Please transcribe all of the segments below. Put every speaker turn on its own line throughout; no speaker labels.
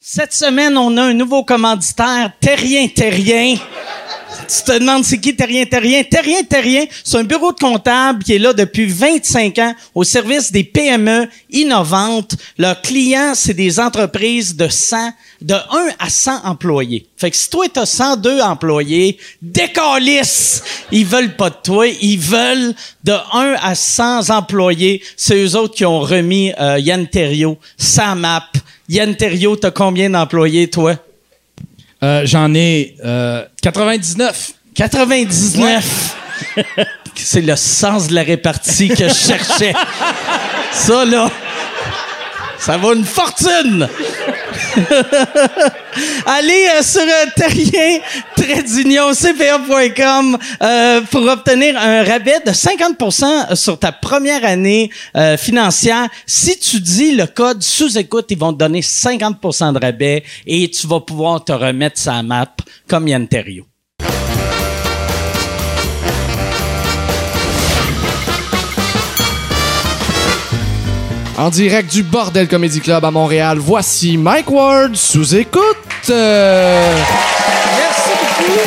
Cette semaine, on a un nouveau commanditaire, Terrien Terrien. Tu te demandes c'est qui Terrien Terrien? Terrien Terrien, c'est un bureau de comptable qui est là depuis 25 ans au service des PME innovantes. Leurs clients, c'est des entreprises de 100, de 1 à 100 employés. Fait que si toi, t'as 102 employés, décalisse! Ils veulent pas de toi, ils veulent de 1 à 100 employés. C'est eux autres qui ont remis euh, Yann Terriot, Samap. Yann Terriot, t'as combien d'employés, toi?
Euh, J'en ai euh, 99.
99. C'est le sens de la répartie que je cherchais. Ça, là, ça vaut une fortune. Allez euh, sur euh, terrien cpa.com euh, pour obtenir un rabais de 50 sur ta première année euh, financière. Si tu dis le code sous-écoute, ils vont te donner 50 de rabais et tu vas pouvoir te remettre sa map comme Yann Terriot.
En direct du Bordel Comedy Club à Montréal, voici Mike Ward sous écoute. Euh,
Merci beaucoup.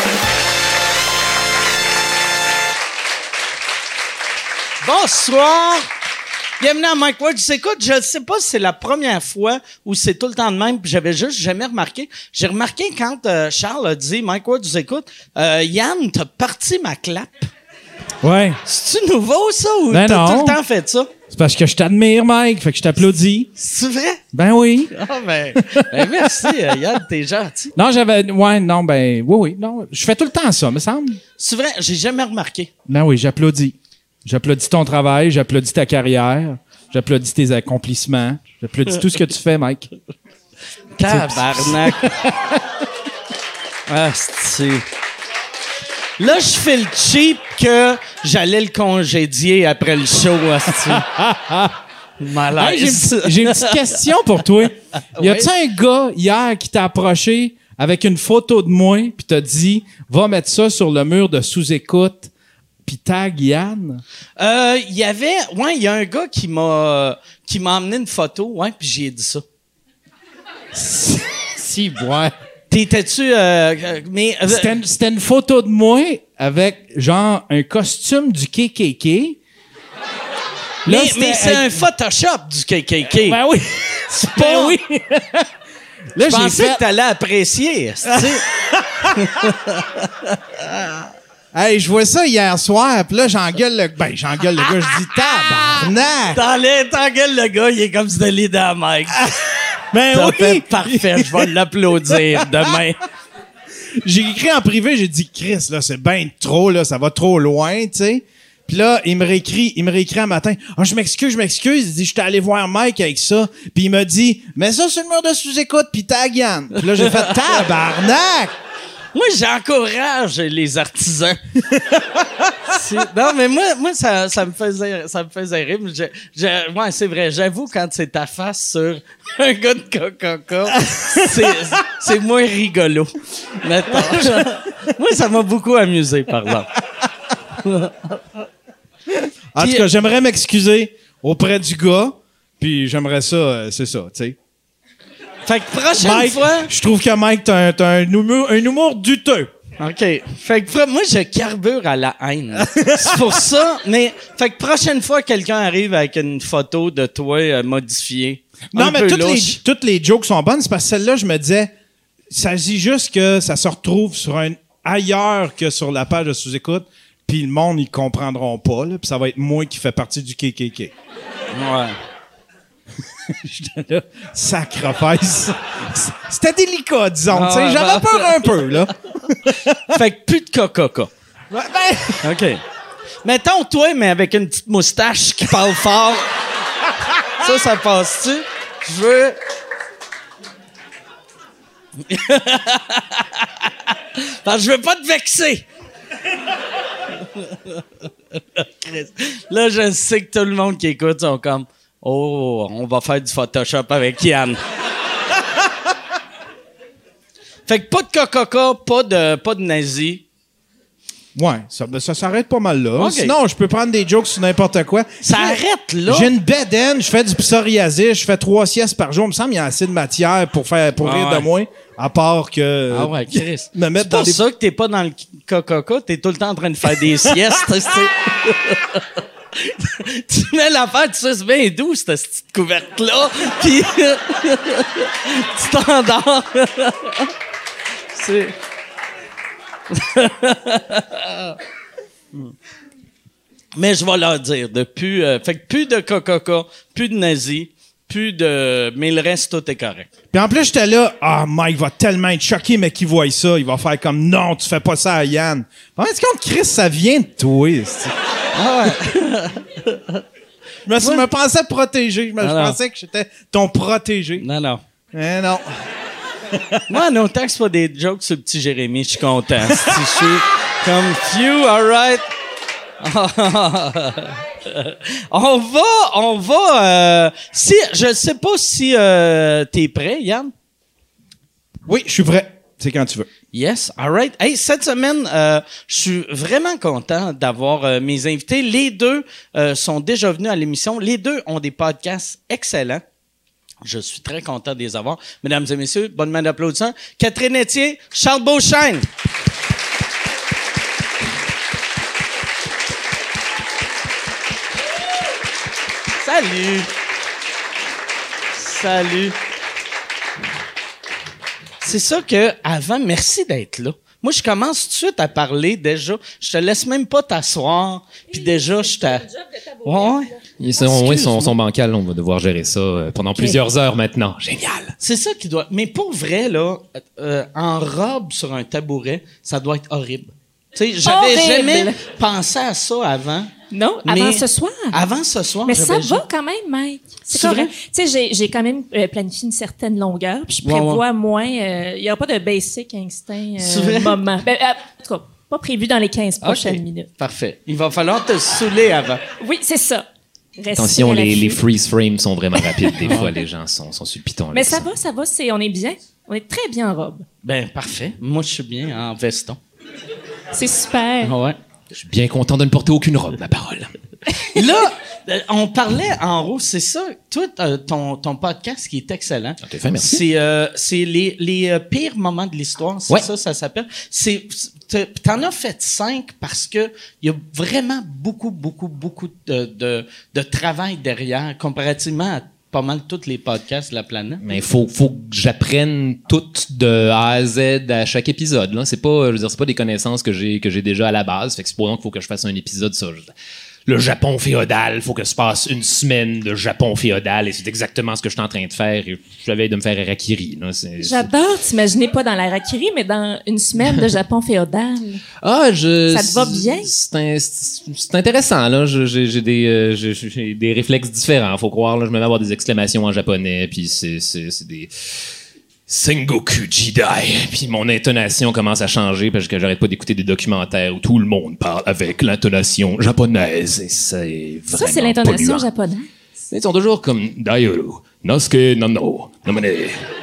Bonsoir. Bienvenue à Mike Ward. Écoute, je ne sais pas si c'est la première fois ou c'est tout le temps de même, puis j'avais juste jamais remarqué. J'ai remarqué quand euh, Charles a dit Mike Ward, vous écoute, euh, Yann, t'as parti ma clap.
Ouais.
C'est-tu nouveau, ça, ou
Ben
t'as
non.
tout le temps fait ça?
C'est parce que je t'admire, Mike. Fait que je t'applaudis.
C'est vrai?
Ben oui.
Ah, ben, ben merci, euh, Yann, t'es gentil.
Non, j'avais. Ouais, non, ben oui, oui. Non, je fais tout le temps ça, me semble.
C'est vrai, j'ai jamais remarqué.
Ben oui, j'applaudis. J'applaudis ton travail, j'applaudis ta carrière, j'applaudis tes accomplissements, j'applaudis tout ce que tu fais, Mike.
Tabarnak. Asti. Là, je fais le cheap que j'allais le congédier après le show, ah,
Hey,
Asti.
j'ai une
Malaise.
petite- j'ai une petite question pour toi. Y a-tu un gars hier qui t'a approché avec une photo de moi puis t'a dit va mettre ça sur le mur de sous-écoute puis tag Yann?
Euh, Il y avait... Ouais, il y a un gars qui m'a qui m'a emmené une photo, ouais, puis j'ai dit ça.
Si, ouais.
T'étais-tu... euh, euh, mais... euh,
C'était une, c'était une photo de moi avec genre un costume du KKK.
mais
Là,
mais
c'était-
c'est
euh,
un Photoshop du KKK.
Ben oui. C'est pas oui. Là,
je
j'ai
pensais
fait.
que t'allais apprécier, asti.
hey, je vois ça hier soir, puis là, j'engueule le... Ben, j'engueule le gars, je dis
Ah! Ben
tabarnak!
T'enlèves- T'engueules le gars, il est comme si de l'idée à Mike.
Ben
T'as
oui.
fait parfait, je vais l'applaudir demain.
J'ai écrit en privé, j'ai dit « Chris, là, c'est ben trop, là, ça va trop loin, tu sais. » Puis là, il me réécrit, il me réécrit un matin. « Ah, je m'excuse, je m'excuse. » Il dit « Je suis allé voir Mike avec ça. » Puis il me dit « Mets ça sur le mur de sous-écoute, puis tag Yann. » Puis là, j'ai fait « Tabarnak! »
Moi, j'encourage les artisans. C'est- non, mais moi, moi ça, ça me faisait, ça me faisait rire. mais Je, je- ouais, c'est vrai. J'avoue, quand c'est ta face sur un gars de Coca-Cola, c'est, c'est moins rigolo. Mettons. moi, ça m'a beaucoup amusé, par exemple.
En
Puis,
tout
euh,
cas, j'aimerais m'excuser auprès du gars, puis j'aimerais ça, euh, c'est ça, tu sais.
Fait que prochaine
Mike,
fois.
je trouve que Mike, t'as un, t'as un humour, un humour juteux.
OK. Fait que fra- moi, je carbure à la haine. C'est pour ça, mais... Fait que prochaine fois, quelqu'un arrive avec une photo de toi euh, modifiée.
Non,
un
mais
peu
toutes les,
louche.
toutes les jokes sont bonnes, c'est parce que celle-là, je me disais, il s'agit juste que ça se retrouve sur un ailleurs que sur la page de sous-écoute, puis le monde, ils comprendront pas, là, puis ça va être moi qui fais partie du KKK.
Ouais.
Sacrifice. C'était délicat, disons, tu
Ah,
sais.
ben-
J'avais peur un peu, là.
Fait que plus de coca
Ben,
OK. Mettons, toi, mais avec une petite moustache qui parle fort. ça, ça passe-tu? Je veux... Parce que je veux pas te vexer. Chris. Là, je sais que tout le monde qui écoute sont comme « Oh, on va faire du Photoshop avec Yann. » Fait que pas de coca pas de, pas de nazi.
Ouais, ça, ben, ça s'arrête pas mal là.
OK.
Sinon, je peux prendre des jokes sur n'importe quoi.
Ça
J'ai-
arrête là.
J'ai une bedaine, je fais du psoriasis, je fais trois siestes par jour. Il me semble qu'il y a assez de matière pour faire pour
Ah
rire
ouais.
de moi, à part que
Ah ouais, Chris.
Euh, me mettre
C'est pour
dans des...
ça que t'es pas dans le coca t'es tout le temps en train de faire des siestes. c'est- tu mets l'affaire, tu sais bien doux, cette petite couverte-là, puis tu t'endors. C'est- Mais je vais leur dire, de plus, euh, fait que plus de coca plus de nazis, plus de... Mais le reste, tout est correct.
Puis en plus, j'étais là, ah, Mike va tellement être choqué, mais qu'il voit ça, il va faire comme, non, tu fais pas ça à Yann. Mais est-ce qu'on Chris, ça vient de toi, esti. Je me, suis- me pensais protégé, je, me- je
Alors.
pensais que j'étais ton protégé.
Non, non.
Eh non.
Moi, non, tant que c'est pas des jokes sur le petit Jérémy, je suis content. Si je suis comme few, alright. on va, on va. euh, si, je sais pas si euh, t'es prêt, Yann.
Oui, je suis prêt. C'est quand tu veux.
Yes, alright. Hey, cette semaine, euh, je suis vraiment content d'avoir euh, mes invités. Les deux euh, sont déjà venus à l'émission. Les deux ont des podcasts excellents. Je suis très content de les avoir. Mesdames et messieurs, bonne main d'applaudissements. Catherine Etier, Charles Beauchesne. Salut. Salut. C'est ça que, avant, merci d'être là. Moi, je commence tout de suite à parler déjà. Je te laisse même pas t'asseoir. Puis déjà, je t'a. Ouais, ouais.
Ils sont, oui, ils sont,
Excuse-moi.
sont bancales, on va devoir gérer ça euh, pendant plusieurs heures maintenant. Génial!
C'est ça qui doit. Mais pour vrai, là, euh, en robe sur un tabouret, ça doit être horrible. Tu sais, j'avais
Horrible.
jamais pensé à ça avant.
Non,
Mais-
avant ce soir.
Avant ce soir.
Mais ça
Ah, j'avais
va
jamais-
quand même, Mike. C'est
C'est vrai?
correct. Tu sais, j'ai- j'ai quand même euh, planifié une certaine longueur, puis je
Ouais, ouais.
prévois moins. euh, Il n'y aura pas de basic instinct
C'est vrai?
euh, moment. Ben, euh, en tout cas, pas prévu dans les 15 prochaines
Ok,
minutes.
Parfait. Il va falloir te saouler avant.
Oui, c'est ça. Restez
Attention,
à
les,
l'affût.
les freeze frames sont vraiment rapides. Des fois, les gens sont, sont sur le piton. là,
Mais
ils
ça
sont-
va, ça va, c'est, on est bien. On est très bien en robe.
Ben, parfait. Moi, je suis bien en veston.
C'est super.
Ouais.
Je suis bien content de ne porter aucune robe, ma parole.
Là, euh, on parlait en haut, c'est ça. Toi, t'as- ton, ton podcast qui est excellent.
t'es fin, Ah, merci.
C'est euh, c'est les, les euh, pires moments de l'histoire, c'est
Ouais.
ça, ça s'appelle. C'est t'as- t'en as fait cinq parce que il y a vraiment beaucoup, beaucoup, beaucoup de, de, de travail derrière comparativement à pas mal tous les podcasts de la planète.
Mais faut, faut que j'apprenne tout de A à Z à chaque épisode. Là. C'est pas, euh, je veux dire, c'est pas des connaissances que j'ai, que j'ai déjà à la base. Fait que supposons qu'il faut que je fasse un épisode sur le Japon féodal. Faut que se passe une semaine de Japon féodal et c'est exactement ce que je suis en train de faire. Et je vais de me faire harakiri. Là. C'est- c'est-
J'adore t'imaginer pas dans la raquerie, mais dans une semaine de Japon féodal.
Ah, je.
Ça te va bien?
C'est un- c'est- c'est intéressant, là. Je- J'ai j'ai des, euh, j'ai- j'ai des réflexes différents, faut croire. Là. Je me mets à avoir des exclamations en japonais, puis c'est c'est- c'est des. Sengoku Jidai. Puis mon intonation commence à changer parce que j'arrête pas d'écouter des documentaires où tout le monde parle avec l'intonation japonaise. Et c'est
Ça, c'est
vraiment
l'intonation
polluant.
japonaise.
Ils sont toujours comme Daioru, Nosuke Nano, Nomene,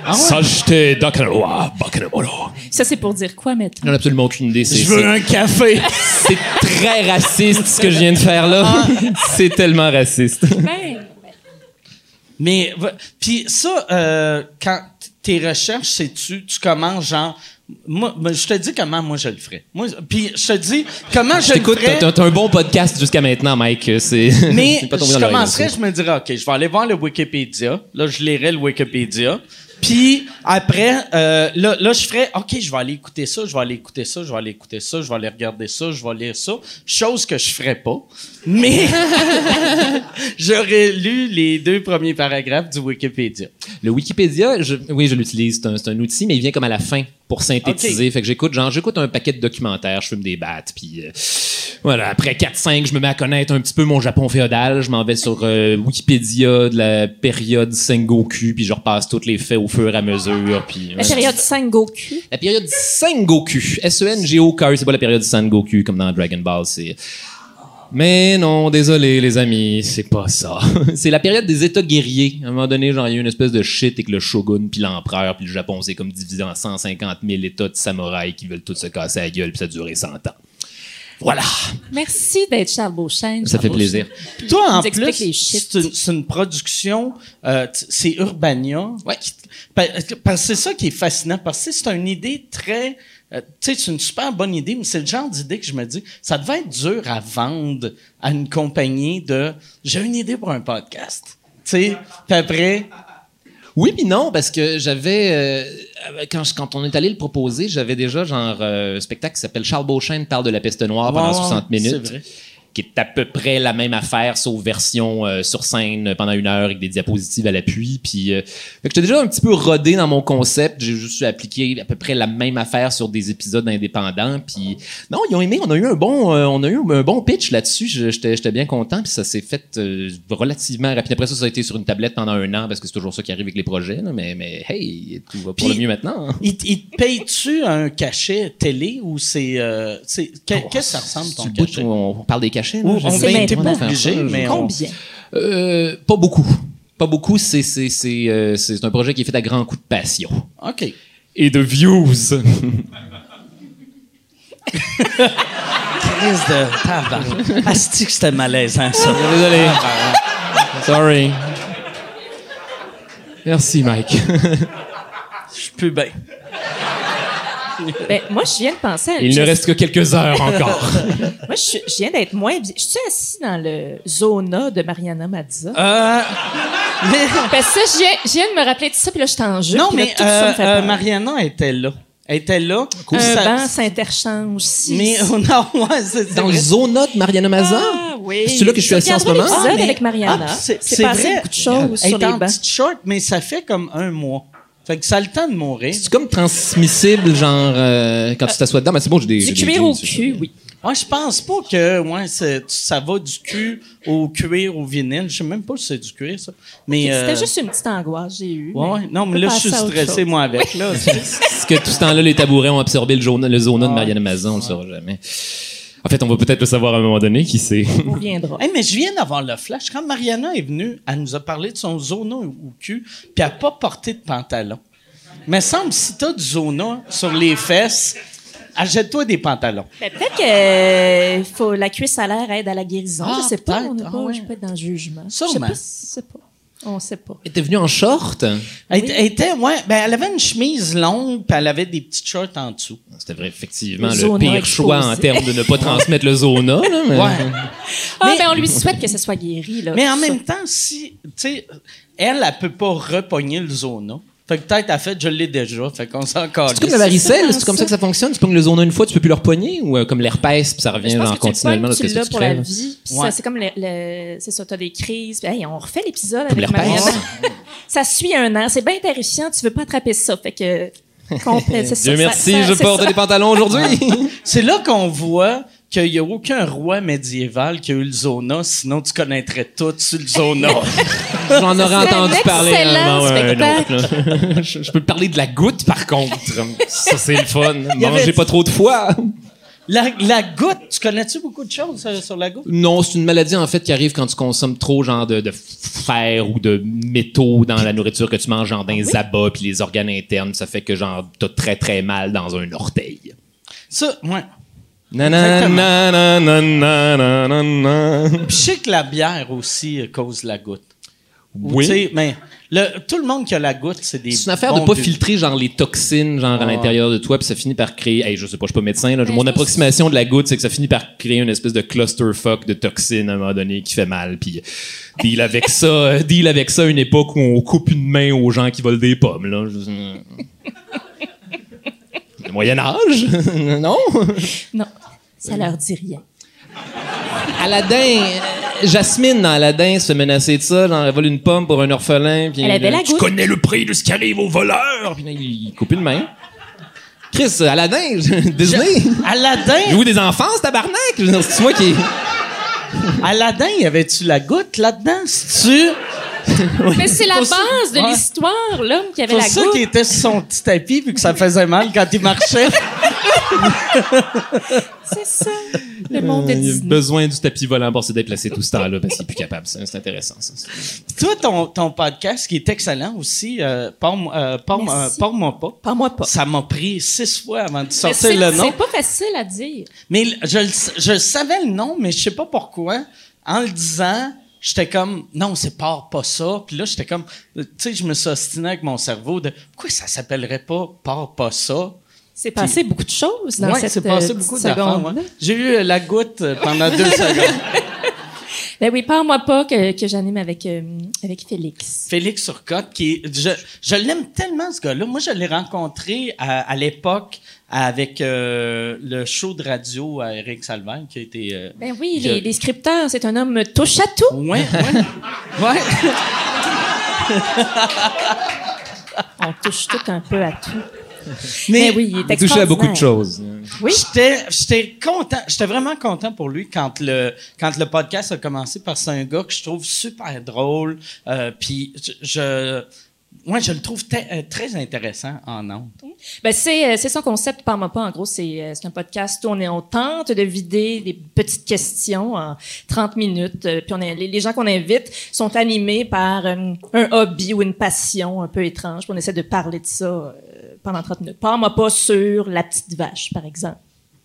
Ah
Sajite Dakarawa, Bakanamoro.
Ça, c'est pour dire quoi maintenant?
J'en ai absolument aucune idée. c'est-
Je veux
c'est-
un café.
c'est très raciste ce que je viens de faire
Ah.
là. C'est tellement raciste.
Ben,
Mais v- puis ça, euh, quand t- tes recherches, c'est tu, tu commences genre. Moi, ben, je te dis comment moi je le ferais. Moi, puis je te dis comment je, le
Écoute,
ferais.
t'as t'as un bon podcast jusqu'à maintenant, Mike. C'est
Mais
c'est pas tombé
je
dans l'oreille,
commencerai,
là.
je me dirais, OK, je vais aller voir le Wikipédia. Là, je lirai le Wikipédia. Puis après, euh, là, là, je ferais, OK, je vais aller écouter ça, je vais aller écouter ça, je vais aller écouter ça, je vais aller regarder ça, je vais lire ça. Chose que je ferais pas. Mais j'aurais lu les deux premiers paragraphes du Wikipédia.
Le Wikipédia, je- oui, je l'utilise. C'est un, c'est un outil, mais il vient comme à la fin pour synthétiser. Fait que j'écoute, genre, j'écoute un paquet de documentaires, je fume des battes, puis euh, voilà. Après 4-5, je me mets à connaître un petit peu mon Japon féodal. Je m'en vais sur euh, Wikipédia de la période Sengoku, puis je repasse tous les faits au fur et à mesure. Puis
la
ouais.
période Sengoku.
La période Sengoku. E S-E-N-G-O-K. C'est pas la période Sengoku comme dans Dragon Ball. C'est. Mais non, désolé, les amis, c'est pas ça. c'est la période des États guerriers. À un moment donné, genre, il y a eu une espèce de shit avec le shogun, puis l'empereur, puis le Japon, c'est comme divisé en 150 000 États de samouraïs qui veulent tous se casser la gueule, puis ça a duré 100 ans. Voilà.
Merci d'être Charles Beauchesne.
Ça
Charles
fait plaisir.
Puis toi, en
Nous explique
plus,
les shit.
c'est une, c'est une production, euh, t- c'est Urbania.
Ouais.
qui- pa- Parce que c'est ça qui est fascinant, parce que c'est une idée très... euh, tu sais, c'est une super bonne idée, mais c'est le genre d'idée que je me dis, ça devait être dur à vendre à une compagnie de « j'ai une idée pour un podcast ». Tu sais, puis après,
Oui, puis non, parce que j'avais. euh, quand, je- quand on est allé le proposer, j'avais déjà genre euh, un spectacle qui s'appelle Charles Beauchesne parle de la peste noire pendant
Ouais, ouais,
60
c'est
minutes.
vrai.
Qui est à peu près la même affaire, sauf version euh, sur scène pendant une heure avec des diapositives à l'appui. Puis, euh, fait que j'étais déjà un petit peu rodé dans mon concept. J'ai juste appliqué à peu près la même affaire sur des épisodes indépendants. Puis, non, ils ont aimé. On a eu un bon, euh, on a eu un bon pitch là-dessus. Je- J'étais j'étais bien content. Puis ça s'est fait euh, relativement rapide. Après ça, ça a été sur une tablette pendant un an parce que c'est toujours ça qui arrive avec les projets. là. Mais, mais hey, tout va pour
Puis-
le mieux maintenant. hein.
ils, te- ils te payent-tu un cachet télé ou c'est... euh, c'est- que- Qu'est-ce que ça ressemble,
Oh, C'est
ton
le bout
cachet?
où on, on parle des cachets. là.
Ou
Je
on
sais
ben,
pas
t'es
comment
pas
faire ça,
obligé,
je-
mais on-
Combien?
Euh, pas beaucoup. Pas beaucoup. C'est c'est- c'est, euh, c'est un projet qui est fait à grands coups de passion.
OK.
Et de views.
Crise de tabarnak. Asti que c'était malaisant, ça.
Désolé. Sorry. Merci, Mike.
Je peux bien.
Ben, moi, je viens de penser à une
Il ne
chose.
reste que quelques heures encore.
Moi, je, je viens d'être moins bien. Je suis assis dans le zona de Mariana Mazza.
Euh, mais-
Parce que ça, je viens, je viens de me rappeler de ça, puis là, je suis en jeu.
non,
puis là,
mais
tout ça me fait
euh, euh,
peur.
Mariana était là. Elle était là.
Un
Ça-
banc s'interchange. si-
mais
si-
oh, non, ouais, c'est
Dans
vrai.
Zona de Mariana Mazan?
Ah, oui.
C'est là que je suis assis en ce
Regarderas
moment?
l'épisode
mais-
avec Mariana.
Ah, c'est
C'est
c'est
passé
vrai.
beaucoup de choses
Elle
sur
est
les
en
bancs.
petite short, mais ça fait comme un mois. Fait que ça a le temps de mourir.
Ah, C'est comme transmissible, genre, euh, quand tu t'assois dedans, mais c'est bon, j'ai des.
Du
j'ai des
cuir au
jeans,
cul,
ça.
oui.
Moi, je pense pas que ouais, c'est- ça va du cul au cuir, au vinyle. Je sais même pas si c'est du cuir, ça. Mais, euh,
C'était juste une petite angoisse que j'ai eue.
ouais, ouais. non,
on
mais
peut
là, je
passer
suis
à autre
stressé,
chose.
moi, avec. Là,
Parce que tout ce temps-là, les tabourets ont absorbé le, Zona- le Zona de
Ah.
Mariana Mazan, on le saura jamais. En fait, on va peut-être le savoir à un moment donné, qui sait.
On reviendra.
Hey, mais je viens d'avoir le flash. Quand Mariana est venue, elle nous a parlé de son zona au cul, puis elle n'a pas porté de pantalon. Mais semble si t'as du zona sur les fesses, achète-toi des pantalons.
Ben, peut-être que euh, faut, la cuisse à l'air aide à la guérison.
Ah,
je sais pas.
peut-être.
On n'est pas,
Ah ouais.
Je peux être dans le jugement.
Sûrement.
Je sais pas. si- je sais pas. On sait pas.
T'es venu en short?
Elle, elle était, ouais, ben, elle avait une chemise longue, puis elle avait des petites shorts en dessous.
C'était vrai, effectivement,
Le
le,
Zona
pire
exposé.
choix en termes de ne pas transmettre le Zona, là, mais-
Ah,
Mais-
ben, on lui souhaite que ce soit guéri, là.
Mais en
Ça.
même temps, si, tu sais, elle, elle peut pas repogner le zona. Fait que peut-être, elle fait, je l'ai déjà. Fait qu'on s'en calisse.
C'est comme la varicelle,
ça.
c'est comme ça que ça fonctionne. Tu pognes le zona une fois, tu peux plus leur poigner ou euh, comme l'herpès, puis ça revient
Je pense
genre
que tu
continuellement
continuellement
jusqu'à
tu
ce que
l'as
tu
pour la
crèves.
vie. Puis
Ouais.
ça, c'est comme le, le- c'est ça, t'as des crises. Puis, hey, on refait l'épisode
Comme
avec
l'herpès.
Mariana. ça suit un an. C'est bien terrifiant. Tu veux pas attraper ça. Fait que complet. c'est ça,
Dieu
ça-
merci,
ça-
je
c'est
porte
ça.
des pantalons aujourd'hui.
C'est là qu'on voit qu'il n'y a aucun roi médiéval qui a eu le zona, sinon tu connaîtrais tout sur le zona.
J'en aurais
C'est un
entendu parler. hein. à
excellent
moment ou à autre, là. je, je peux parler de la goutte, par contre. Ça, c'est le fun.
y avait-
Mangez pas trop de foie.
la, la goutte, tu connais-tu beaucoup de choses euh, sur la goutte?
Non, c'est une maladie, en fait, qui arrive quand tu consommes trop, genre, de, de fer ou de métaux dans la nourriture que tu manges, genre, dans les abats puis les organes internes. Ça fait que, genre, t'as très, très mal dans un orteil.
Ça, ouais.
Na, na,
Exactement.
na, na, na, na, na, na, na.
Puis je sais que la bière aussi euh, cause la goutte. Ou, tu
Oui.
sais, mais le- tout le monde qui a la goutte, c'est des.
C'est une affaire de
bons
pas
bu-
filtrer genre les toxines genre à l'intérieur de toi puis ça finit par créer hey, je sais pas je suis pas médecin là, mon
je-
approximation de la goutte c'est que ça finit par créer une espèce de clusterfuck de toxines à un moment donné qui fait mal puis deal avec ça euh, deal avec ça à une époque où on coupe une main aux gens qui volent des pommes là Je- le Moyen Âge non
Non, ça leur dit rien.
Aladdin euh, Jasmine dans Aladdin se fait menacer de ça genre elle vole une pomme pour un orphelin puis
Elle avait la
tu
goutte.
connais le prix de ce qui arrive aux voleurs puis là, il il coupe une main Chris euh, Aladdin je- Disney
Aladdin,
Joue des enfants, ce tabarnak! Je veux dire, C'est moi qui.
Aladdin, y avait-tu la goutte là-dedans? C'est-tu.
Mais c'est la
Faut
base
ça-
de
ouais.
l'histoire, l'homme qui avait
C'est
la
ça
goutte.
qu'il était sur son petit tapis, vu que ça faisait mal quand il marchait.
C'est ça. Le monde est
Il a
Disney.
besoin du tapis volant pour se déplacer tout ce temps-là parce qu'il est plus capable. C'est c'est intéressant, ça.
Toi, ton, ton podcast qui est excellent aussi, euh, Parle- euh, Parle- euh,
Merci.
Parle-moi pas.
Pas moi pas.
Ça m'a pris six fois avant de
Mais C'est
sortir le nom.
c'est pas facile à dire.
Mais l- je, le- je savais le nom, mais je sais pas pourquoi. En le disant, j'étais comme, non, c'est pas, pas ça. Puis là, j'étais comme, tu sais, je me suis ostiné avec mon cerveau de, pourquoi ça s'appellerait pas, pas, pas ça?
C'est passé beaucoup de choses dans
ouais,
cette
c'est passé
euh,
beaucoup
petite
d'affaires.
seconde-là.
ouais. J'ai eu euh, la goutte euh, pendant deux secondes.
Ben oui, parle-moi pas que, que j'anime avec, euh, avec Félix.
Félix Surcotte, qui est- je, je l'aime tellement ce gars-là. Moi, je l'ai rencontré à, à l'époque avec euh, le show de radio à Eric Salvagne, qui a été. euh,
Ben oui,
je-
les, les scripteurs, c'est un homme touche à tout.
Ouais, ouais. ouais.
On touche tout un peu à tout.
Mais-
Mais, oui, il
Il
est
touchait à
extraordinaire.
beaucoup de choses.
Oui.
J'étais, j'étais content, j'étais vraiment content pour lui quand le quand le podcast a commencé parce que c'est un gars que je trouve super drôle, euh, puis je, je moi je le trouve te- euh, très intéressant en ondes.
Ben, c'est, euh, c'est son concept, parle-moi pas. En gros, c'est, euh, c'est un podcast où on, est, on tente de vider des petites questions en 30 minutes. euh, puis on est- les, les gens qu'on invite sont animés par euh, un hobby ou une passion un peu étrange. Puis on essaie de parler de ça euh, pendant 30 minutes. Parle-moi pas sur la petite vache, par exemple.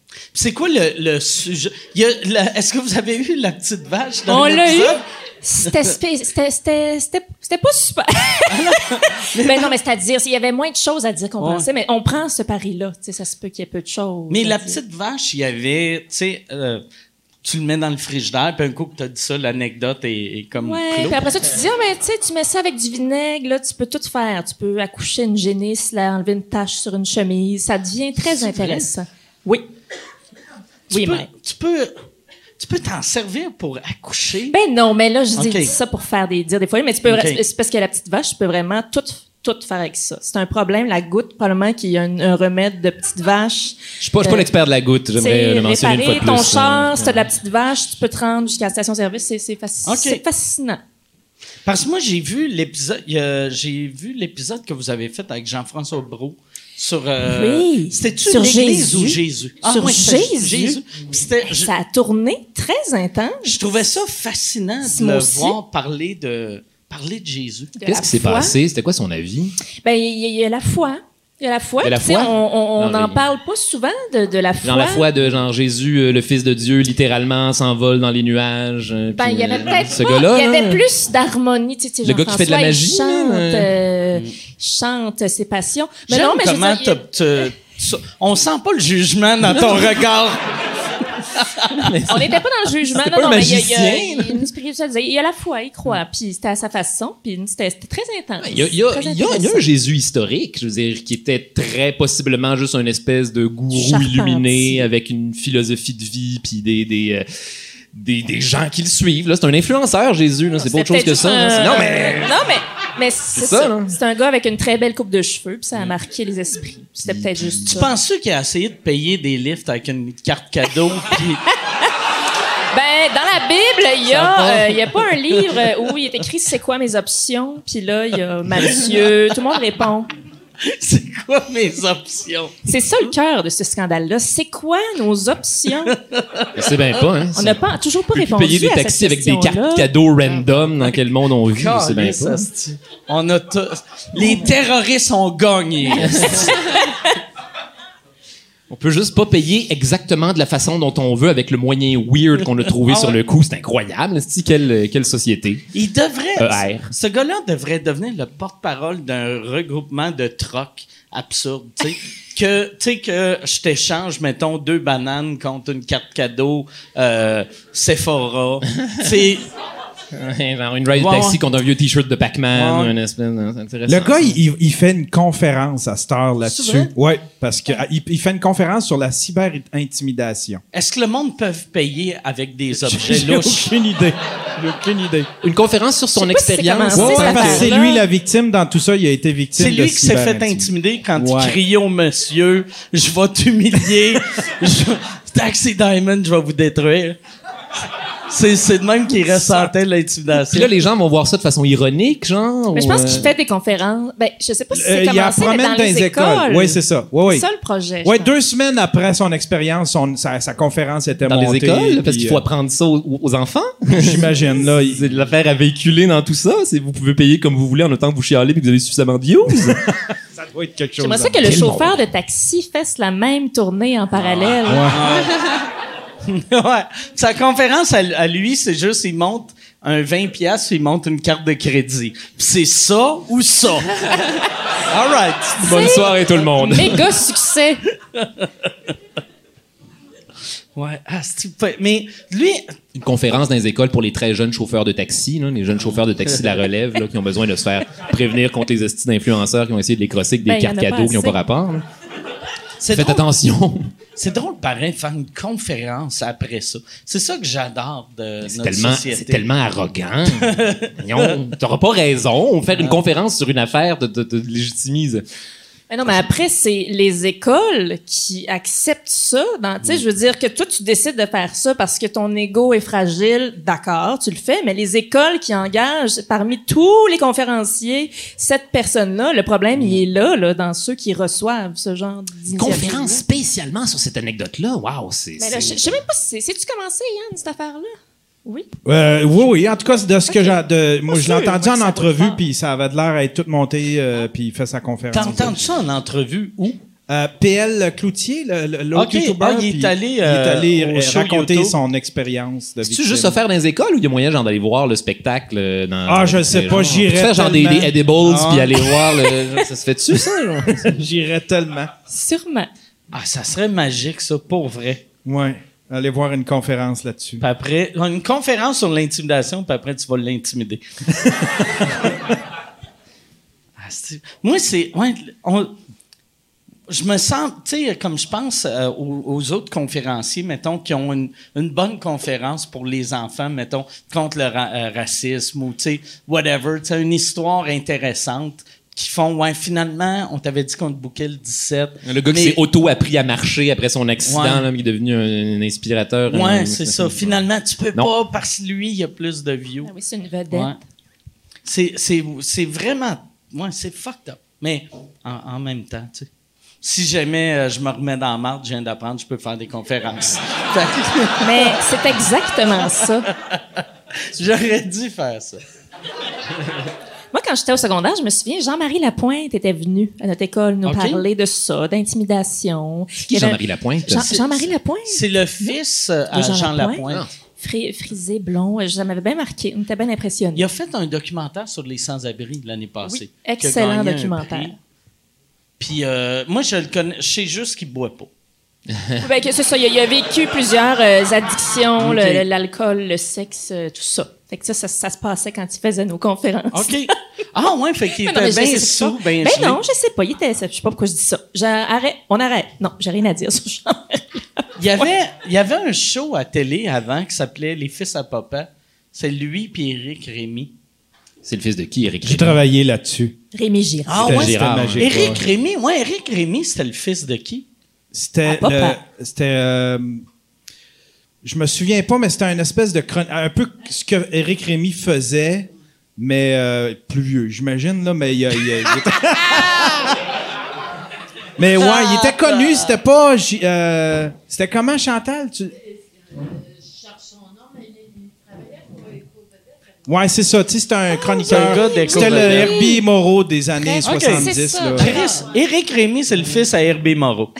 Puis C'est quoi le, le sujet Il y a la- Est-ce que vous avez eu la petite vache dans
on l'a eu.
l'épisode?
C'était, spé- c'était, c'était, c'était, c'était pas super. mais non, mais c'est-à-dire, il y avait moins de choses à dire qu'on
Ouais.
pensait, mais on prend ce pari-là. Tu sais, ça se peut qu'il y ait peu de choses.
Mais
à
la
dire.
petite vache, il y avait, tu sais, euh, tu le mets dans le frigidaire, puis un coup que t'as dit ça, l'anecdote est, est comme
Ouais,
clos.
puis après ça, tu te dis, ah, mais tu sais, tu mets ça avec du vinaigre, là, tu peux tout faire. Tu peux accoucher une génisse, là, enlever une tache sur une chemise. Ça devient très intéressant. Oui.
tu
Oui,
peux,
mais.
tu peux, tu peux t'en servir pour accoucher.
Ben non, mais là, je dis
Ok.
dis ça pour faire des, dire des folies, mais tu peux,
Ok.
c'est parce que la petite vache, tu peux vraiment tout, tout faire avec ça. C'est un problème, la goutte, probablement qu'il y a un, un remède de petite vache.
Je suis pas, je suis pas
Euh,
l'expert de la goutte. J'aimerais
C'est
le mentionner une fois de
réparer
plus.
ton
hein.
char, si t'as de la petite vache, tu peux te rendre jusqu'à la station-service, c'est, c'est, faci-
Ok.
c'est fascinant.
Parce que moi, j'ai vu l'épisode, euh, j'ai vu l'épisode que vous avez fait avec Jean-François Brault sur. euh,
Oui,
C'était-tu
sur
l'Église
Jésus.
ou Jésus? Ah,
Sur
c'était
Jésus.
Puis c'était- je,
Ça a tourné très intense.
je trouvais ça fascinant de
Moi
le
aussi.
voir parler de parler de Jésus.
de
Qu'est-ce
la
qui s'est
foi.
passé? C'était quoi son avis?
Ben, il y, a- il y a la foi. Il y a la foi.
Il y a la
tu sais,
foi?
On
Non,
n'en
mais-
parle pas souvent de, de la foi.
Genre la foi de genre Jésus, euh, le Fils de Dieu, littéralement s'envole dans les nuages. euh,
Ben,
puis,
il y avait
euh,
peut-être
ce
pas-
gars-là,
Il y
là.
avait plus d'harmonie. Tu sais, tu sais,
Le gars qui fait de la
Jean-François, il
magie,
Chante,
là, mm.
euh, chante ses passions. Mais non,
J'aime
mais je veux
comment
dire,
t'as- t'as- ça- on sent pas le jugement dans ton regard.
on n'était pas dans le jugement.
C'était
Non,
pas
non,
un
mais il y a- il y a-
magicien, là.
il y a une spiritualité. Il y a la foi, il croit. Puis c'était à sa façon. Puis c'était c'était très intense.
Il y, a, il y a-
Très
il y a- il y a
intéressant.
un Jésus historique, je veux dire, qui était très possiblement juste une espèce de gourou
Charpentier.
illuminé avec une philosophie de vie, puis des, des, euh, des, des gens qui le suivent. Là, c'est un influenceur, Jésus. là, C'est pas
C'était
autre chose que
peut-être
ça.
juste
là. C'est-
un-
Non, mais
Non, mais, mais c'est
ça,
ça.
là. Mm.
C'est un gars avec une très belle coupe de cheveux, puis ça a marqué les esprits. C'était peut-être juste
Tu
ça.
penses-tu qu'il a essayé de payer des lifts avec une carte cadeau? puis-
Ben, dans la Bible, il y
Ça va.
a, euh, il y a pas un livre euh, où il est écrit c'est quoi mes options, puis là il y a Mathieu, tout le monde répond.
C'est quoi mes options?
C'est ça le cœur de ce scandale-là. C'est quoi nos options
c'est bien pas. Hein,
On n'a pas toujours pas
peut plus
répondu
payer des
à cette
taxis avec des
question-là.
cartes cadeaux random dans quel monde on vit. C'est bien
Calisse,
pas.
asti. On a tous- Les terroristes ont gagné.
On peut juste pas payer exactement de la façon dont on veut avec le moyen weird qu'on a trouvé
Ah
sur
ouais.
le coup. C'est incroyable. c'est-tu, Quelle, quelle société.
Il devrait.
ER.
Ce gars-là devrait devenir le porte-parole d'un regroupement de trocs absurdes, tu sais. Que, tu sais, que je t'échange, mettons, deux bananes contre une carte cadeau, euh, Sephora. tu sais,
Genre une ride
Ouais,
taxi
ouais.
contre un vieux t-shirt de Pac-Man.
Ouais.
une espèce de- c'est intéressant,
Le gars,
ça.
il, il fait une conférence à cette heure
C'est
là-dessus.
vrai?
Ouais, parce que ah, il, il fait une conférence sur la cyber-intimidation.
est-ce que le monde peut payer avec des objets
J'ai
louches?
aucune idée. J'ai aucune idée.
Une conférence sur son
Je sais pas si c'est
expérience.
comment
Ouais,
C'est
ouais,
cette
parce que c'est
affaire-là.
lui la victime dans tout ça. Il a été victime
C'est
de
lui qui s'est fait
cyber-intimidation.
intimider quand
Ouais.
il criait au monsieur Je vais t'humilier, je... Taxi Diamond, je vais vous détruire. C'est, c'est de même qu'il ressentait
Puis
l'intimidation.
là, les gens vont voir ça de façon ironique, genre.
Mais je
ou,
pense
euh,
qu'il fait des conférences. Ben, je sais pas si
Euh,
c'est
il la
commencé, mais
promène
dans les écoles.
Oui, c'est ça. Oui,
C'est
oui.
ça le projet. je
Ouais,
pense.
deux semaines après son expérience, son- sa, sa conférence était
Dans les
montée.
écoles, parce
puis,
qu'il faut
euh,
apprendre ça aux, aux enfants.
J'imagine, là. il-
C'est de l'affaire à véhiculer dans tout ça. C'est vous pouvez payer comme vous voulez en autant que vous chialez et que vous avez suffisamment de views.
Ça doit être quelque chose.
J'aimerais ça que le chauffeur de taxi fasse la même tournée en parallèle.
Ouais. Sa conférence à, à lui, c'est juste, il monte un 20 pièces, il monte une carte de crédit. Puis c'est ça ou ça. All right.
Bonne soirée tout le monde.
Méga succès.
Ouais, ah, c'est-tu pas- mais lui,
Une conférence dans les écoles pour les très jeunes chauffeurs de taxi, là, les jeunes chauffeurs de taxi de la relève là, qui ont besoin de se faire prévenir contre les estis d'influenceurs qui ont essayé de les crosser avec des
Ben, y en
cartes
a pas
cadeaux qui n'ont
assez.
pas rapport. là.
c'est
Faites
drôle,
attention.
c'est drôle pareil, faire une conférence après ça. C'est ça que j'adore de
C'est
notre
tellement,
société.
c'est tellement arrogant. Voyons, T'auras pas raison. Faire une conférence sur une affaire de, de, de légitimise.
Mais non, mais après, c'est les écoles qui acceptent ça. dans- Tu sais, je veux dire que toi, tu décides de faire ça parce que ton ego est fragile. D'accord, tu le fais. Mais les écoles qui engagent parmi tous les conférenciers, cette personne-là, le problème, il est là, là, dans ceux qui reçoivent ce genre d'initiative.
Conférence spécialement sur cette anecdote-là. Waouh, c'est.
Mais Ben là, je
c'est-
je sais même pas si c'est... C'est-tu commencé, Yann, cette affaire-là? Oui.
Euh, oui, oui. En tout cas, c'est de ce que j'ai. de-
Ah,
Moi, je l'ai
Sûr,
entendu en
ouais, ça coûte
entrevue,
fort.
puis ça avait de l'air à être tout monté, euh, puis il fait sa conférence.
T'entends ça en entrevue où?
Euh, PL Cloutier, le- le- l'autre
Ok,
youtubeur,
ah, il est
puis
allé,
il est
euh,
allé
au
euh,
show
raconter
YouTube.
son expérience de
C'est-tu
victime.
juste offert dans les écoles ou il y a moyen genre d'aller voir le spectacle euh, dans
Ah, je sais pas,
genre,
j'irais
Faire genre des,
tellement.
des edibles
Ah.
puis aller voir le ça se fait-tu ça genre?
J'irais tellement.
Sûrement.
Ah, ça serait magique, ça, pour vrai.
Ouais. Aller voir une conférence là-dessus.
Puis après, une conférence sur l'intimidation, puis après, tu vas l'intimider. Ah, c'est- Moi, c'est. ouais, on- je me sens, tu sais, comme je pense euh, aux, aux autres conférenciers, mettons, qui ont une, une bonne conférence pour les enfants, mettons, contre le ra- euh, racisme ou, tu sais, whatever, tu sais, une histoire intéressante qui font, ouais, finalement, on t'avait dit qu'on te bouquait le 17.
Le gars qui
mais-
s'est auto appris à marcher après son accident
Ouais.
là, mais qui est devenu un, un inspirateur. hein, un-
Ouais, c'est ça. Finalement, tu peux
Non.
pas parce que lui, il a plus de views.
Ah oui, c'est une vedette.
Ouais. C'est, c'est, c'est vraiment. Ouais, c'est fucked up. Mais en, en même temps, tu sais. Si jamais euh, je me remets dans la marde, je viens d'apprendre, je peux faire des conférences. Fait que
Mais c'est exactement ça.
J'aurais dû faire ça.
Moi, quand j'étais au secondaire, je me souviens, Jean-Marie Lapointe était venu à notre école nous
Ok.
parler de ça, d'intimidation.
Qui
Il y avait-
Jean-Marie Lapointe
Jean- Jean-Marie Lapointe?
C'est le fils euh, à
De Jean
Jean, Lapointe.
Lapointe? Ah. Fri- frisé, blond. euh, Ça m'avait bien marqué. On était bien impressionnés.
Il a fait un documentaire sur les sans-abri de l'année passée. qui a
excellent
gagné un
documentaire.
prix. Puis euh, moi, je le connais. Je sais juste qu'il boit pas.
Ben, que c'est ça, il, a, il a vécu plusieurs euh, addictions,
Ok.
le- le- l'alcool, le, sexe, euh, tout ça. Fait que ça, ça, ça se passait quand il faisait nos conférences.
OK. ah ouais, fait qu'il
Mais non,
était
mais je
bien
sais pas.
sous, bien
Ben
gelé.
non, je sais pas. Il était, je sais pas pourquoi je dis ça. J'arrête. On arrête. Non, j'ai rien à dire sur Jean-Marie.
Il y avait, il y avait un show à télé avant qui s'appelait Les Fils à Papa. C'est lui puis Eric Rémy.
C'est le fils de qui Eric
J'ai travaillé là-dessus.
Rémi Girard.
Ah
C'était
ouais,
c'était
Gérard.
magique,
Eric
ouais.
Rémy, ouais, Eric Rémy, c'était le fils de qui?
C'était.
Ah,
le-
papa.
C'était. euh, je me souviens pas, mais c'était un espèce de chron- un peu ce que Eric Rémy faisait, mais euh, plus vieux, j'imagine là. Mais il, a- il a- il était- mais ouais, il était connu. C'était pas. J- euh, c'était comment Chantal tu- Ouais, c'est ça. Tu sais, c'était un
Ah, c'est un
chroniqueur.
gars d'Écho
C'était le
Vedette.
Herbie Moreau des années
Ok,
70.
c'est ça.
là.
Chris, Eric Rémy, c'est le fils à Herbé Moreau.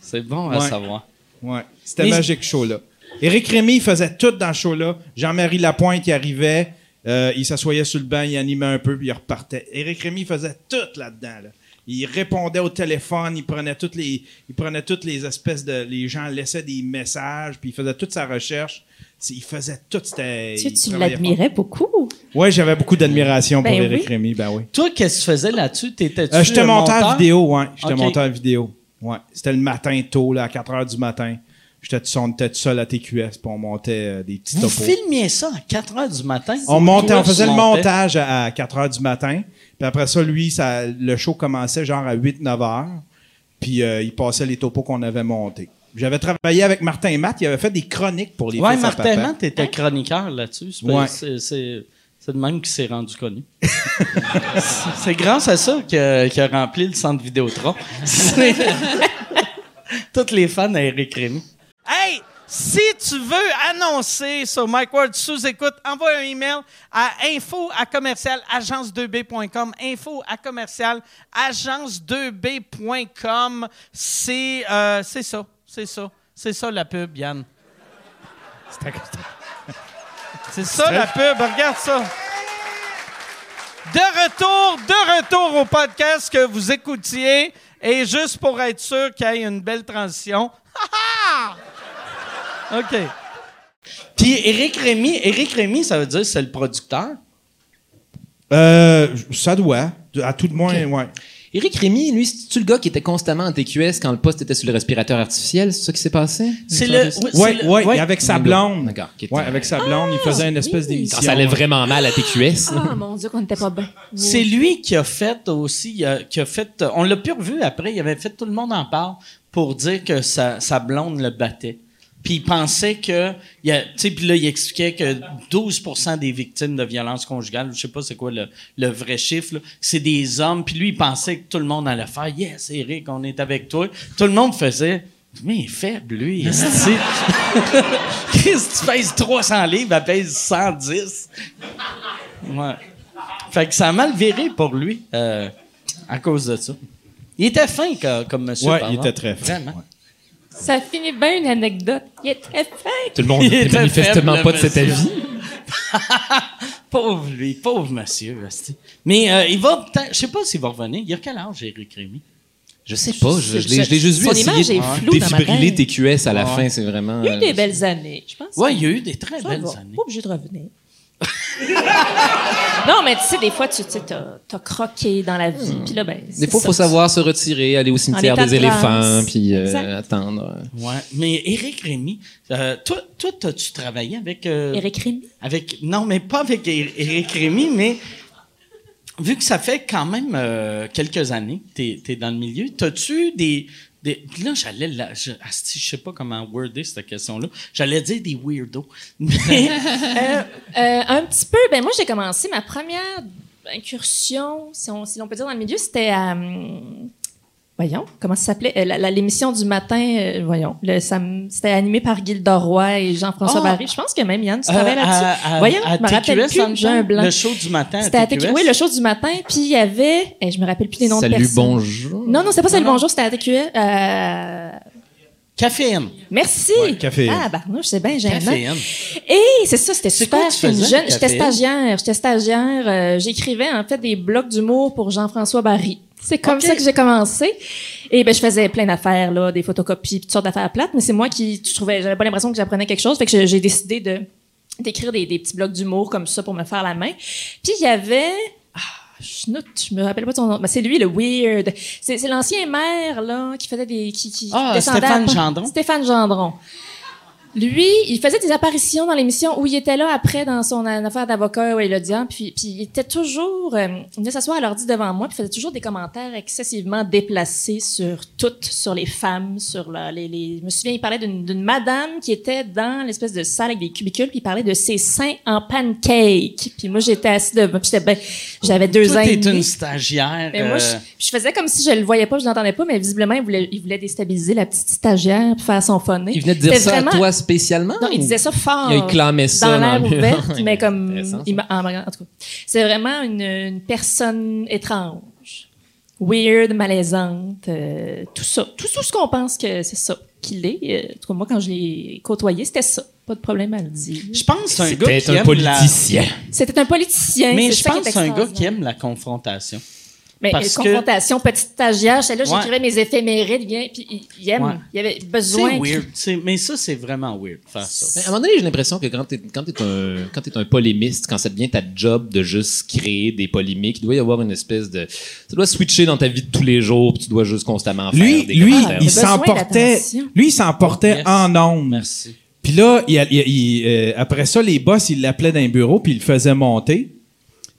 c'est bon à
Ouais.
savoir.
Ouais. C'était
Mais-
magique, ce show-là. Éric Rémy, il faisait tout dans ce show-là. Jean-Marie Lapointe, il arrivait, euh, il s'assoyait sur le banc, il animait un peu, puis il repartait. Éric Rémy, il faisait tout là-dedans. là. Il répondait au téléphone, il prenait toutes les, il prenait toutes les espèces de, les gens laissaient des messages, puis il faisait toute sa recherche. C'est- Il faisait tout. C'était.
Tu,
il
tu
travaillait
l'admirais beaucoup.
fort. Ouais, j'avais beaucoup d'admiration
Ben
pour Éric
oui.
Rémy, ben oui.
Toi, qu'est-ce que tu faisais là-dessus? T'étais-tu
Euh, J'étais
euh,
monteur, vidéo, ouais. J'étais
Ok.
monteur vidéo. Ouais. C'était le matin tôt, là, à 4 h du matin. J'étais tout, on était tout seul à TQS, puis on montait euh, des petits
Vous
topos.
filmiez ça à 4 heures du matin?
On montait, on
Toi,
faisait
tu
le
montais.
montage à, à 4 h du matin. Puis après ça, lui, ça, le show commençait genre à 8-9 h Puis euh, il passait les topos qu'on avait montés. J'avais travaillé avec Martin et Matt. Il avait fait des chroniques pour les
Oui,
fils à
Martin
papa.
Matt était chroniqueur là-dessus. C'est
Ouais.
c'est- c'est- c'est de même qu'il s'est rendu connu. c'est c'est grâce à ça qu'il a, qu'il a rempli le centre Vidéotron. C'est- Toutes les fans à Eric Rémy. Hey! Si tu veux annoncer sur Mike Ward sous écoute, envoie un email à info à commercial agence2b.com. Info à commercial agence2b.com. C'est euh, c'est ça. C'est ça. C'est ça la pub, Yann. C'est ça la pub, regarde ça. De retour, de retour au podcast que vous écoutiez. Et juste pour être sûr qu'il y ait une belle transition. Ha, ha! OK. Puis Éric Rémy, Éric Rémy, ça veut dire que c'est le producteur.
Euh, ça doit. À tout de moins, ouais.
Éric Rémy, lui, c'est-tu le gars qui était constamment en TQS quand le poste était sur le respirateur artificiel? C'est ça qui s'est passé?
C'est le.
L'histoire de ça?
c'est
Ouais,
le- Ah,
ouais, avec sa blonde.
D'accord, qui était-
Ouais, avec sa blonde, il faisait une espèce d'émission.
Quand ça allait vraiment mal à TQS.
Ah, mon Dieu, qu'on n'était pas bien.
C'est lui qui a fait aussi, euh, qui a fait. euh, On l'a plus revu après. Il avait fait tout le monde en parle pour dire que sa, sa blonde le battait. Puis il pensait que, il y a- tu sais, puis là il expliquait que 12% des victimes de violences conjugales, je sais pas c'est quoi le, le vrai chiffre, là, c'est des hommes. Puis lui il pensait que tout le monde allait faire, yes Eric, on est avec toi. Tout le monde faisait. Mais il est faible, lui. esti. Chris, tu pèses 300 livres, elle pèse 110. Ouais. Fait que ça a mal viré pour lui euh, à cause de ça. Il était fin co- comme monsieur.
Ouais,
par
il
exemple.
était très fin,
Vraiment.
Ça finit bien une anecdote. Il était fin.
Tout le monde
Il
n'était
était
manifestement
faible,
pas de cet
monsieur.
avis.
Pauvre lui, pauvre monsieur. hostie. Mais euh, il va peut-être- Je sais pas s'il va revenir. Il a quel âge, Éric Rémy?
Je sais pas, je, je l'ai
Son
je l'ai juste vu
image
essayer
est
de
floue dans ma
défibriller
tête.
TQS à la fin, c'est vraiment...
Il y a eu
euh,
des belles années, je pense.
Ouais, il y a eu des très
Ça
belles
va.
années.
Pas obligé de revenir. non, mais tu sais, des fois, tu tu sais, t'as t'as croqué dans la vie. Puis là, ben.
Hmm. Des fois, il faut savoir se retirer, aller au cimetière
état
des
de grâce.
éléphants, puis euh,
Exact.
attendre.
Ouais. Mais Éric Rémy, euh, toi, toi, as-tu travaillé avec. euh,
Eric Rémy.
avec non, mais pas avec É- Éric Rémy, mais vu que ça fait quand même euh, quelques années que t'es es dans le milieu, t'as-tu des, des puis là j'allais la- je, asti, je sais pas comment worder cette question là, j'allais dire des weirdos. Mais
Euh, un petit peu. Ben moi, j'ai commencé ma première incursion, si on, si l'on peut dire, dans le milieu, c'était à. hum, Voyons, comment ça s'appelait? Euh, la- la- L'émission du matin, euh, voyons, le sam- c'était animé par Gilda Roy et Jean-François
Ah!
Barry. Je pense que même Yann, tu
euh,
travailles
à-
là-dessus.
à-
Voyons,
à
je me rappelle
TQS, dans le
plus, j'ai
temps,
un blanc.
Le show du matin
C'était
à
à
TQS.
TQ- oui, le show du matin, puis il y avait, eh, je me rappelle plus des noms
Salut,
de personnes.
bonjour.
Non, non, c'est pas Salut
Non, non.
Bonjour, c'était à TQS. euh,
Caféine.
Merci.
caféine.
Ah, barnouche, c'est bien gênant.
Caféine.
Et c'est ça, c'était
C'est
super.
quoi que tu
J'étais une
faisais,
jeune, j'étais
Catherine?
stagiaire, j'étais stagiaire. euh, J'écrivais en fait des blocs d'humour pour Jean-François Barry. C'est comme
Ok.
ça que j'ai commencé. Et ben je faisais plein d'affaires là, des photocopies, toutes sortes d'affaires plates. Mais c'est moi qui, je trouvais, j'avais pas l'impression que j'apprenais quelque chose. Fait que j'ai- j'ai décidé de d'écrire des, des petits blocs d'humour comme ça pour me faire la main. Puis il y avait ah, Schnout, je me rappelle pas de son nom. Ben, c'est lui le weird. C'est c'est l'ancien maire là qui faisait des qui, qui
Ah,
descendait à
Stéphane
Pan-
Gendron.
Stéphane Gendron. Lui, il faisait des apparitions dans l'émission où il était là après dans son a- affaire d'avocat où il a dit, ah, puis, puis il était toujours, euh, il venait s'asseoir à l'ordi devant moi, puis il faisait toujours des commentaires excessivement déplacés sur toutes, sur les femmes, sur la- les, les- Je me souviens, il parlait d'une d'une madame qui était dans l'espèce de salle avec des cubicules, puis il parlait de ses seins en pancake. Puis moi, j'étais assise devant, puis j'étais ben, j'avais deux
Toi,
ans et
t'es
demi.
une stagiaire.
Mais Ben, moi, je,
euh,
je faisais comme si je le voyais pas, je l'entendais pas, mais visiblement, il voulait, il voulait déstabiliser la petite stagiaire, puis faire son phoné.
Il venait de dire
C'était
ça à
vraiment-
toi spécialement?
non, il
ou-
disait ça fort.
Il clamait ça
dans
dans
l'air
le mur.
ouvert, mais comme.
Intéressant, ça.
il m'a- en, en tout cas, c'est vraiment une, une personne étrange. Weird, malaisante, euh, tout ça. Tout, tout ce qu'on pense que c'est ça qu'il est. Euh, En tout cas, moi, quand je l'ai côtoyé, c'était ça. Pas de problème à le dire.
je pense que c'est un gars
C'était
qui
un
aime
politicien.
C'était un politicien.
la... Mais
Ben, c'est
je
ça qui
pense que c'est un gars qui
extraordinaire.
aime la confrontation.
Mais
parce
euh,
que-
confrontation, petite stagiaire, j'étais là,
Ouais.
j'écrivais mes éphémérides, bien, puis il, il aime.
Ouais.
Il avait
C'est
besoin. Ben,
weird. c'est- Mais ça, c'est vraiment weird faire ça.
Mais à un moment donné, j'ai l'impression que quand t'es, quand t'es un, quand t'es un polémiste, quand ça devient ta job de juste créer des polémiques, il doit y avoir une espèce de, ça doit switcher dans ta vie de tous les jours, puis tu dois juste constamment
Lui,
faire des
lui,
commentaires.
il
il a besoin
s'emportait,
d'attention.
lui, il s'emportait
Yes.
en ondes.
Merci.
Puis là, il- il- il- euh, après ça, les boss, ils l'appelaient dans un bureau, puis ils le faisaient monter.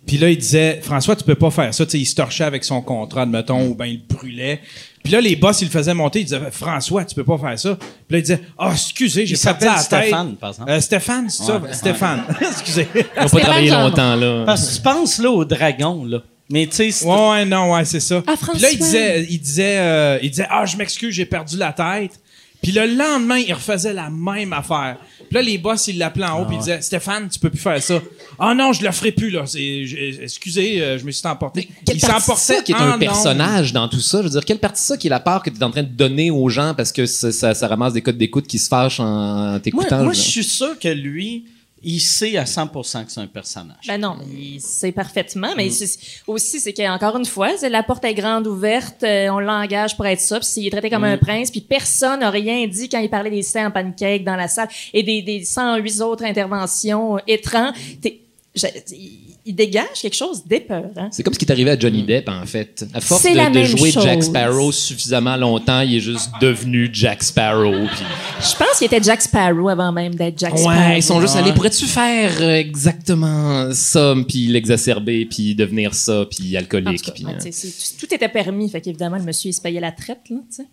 Puis là, il disait, François, tu peux pas faire ça. Tu sais, il se torchait avec son contrat, admettons, ou ben il le brûlait. Puis là, les boss, ils le faisaient monter. Ils disaient, François, tu peux pas faire ça. Puis là, il disait, ah, excusez, j'ai
Il
pas
s'appelle
la tête.
Stéphane, par exemple.
Euh, Stéphane, c'est ça? Stéphane. excusez.
Ils n'ont pas travaillé
Stéphane
longtemps, là.
Parce que tu penses là au dragon, là. Mais tu sais, c'est-
Ouais, ouais, non, ouais, c'est ça.
Ah,
Puis là, il
François.
disait, il disait, euh, il disait, ah, je m'excuse, j'ai perdu la tête. Puis le lendemain, il refaisait la même affaire. Puis là, les boss, ils l'appelaient en haut, puis ils disaient, Stéphane, tu peux plus faire ça. Ah non, je le ferai plus, là. C'est- je- excusez, euh, je me suis emporté.
Quelle
il
partie de ça
s'emportait
qui est
en
un
ondes.
personnage dans tout ça? Je veux dire, quelle partie de ça qui est la part que tu es en train de donner aux gens parce que ça, ça- ça ramasse des codes d'écoute qui se fâchent en
moi,
t'écoutant?
moi,
je
je
veux
suis
dire.
sûr que lui, il sait à 100 que c'est un personnage.
Ben non, il sait parfaitement,
Mm.
mais c'est- aussi, c'est qu'encore une fois, c'est la porte est grande ouverte, euh, on l'engage pour être ça, puis il est traité comme un
Mm.
prince, puis personne n'a rien dit quand il parlait des scènes en pancake dans la salle et des, des 108 autres interventions euh, étranges.
Mm.
T'es- je- il, il dégage quelque chose hein. d'épeurant.
C'est comme ce qui est arrivé à Johnny Depp, en fait. À force
C'est
de,
la
de
même
jouer
chose.
Jack Sparrow suffisamment longtemps, il est juste devenu Jack Sparrow. puis-
Je pense qu'il était Jack Sparrow avant même d'être Jack Sparrow.
Ouais, ils sont juste allés. Pourrais-tu faire euh, exactement ça, puis l'exacerber, puis devenir ça, puis
En tout
alcoolique,
cas,
puis.
ouais,
hein.
tu sais, c'est- tout était permis, fait qu'évidemment, le monsieur, il se payait la traite, là, tu sais.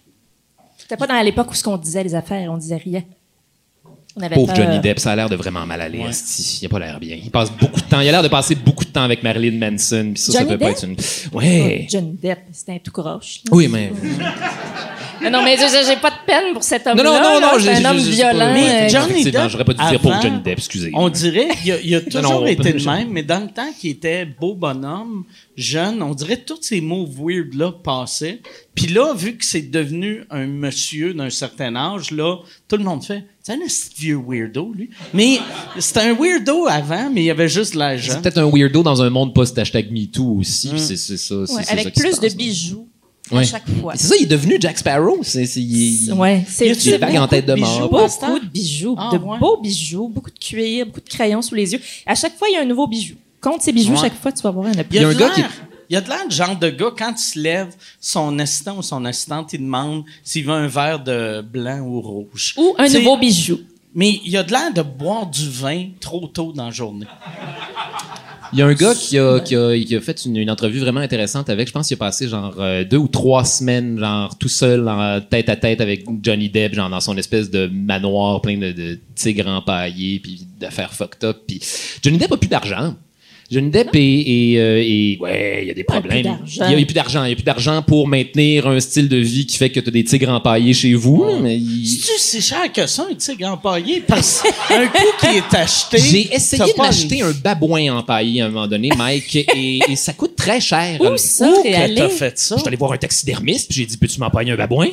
C'était pas dans l'époque où ce qu'on disait les affaires, on disait rien. On avait
Pauvre
peur.
Johnny Depp, ça a l'air de vraiment mal aller. esti. Il a pas l'air bien. Il passe beaucoup de temps. Il a l'air de passer beaucoup de temps avec Marilyn Manson. Puis ça, ça
Johnny
peut pas être
Depp?
une. Ouais.
Oh, Johnny Depp, c'était un tout croche.
Oui, mais.
Ah Non, non, mais je- j'ai pas de peine pour cet homme-là.
Non, non, non, non,
là. C'est
j'ai-
un homme
j'ai- j'ai-
violent.
j'ai-
Mais
euh,
Johnny
effectivement,
Depp,
J'aurais pas dû dire pauvre
avant,
Johnny Depp, excusez.
On dirait, il a, il a
Non, non,
toujours
on
été
peut-
le même, mais dans le temps qu'il était beau bonhomme, jeune, on dirait tous ces mots weird-là passaient. Puis là, vu que c'est devenu un monsieur d'un certain âge, là, tout le monde fait « C'est un esti de vieux weirdo, lui. » Mais c'était un weirdo avant, mais il avait juste de
C'est
l'argent.
peut-être un weirdo dans un monde post-hashtag MeToo aussi. puis C'est c'est ça. c'est-
ouais,
c'est ça
avec
qui se
plus
passe,
de
là.
bijoux
Ouais.
à chaque fois.
Mais C'est ça, il est devenu Jack Sparrow. C'est. c'est- il- il-
Ouais, c'est
a-tu des
c'est
bagues en tête de mort?
Beaucoup de
beaucoup
bijoux.
de bijoux,
Ah,
de
ouais.
beaux bijoux, beaucoup de cuir, beaucoup de crayons sous les yeux. À chaque fois, il y a un nouveau bijou. Compte ces bijoux,
Ouais.
chaque fois, tu vas avoir un
Il y a,
Il y a
objet.
de
un gars qui-
l'air- Il y a de l'air de genre de gars, quand il se lève, son assistant ou son assistante, il demande s'il veut un verre de blanc ou rouge.
Ou un
Tu sais,
nouveau bijou.
Mais il y a de l'air de boire du vin trop tôt dans la journée.
Il y a un gars qui a, qui a, qui a fait une, une entrevue vraiment intéressante avec. Je pense qu'il a passé genre euh, deux ou trois semaines, genre tout seul, en tête à tête avec Johnny Depp, genre dans son espèce de manoir plein de, de tigres empaillés, puis d'affaires fucked up. Puis Johnny Depp a plus d'argent. Johnny Depp est, est, euh, est- ouais, il y a des problèmes.
d'argent.
il y a, il y a plus d'argent, il y a plus d'argent pour maintenir un style de vie qui fait que tu as des tigres empaillés chez vous. là, mais il-
C'est-tu si cher que ça, un tigre empaillé? Parce qu'un coup qui est acheté.
J'ai essayé
t'as
de
pas
m'acheter
une-
un babouin empaillé à un moment donné, Mike, et, et ça coûte très cher.
Où ça,
Où
t'es
que t'as
allé?
fait ça?
Je suis allé voir un taxidermiste, puis j'ai dit Peux-tu m'empailler un babouin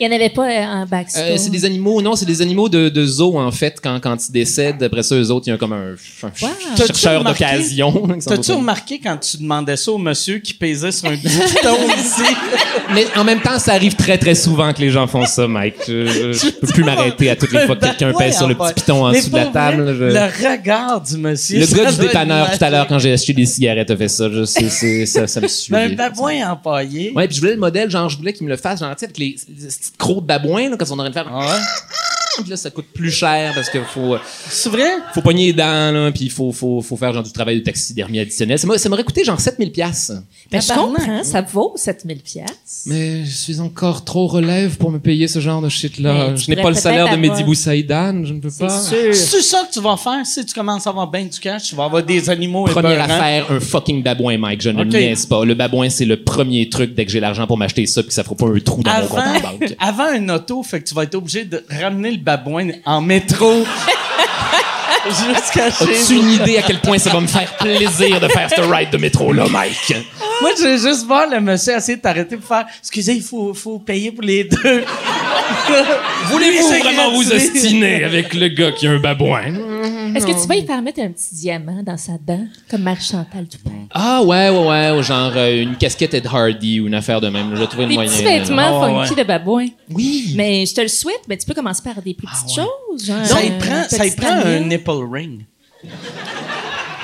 Il n'y en avait pas euh, en backstore.
C'est des animaux, non, c'est des animaux de, de zoo, en fait, quand, quand ils décèdent. Après ça, eux autres, il y a comme un, un ch-
T'as-tu
chercheur
remarqué-
d'occasion. Ils sont
T'as-tu
autour.
remarqué quand tu demandais ça au monsieur qui pesait sur un petit piton ici?
Mais en même temps, ça arrive très, très souvent que les gens font ça, Mike. Je, je- je peux plus m'arrêter à toutes les fois que quelqu'un pèse sur le petit piton
Ben,
en
Mais
dessous de la
pour vrai,
table. je-
Le regard du monsieur.
Le
ça
gars du
doit être
dépanneur tout à l'heure,
magique.
quand j'ai acheté des cigarettes, a fait ça. Je sais, c'est- ça, ça me suit.
Mais Un babouin empaillé.
Ouais, puis je voulais le modèle, genre, je voulais qu'il me le fasse, genre, tu sais, avec les, les petites crocs de babouin, là, quand on aurait de faire. Puis là, ça coûte plus cher parce que faut, euh,
C'est vrai?
faut pogner les dents, là, puis il faut, faut, faut faire, genre, du travail de taxidermie additionnel. Ça m'a- ça m'aurait coûté, genre, 7000 pièces
Mais je
Tabarnak.
comprends, ça vaut 7000 pièces.
Mais je suis encore trop relève pour me payer ce genre de shit-là.
Mais tu
Je n'ai pas
pourrais
le salaire de
peut-être
Mehdi
avoir-
Boussaïdan, je ne peux
C'est
pas.
sûr.
C'est ça que tu vas faire si tu commences à avoir bien du cash, tu vas avoir des animaux
Première
épeurants.
affaire, un fucking babouin, Mike. Je ne
Ok.
niaise pas. Le babouin, c'est le premier truc dès que j'ai l'argent pour m'acheter ça, puis que ça fera pas un trou dans mon compte en
Avant,
banque.
avant un auto, fait que tu vas être obligé de ramener le babouin en métro jusqu'à
As-tu
chez
une idée à quel point ça va me faire plaisir de faire ce ride de métro là, Mike?
Moi, je vais juste voir le monsieur essayer de t'arrêter pour faire Excusez, il faut, faut payer pour les deux. Lui,
Voulez-vous
c'est
vraiment vous
gratuit.
ostiner avec le gars qui a un babouin?
Est-ce que tu vas y faire mettre un petit diamant dans sa dent, comme Marie-Chantal Toupin?
Ah ouais, ouais, ouais, ou genre euh, une casquette Ed Hardy ou une affaire de même. J'ai trouvé le
Des
moyen.
petits
là.
vêtements
Ah, ouais,
funky de babouin.
Oui. Ah,
Mais je te le souhaite, mais tu peux commencer par des plus petites choses. Genre,
Ça,
un
il prend, ça, il
petit
prend un
tablier.
nipple ring.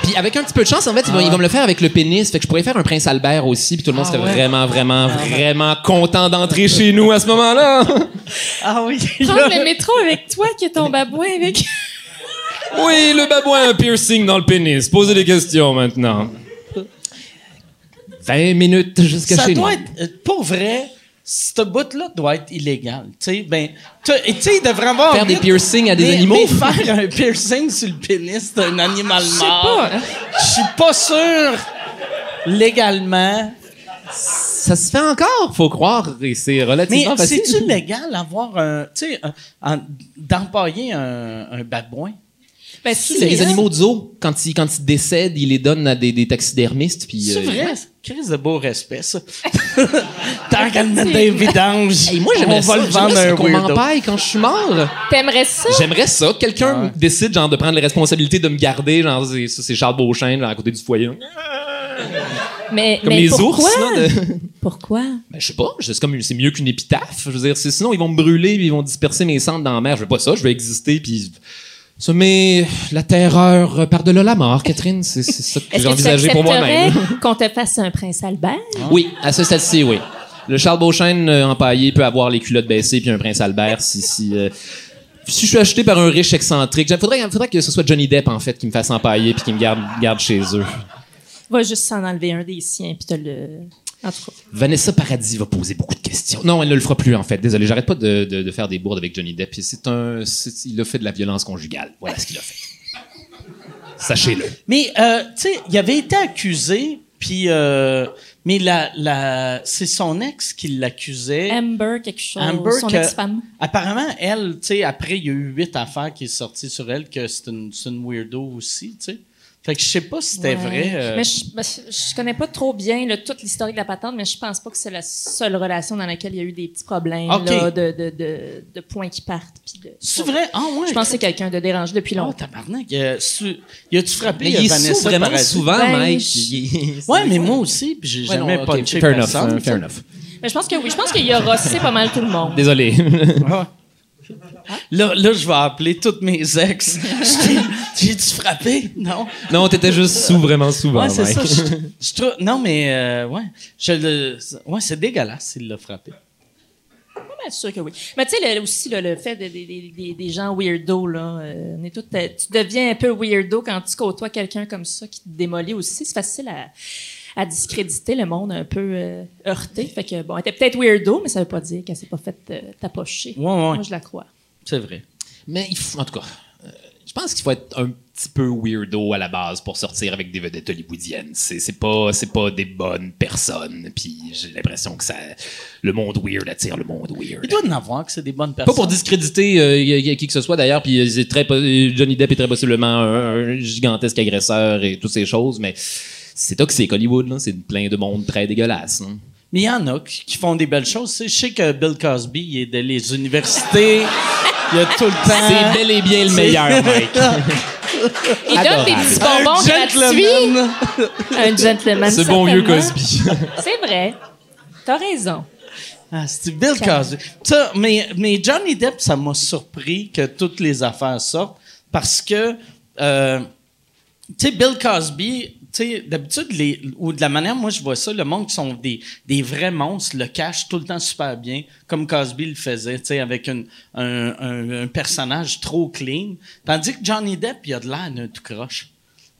Puis avec un petit peu de chance, en fait, ils vont, ils vont me le faire avec le pénis. Fait que je pourrais faire un Prince Albert aussi, puis tout le
Ah
monde serait vraiment, vraiment, vraiment content d'entrer chez nous à ce moment-là.
Ah oui.
Prendre le métro avec toi, que ton babouin avec.
Oui, le babouin a un piercing dans le pénis. Posez des questions maintenant. 20 minutes jusqu'à
Ça
chez nous.
doit être, euh, pour vrai, ce bout-là doit être illégal. Tu sais, ben, tu et tu sais, il devrait avoir.
Faire des
vite-
piercings à des
mais-
animaux?
mais faire un piercing sur le pénis d'un animal mort.
pas, hein?
Je suis pas sûr légalement.
Ça se fait encore, faut croire, et c'est
Mais
relativement facile.
c'est-tu légal avoir un. Tu sais, un- un- d'empailler un, un babouin?
Ben,
Si,
si,
les
hein.
animaux de zoo, quand ils, quand ils décèdent, ils les donnent à des, des taxidermistes. puis,
C'est
euh,
vrai? Crise de beau respect, ça. Tant qu'elle n'a d'évidence,
Hey, moi,
on
j'aimerais
va
ça.
le vendre à
J'aimerais ça
un
qu'on
weirdo.
m'empaille quand je suis mort.
T'aimerais ça?
J'aimerais ça. Quelqu'un décide, genre, de prendre les responsabilités de me garder. Genre, c'est- ça, c'est Charles Beauchesne, genre, à côté du foyer. Comme
Mais, mais
les
pourquoi?
ours, là. de-
Pourquoi?
Ben, je sais pas. C'est comme, c'est mieux qu'une épitaphe. Je veux dire, c'est- sinon, ils vont me brûler puis ils vont disperser mes cendres dans la mer. Je veux pas ça. Je veux exister puis semer la terreur par-delà la mort, Catherine. C'est c'est ça que
Est-ce
j'ai
que tu
envisagé pour moi-même.
accepterais qu'on te fasse un prince Albert?
Hein? Oui, à ce stade-ci, oui. Le Charles Beauchesne euh, empaillé peut avoir les culottes baissées puis un prince Albert si si euh, si je suis acheté par un riche excentrique. J'a- Faudrait, faudrait que ce soit Johnny Depp en fait qui me fasse empailler puis qui me garde, garde chez eux.
Va juste s'en enlever un des siens, puis te le... En tout cas.
Vanessa Paradis va poser beaucoup de questions. Non, elle ne le fera plus en fait. Désolé, j'arrête pas de, de- de faire des bourdes avec Johnny Depp. C'est un, c'est- il a fait de la violence conjugale. Voilà ce qu'il a fait. Sachez-le.
Mais, euh, tu sais, il avait été accusé, puis. euh, mais la, la, c'est son ex qui
Euh,
l'accusait.
Amber, quelque chose.
Amber,
son
que-
ex-femme.
apparemment, elle, tu sais, après, il y a eu huit affaires qui sont sorties sur elle, que c'est une, c'est une weirdo aussi, tu sais. Fait que je sais pas si c'était
Ouais.
vrai. euh,
Mais je, ben, je- je connais pas trop bien là, toute l'historique de la patente, mais je pense pas que c'est la seule relation dans laquelle il y a eu des petits problèmes
Ok.
là, de, de, de, de points qui partent. puis de-
C'est vrai? Ah, ouais.
Je pense que c'est quelqu'un de dérangé depuis
Oh,
longtemps.
tabarnak. euh, su- y a-tu frappé
Mais
euh,
il
Vanessa
souffre vraiment
Paradis?
souvent,
Ben,
Mike.
je-
Il- il-
Ouais, mais moi aussi, puis j'ai
Ouais, non,
jamais
ok,
punché
fair enough,
personne.
hein, fair enough.
Mais je pense que oui. Je pense qu'il y a rossé pas mal tout le monde.
Désolé.
Là, là, je vais appeler toutes mes ex. J'ai-tu frappé? Non.
non, t'étais juste sous vraiment souvent,
Ouais, c'est
Mike.
ça. Je, je trouve. Non, mais euh, ouais, je le. Ouais, c'est dégueulasse. Il l'a frappé.
Pas mal sûr que oui. Mais tu sais, le- aussi, là, le fait de- des- des- des- des gens weirdo, là, euh, on est tous, euh, tu deviens un peu weirdo quand tu côtoies quelqu'un comme ça qui te démolit aussi. C'est facile à, à discréditer le monde un peu euh, heurté. Fait que, bon, elle était peut-être weirdo, mais ça veut pas dire qu'elle s'est pas faite euh, tapocher.
Ouais, ouais.
Moi, je la crois.
C'est vrai.
Mais il faut- en tout cas, euh, je pense qu'il faut être un petit peu weirdo à la base pour sortir avec des vedettes hollywoodiennes. C'est c'est pas, c'est pas des bonnes personnes. Puis j'ai l'impression que ça, le monde weird attire le monde weird.
Il doit en avoir que c'est des bonnes
Pas
personnes.
pour discréditer euh, y- y- qui que ce soit d'ailleurs, puis euh, c'est très po- euh, Johnny Depp est très possiblement un, un gigantesque agresseur et toutes ces choses, mais c'est toxique Hollywood, là. c'est plein de monde très dégueulasse. hein.
Mais il y en a qui qui font des belles choses. tu sais. Je sais que Bill Cosby, il est dans les universités. Il y a tout le
C'est
temps.
bel et bien le meilleur, Mike.
Il donne des petits bonbons gratuits.
gentleman.
Un gentleman.
Ce bon vieux
certainement.
Cosby.
C'est vrai. T'as raison.
Ah, c'est Bill Cosby. Ça, mais, mais Johnny Depp, ça m'a surpris que toutes les affaires sortent parce que, euh, tu sais, Bill Cosby, tu sais, d'habitude, les- ou de la manière, moi, je vois ça, le monde qui sont des, des vrais monstres le cache tout le temps super bien, comme Cosby le faisait, tu sais, avec une- un, un- un personnage trop clean. Tandis que Johnny Depp, il a de l'air d'un tout croche.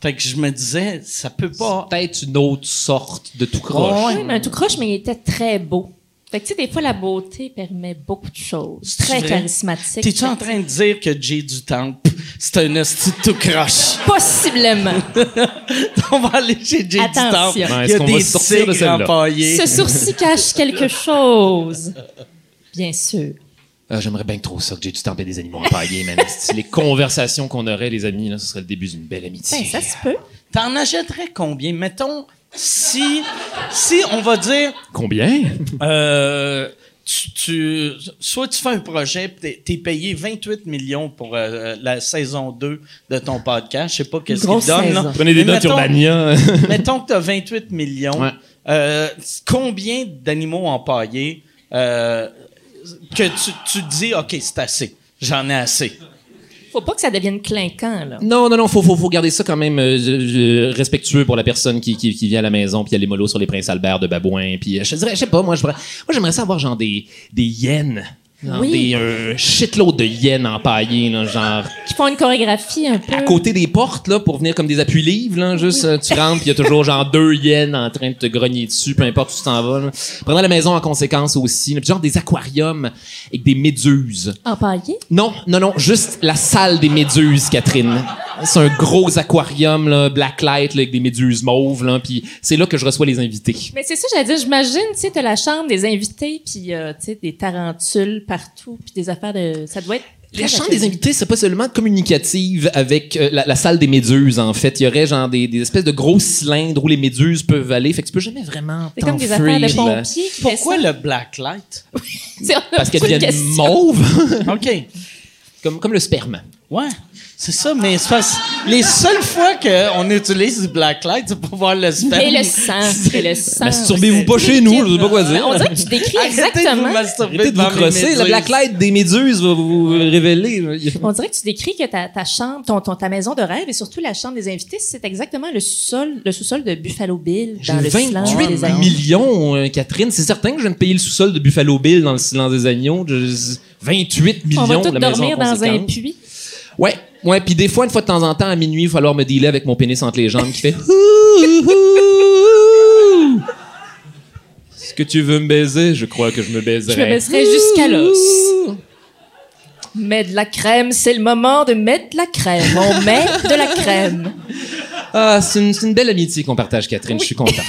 Fait que je me disais, ça peut pas.
Peut-être une autre sorte de tout croche.
Ouais.
Oui, mais un tout croche, mais il était très beau. Fait que, tu sais, des fois, la beauté permet beaucoup de choses.
C'est
Très
vrai?
charismatique.
T'es-tu en
Fait
train de dire que Jay du Temple, c'est un hostie tout croche?
que- Possiblement.
On va aller chez Jay du Temple.
Attention.
Ouais,
Il y
est-ce
a
qu'on
des
va sortir de
tigres
celle-là?
empaillés.
Ce sourcil cache quelque chose. Bien sûr.
Ah, J'aimerais bien trop ça que j'ai du temps et des animaux empaillés, man. C'est Les conversations qu'on aurait, les amis, là, ce serait le début d'une belle amitié.
Ben, ça se peut.
T'en achèterais combien? Mettons, si, si on va dire,
Combien?
euh, tu, tu- soit tu fais un projet, puis t'es- t'es payé 28 millions pour euh, la saison 2 de ton podcast. Je sais pas qu'est-ce
Grosse
qu'il donne.
saison.
Là.
Prenez des
Mais
notes
mettons-
Urbania.
Mettons que t'as 28 millions.
Ouais.
euh, combien d'animaux empaillés euh, que tu, tu dis, OK, c'est assez. J'en ai assez.
Faut pas que ça devienne clinquant, là.
Non, non, non, faut, faut, faut garder ça quand même euh, euh, respectueux pour la personne qui, qui, qui vient à la maison, puis elle est mollo sur les princes Albert de Babouin, puis euh, je te dirais, je sais pas, moi, je pourrais- moi, j'aimerais ça avoir genre des, des hyènes. Genre
Oui.
des un shitload de yens empaillés, là, genre
Qui font une chorégraphie un peu.
à côté des portes là pour venir comme des appuis-livres là, juste euh, tu rentres puis il y a toujours genre deux yens en train de te grogner dessus, peu importe où tu t'en vas. là. Prenons la maison en conséquence aussi, là, puis genre des aquariums avec des méduses.
Empaillé.
Non, non, non, juste la salle des méduses, Catherine. C'est un gros aquarium, là, black light, là, avec des méduses mauves, là, puis c'est là que je reçois les invités.
Mais c'est ça, j'allais dire, j'imagine, tu sais, t'as la chambre des invités, puis euh, tu sais, des tarentules partout, puis des affaires de... Ça doit être...
La chambre des invités, c'est pas seulement communicative avec euh, la, la salle des méduses, en fait. Il y aurait genre des, des espèces de gros cylindres où les méduses peuvent aller, fait que tu peux jamais vraiment
C'est comme des affaires
t'enfuir,
de
là,
pompiers. qui
Pourquoi
fait
le blacklight?
ça. C'est- on a
Parce qu'elles
beaucoup de
deviennent
questions.
mauves,
OK.
comme, comme le sperme.
Ouais. C'est ça, mais c'est parce- les seules fois qu'on utilise du blacklight, c'est pour voir le sperme.
Et le sang, et le sang.
Masturbez-vous pas chez nous, je sais pas quoi dire.
On dirait que tu décris
Arrêtez de vous
exactement...
masturber
Arrêtez de vous
devant mes
crosser, la
méduses.
black light des méduses va vous révéler.
On dirait que tu décris que ta, ta chambre, ton, ton- ta maison de rêve et surtout la chambre des invités, c'est exactement le sous-sol, le sous-sol de Buffalo Bill
J'ai
dans le silence
28
des agneaux.
millions, euh, Catherine. C'est certain que je viens de payer le sous-sol de Buffalo Bill dans le silence des agneaux. Je- 28 millions
On va tous
la maison
dormir
en
dans un
conséquence.
puits.
Ouais, ouais. Puis des fois, une fois de temps en temps, à minuit, il va falloir me dealer avec mon pénis entre les jambes qui fait. Est-ce que tu veux me baiser? Je crois que je me baiserai.
Je me baisserai jusqu'à l'os. Mets de la crème, c'est le moment de mettre de la crème. On met de la crème.
Ah, c'est une, c'est une belle amitié qu'on partage, Catherine. Je suis content.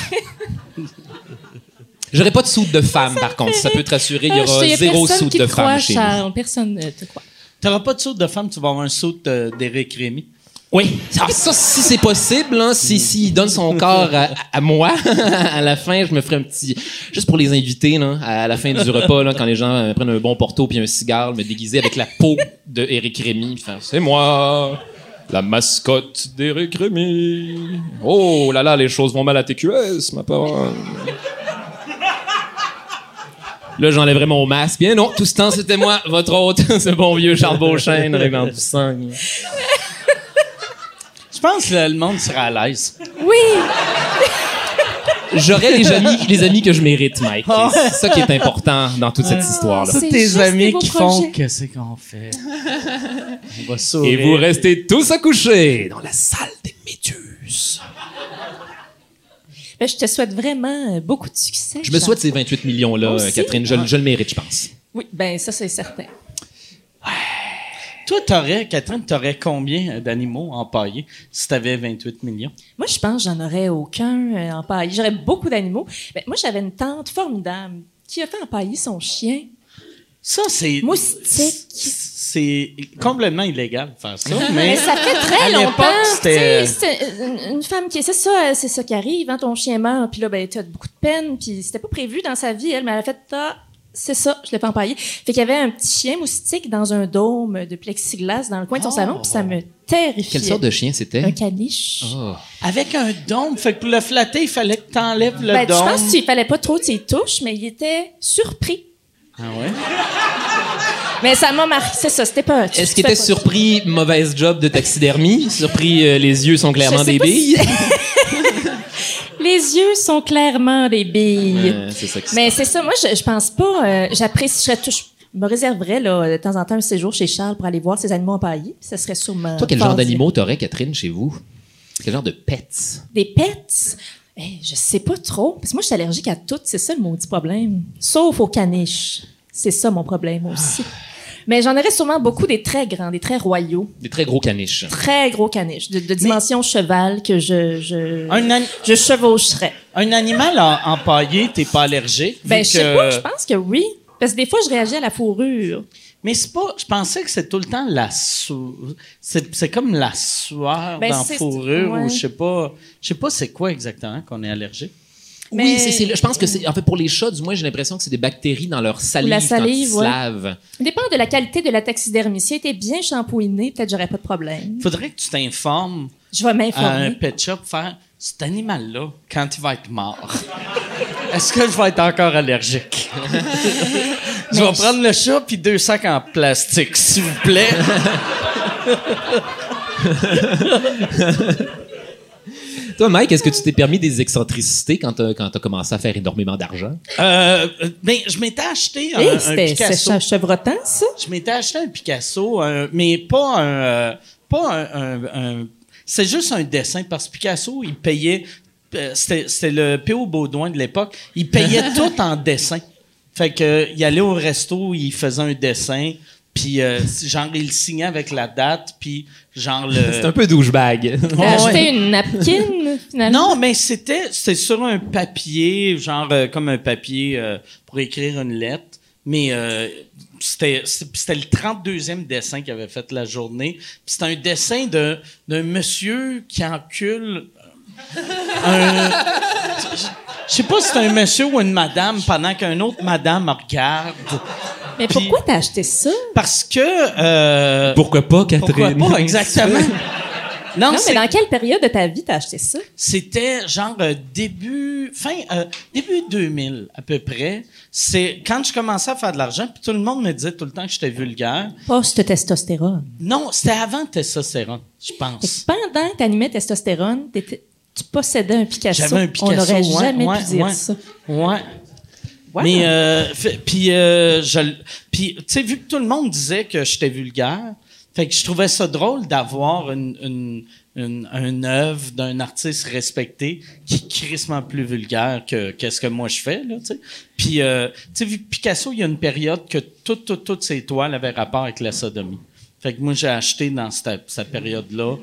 J'aurai pas de soude de femme, par contre. Ça peut te rassurer, il y aura
Ah, je sais,
zéro
personne
soude
qui
de
te croit,
femme chez nous.
Charles. Personne ne te croit.
T'auras pas de saut de femme, tu vas avoir un saut euh, d'Éric Rémy.
Oui. Ah, ça, si c'est possible, hein, si, si il donne son corps à, à moi, à la fin, je me ferai un petit... Juste pour les invités, là, à la fin du repas, là, quand les gens euh, prennent un bon porto puis un cigare, me déguiser avec la peau de Eric Rémy. puis faire, c'est moi, la mascotte d'Eric Rémy. Oh là là, les choses vont mal à TQS, ma parole. Là, j'enlèverai mon masque. Bien non, tout ce temps, c'était moi, votre hôte, ce bon vieux Charles Beauchesne, avec dans du sang.
Je pense que le monde sera à l'aise.
Oui!
J'aurai les amis, les amis que je mérite, Mike. C'est ça qui est important dans toute cette histoire-là.
Oh. C'est juste des beaux projets.
qu'est-ce qu'on fait? On va
Et
sourire.
vous restez tous accouchés dans la salle des méduses.
Ben, je te souhaite vraiment euh, beaucoup de succès.
Je me
Charles.
souhaite ces 28 millions-là,
Aussi.
euh, Catherine. Je, le- je le mérite, je pense.
Oui, ben ça, c'est certain.
Toi, t'aurais, Catherine, t'aurais combien d'animaux empaillés si t'avais 28 millions?
Moi, je pense que j'en aurais aucun euh, empaillé. J'aurais beaucoup d'animaux. Ben, moi, j'avais une tante formidable qui a fait empailler son chien.
Ça, c'est.
Moustique.
C'est complètement illégal de faire ça,
Ah, Mais
mais.
ça fait
à
très
l'époque,
longtemps. tu
c'était-
sais, C'est une- une femme qui. C'est ça, c'est ça qui arrive. hein, ton chien meurt, puis là, ben, tu as beaucoup de peine. Puis c'était pas prévu dans sa vie, elle, mais elle a fait. Ah, c'est ça, je l'ai pas empaillé. Fait qu'il y avait un petit chien moustique dans un dôme de plexiglas dans le coin de son
Oh.
salon, puis ça me terrifiait.
Quelle sorte de chien Oh. c'était?
Un caniche.
Avec un dôme, fait que pour le flatter, il fallait que t'enlèves le
Ben, je
dôme.
pense qu'il fallait pas trop qu'il touche, mais il était surpris.
Ah ouais?
Mais ça m'a marqué, c'est ça, c'était pas.
Est-ce qu'il était surpris, mauvaise job de taxidermie? Surpris, euh, les yeux sont clairement
Je sais
des
pas
billes?
Les yeux sont clairement des billes.
Euh, c'est ça qui se
Mais c'est ça, moi, je, je pense pas. euh, J'apprécierais tout. Je me réserverais, là, de temps en temps, un séjour chez Charles pour aller voir ses animaux empaillés. Ça serait sûrement.
Toi, quel
fort
genre d'animaux t'aurais, Catherine, chez vous? Quel genre de pets?
Des pets? Eh, je sais pas trop. Parce que moi, je suis allergique à tout. C'est ça le maudit problème. Sauf aux caniches. C'est ça mon problème aussi.
Ah.
Mais j'en aurais sûrement beaucoup des très grands, des très royaux.
Des très gros caniches.
Très gros caniches, de, de dimension cheval que je, je,
Un, an-
je chevaucherais.
un animal en- empaillé, t'es pas allergique. vu
Ben, je sais
que-
pas, je pense que oui. Parce que des fois, je réagis à la fourrure.
Mais c'est pas. Je pensais que c'est tout le temps la sou... C'est c'est comme la sueur
Ben,
dans
c'est-
fourrure
ouais.
ou je sais pas. Je sais pas c'est quoi exactement qu'on est allergique.
Mais-
Oui, c'est, c'est- je pense que c'est. En fait, pour les chats, du moins, j'ai l'impression que c'est des bactéries dans leur salive,
la salive,
quand ils se
ouais.
lavent.
Dépend de la qualité de la taxidermie. Si elle était bien shampouinée, peut-être j'aurais pas de problème.
Faudrait que tu t'informes
Je vais
à un
m'informer.
pet shop faire cet animal-là quand il va être mort. Est-ce que je vais être encore allergique? je vais
Mais-
prendre le chat puis deux sacs en plastique, s'il vous plaît.
Toi, Mike, est-ce que tu t'es permis des excentricités quand t'as quand t'as commencé à faire énormément d'argent?
Euh, ben, je m'étais acheté un,
Hey,
un
Eh, c'était c'est
Picasso.
che- chevrotant, ça?
Je m'étais acheté un Picasso, un- mais pas un, euh, pas un, un- un- c'est juste un dessin parce que Picasso, il payait, euh, c'était c'était le P.O. Baudouin de l'époque, il payait tout en dessin. Fait que euh, il allait au resto, il faisait un dessin, puis euh, genre il le signait avec la date, puis genre le.
C'est un peu douchebag.
T'as
Euh, ouais.
acheté une napkin, finalement?
Non, mais c'était c'était sur un papier, genre euh, comme un papier euh, pour écrire une lettre. Mais euh, c'était c'était c'était le 32e dessin qu'il avait fait la journée. Puis C'était un dessin d'un d'un monsieur qui encule euh, un- Je sais pas si c'est un monsieur ou une madame pendant qu'un autre madame regarde.
Mais
Puis-
pourquoi t'as acheté ça?
Parce que... euh,
Pourquoi pas,
pourquoi
Catherine?
pas, exactement.
Non,
c'est-
mais dans quelle période de ta vie t'as acheté ça?
C'était genre euh, début fin euh, début 2000 à peu près. C'est quand je commençais à faire de l'argent, puis tout le monde me disait tout le temps que j'étais vulgaire.
Post-testostérone.
Non, c'était avant testostérone, je
Fait que
pense.
pendant que t'animais testostérone, t'étais- tu possédais un Picasso.
J'avais un Picasso.
On n'aurait
ouais,
jamais
ouais,
pu dire
ouais,
ça.
Ouais.
Wow.
Mais euh, fait- puis euh, je l- puis tu sais vu que tout le monde disait que j'étais vulgaire, fait que je trouvais ça drôle d'avoir une une une, une œuvre d'un artiste respecté qui est crissement plus vulgaire que qu'est-ce que moi je fais là, tu sais. Puis euh, tu sais vu que Picasso, il y a une période que toutes toutes toutes ses toiles avaient rapport avec la sodomie. Fait que moi j'ai acheté dans cette, cette période là.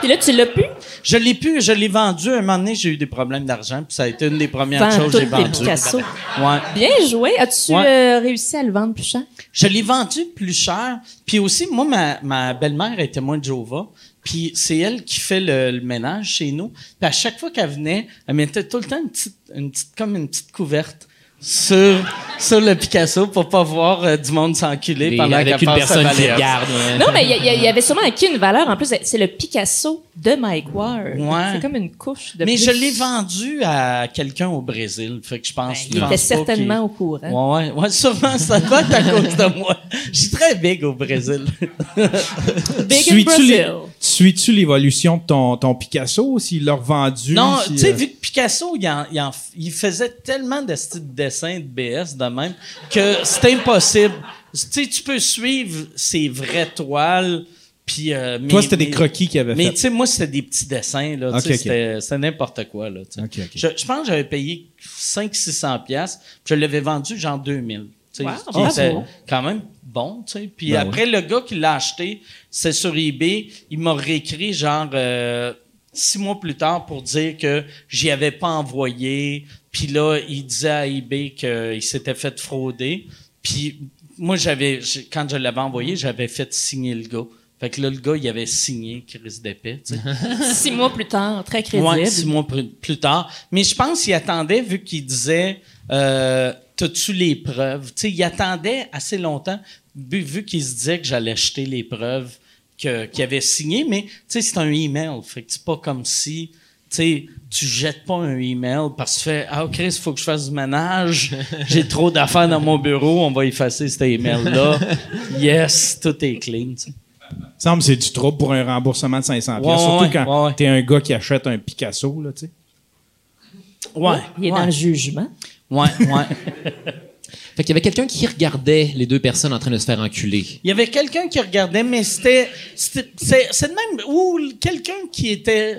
Puis là, tu l'as pu?
Je l'ai pu, je l'ai vendu. Un moment donné, j'ai eu des problèmes d'argent, puis ça a été une des premières
Vendre
choses que j'ai
tous tes
vendues.
Picasso.
Ouais.
Bien joué. As-tu
Ouais.
euh, réussi à le vendre plus cher?
Je l'ai vendu plus cher. Puis aussi, moi, ma, ma belle-mère était témoin de Jova. Puis c'est elle qui fait le, le ménage chez nous. Puis à chaque fois qu'elle venait, elle mettait tout le temps une petite, une petite comme une petite couverte sur, sur le Picasso pour pas voir euh, du monde s'enculer
Les-
pendant
avec
qu'elle
une
passe sa
personne qui
valise.
regarde. ouais.
Non, mais il y a- il y, a- il y avait sûrement acquis une valeur. En plus, c'est le Picasso de Mike Ward.
Ouais.
C'est comme une couche de
Mais
plus.
je l'ai vendu à quelqu'un au Brésil. Fait que je pense.
Ben, Il était certainement au courant.
Ouais, ouais, ouais, sûrement, ça doit être à cause de moi. Je suis très big au Brésil.
Big in
Suis-tu
Brazil.
l'é- suis-tu l'évolution de ton, ton Picasso, s'il l'a revendu?
Non,
si,
tu sais,
euh,
vu que Picasso, il, en- il en f- il faisait tellement de styles de dessins de BS de même que c'est impossible. Tu sais, tu peux suivre ses vraies toiles. Puis, euh,
Toi,
mais-
c'était des
mais-
croquis qu'il avait
Mais
fait.
tu sais, moi, c'était des petits dessins. Là, tu
Ok,
sais,
ok.
C'était c'était n'importe quoi. Là, tu sais.
Ok, ok.
Je, je pense que j'avais payé 500-600$. piastres, puis Je l'avais vendu genre 2000$. tu sais,
Wow, Ah,
ce qui
bravo.
était quand même bon. tu sais. Puis
Ben
après, le gars qui l'a acheté, c'est sur eBay. Il m'a réécrit genre euh, six mois plus tard pour dire que j'y avais pas envoyé. Puis là, il disait à eBay qu'il s'était fait frauder. Puis moi, j'avais j- quand je l'avais envoyé, j'avais fait signer le gars. Fait que là, le gars, il avait signé Chris d'épée. tu sais.
Six mois plus tard, très crédible.
Ouais, six mois plus, plus tard. Mais je pense qu'il attendait, vu qu'il disait euh, T'as-tu les preuves Tu sais, Il attendait assez longtemps, vu, vu qu'il se disait que j'allais jeter les preuves que- qu'il avait signées. Mais tu sais, c'est un email. Fait que c'est pas comme si. tu sais, tu jettes pas un email parce que tu fais Ah, Chris, faut que je fasse du ménage. J'ai trop d'affaires dans mon bureau. On va effacer cet email-là. yes, tout est clean. tu sais.
semble que c'est du trouble pour un remboursement de 500
Ouais,
pièces, surtout
ouais,
quand
ouais, ouais.
t'es un gars qui achète un Picasso là, tu sais.
Ouais.
Il est dans
ouais,
le jugement.
ouais, ouais.
Fait qu'il y avait quelqu'un qui regardait les deux personnes en train de se faire enculer.
Il y avait quelqu'un qui regardait, mais c'était. c'était- C'est c'est de même. Ou quelqu'un qui était.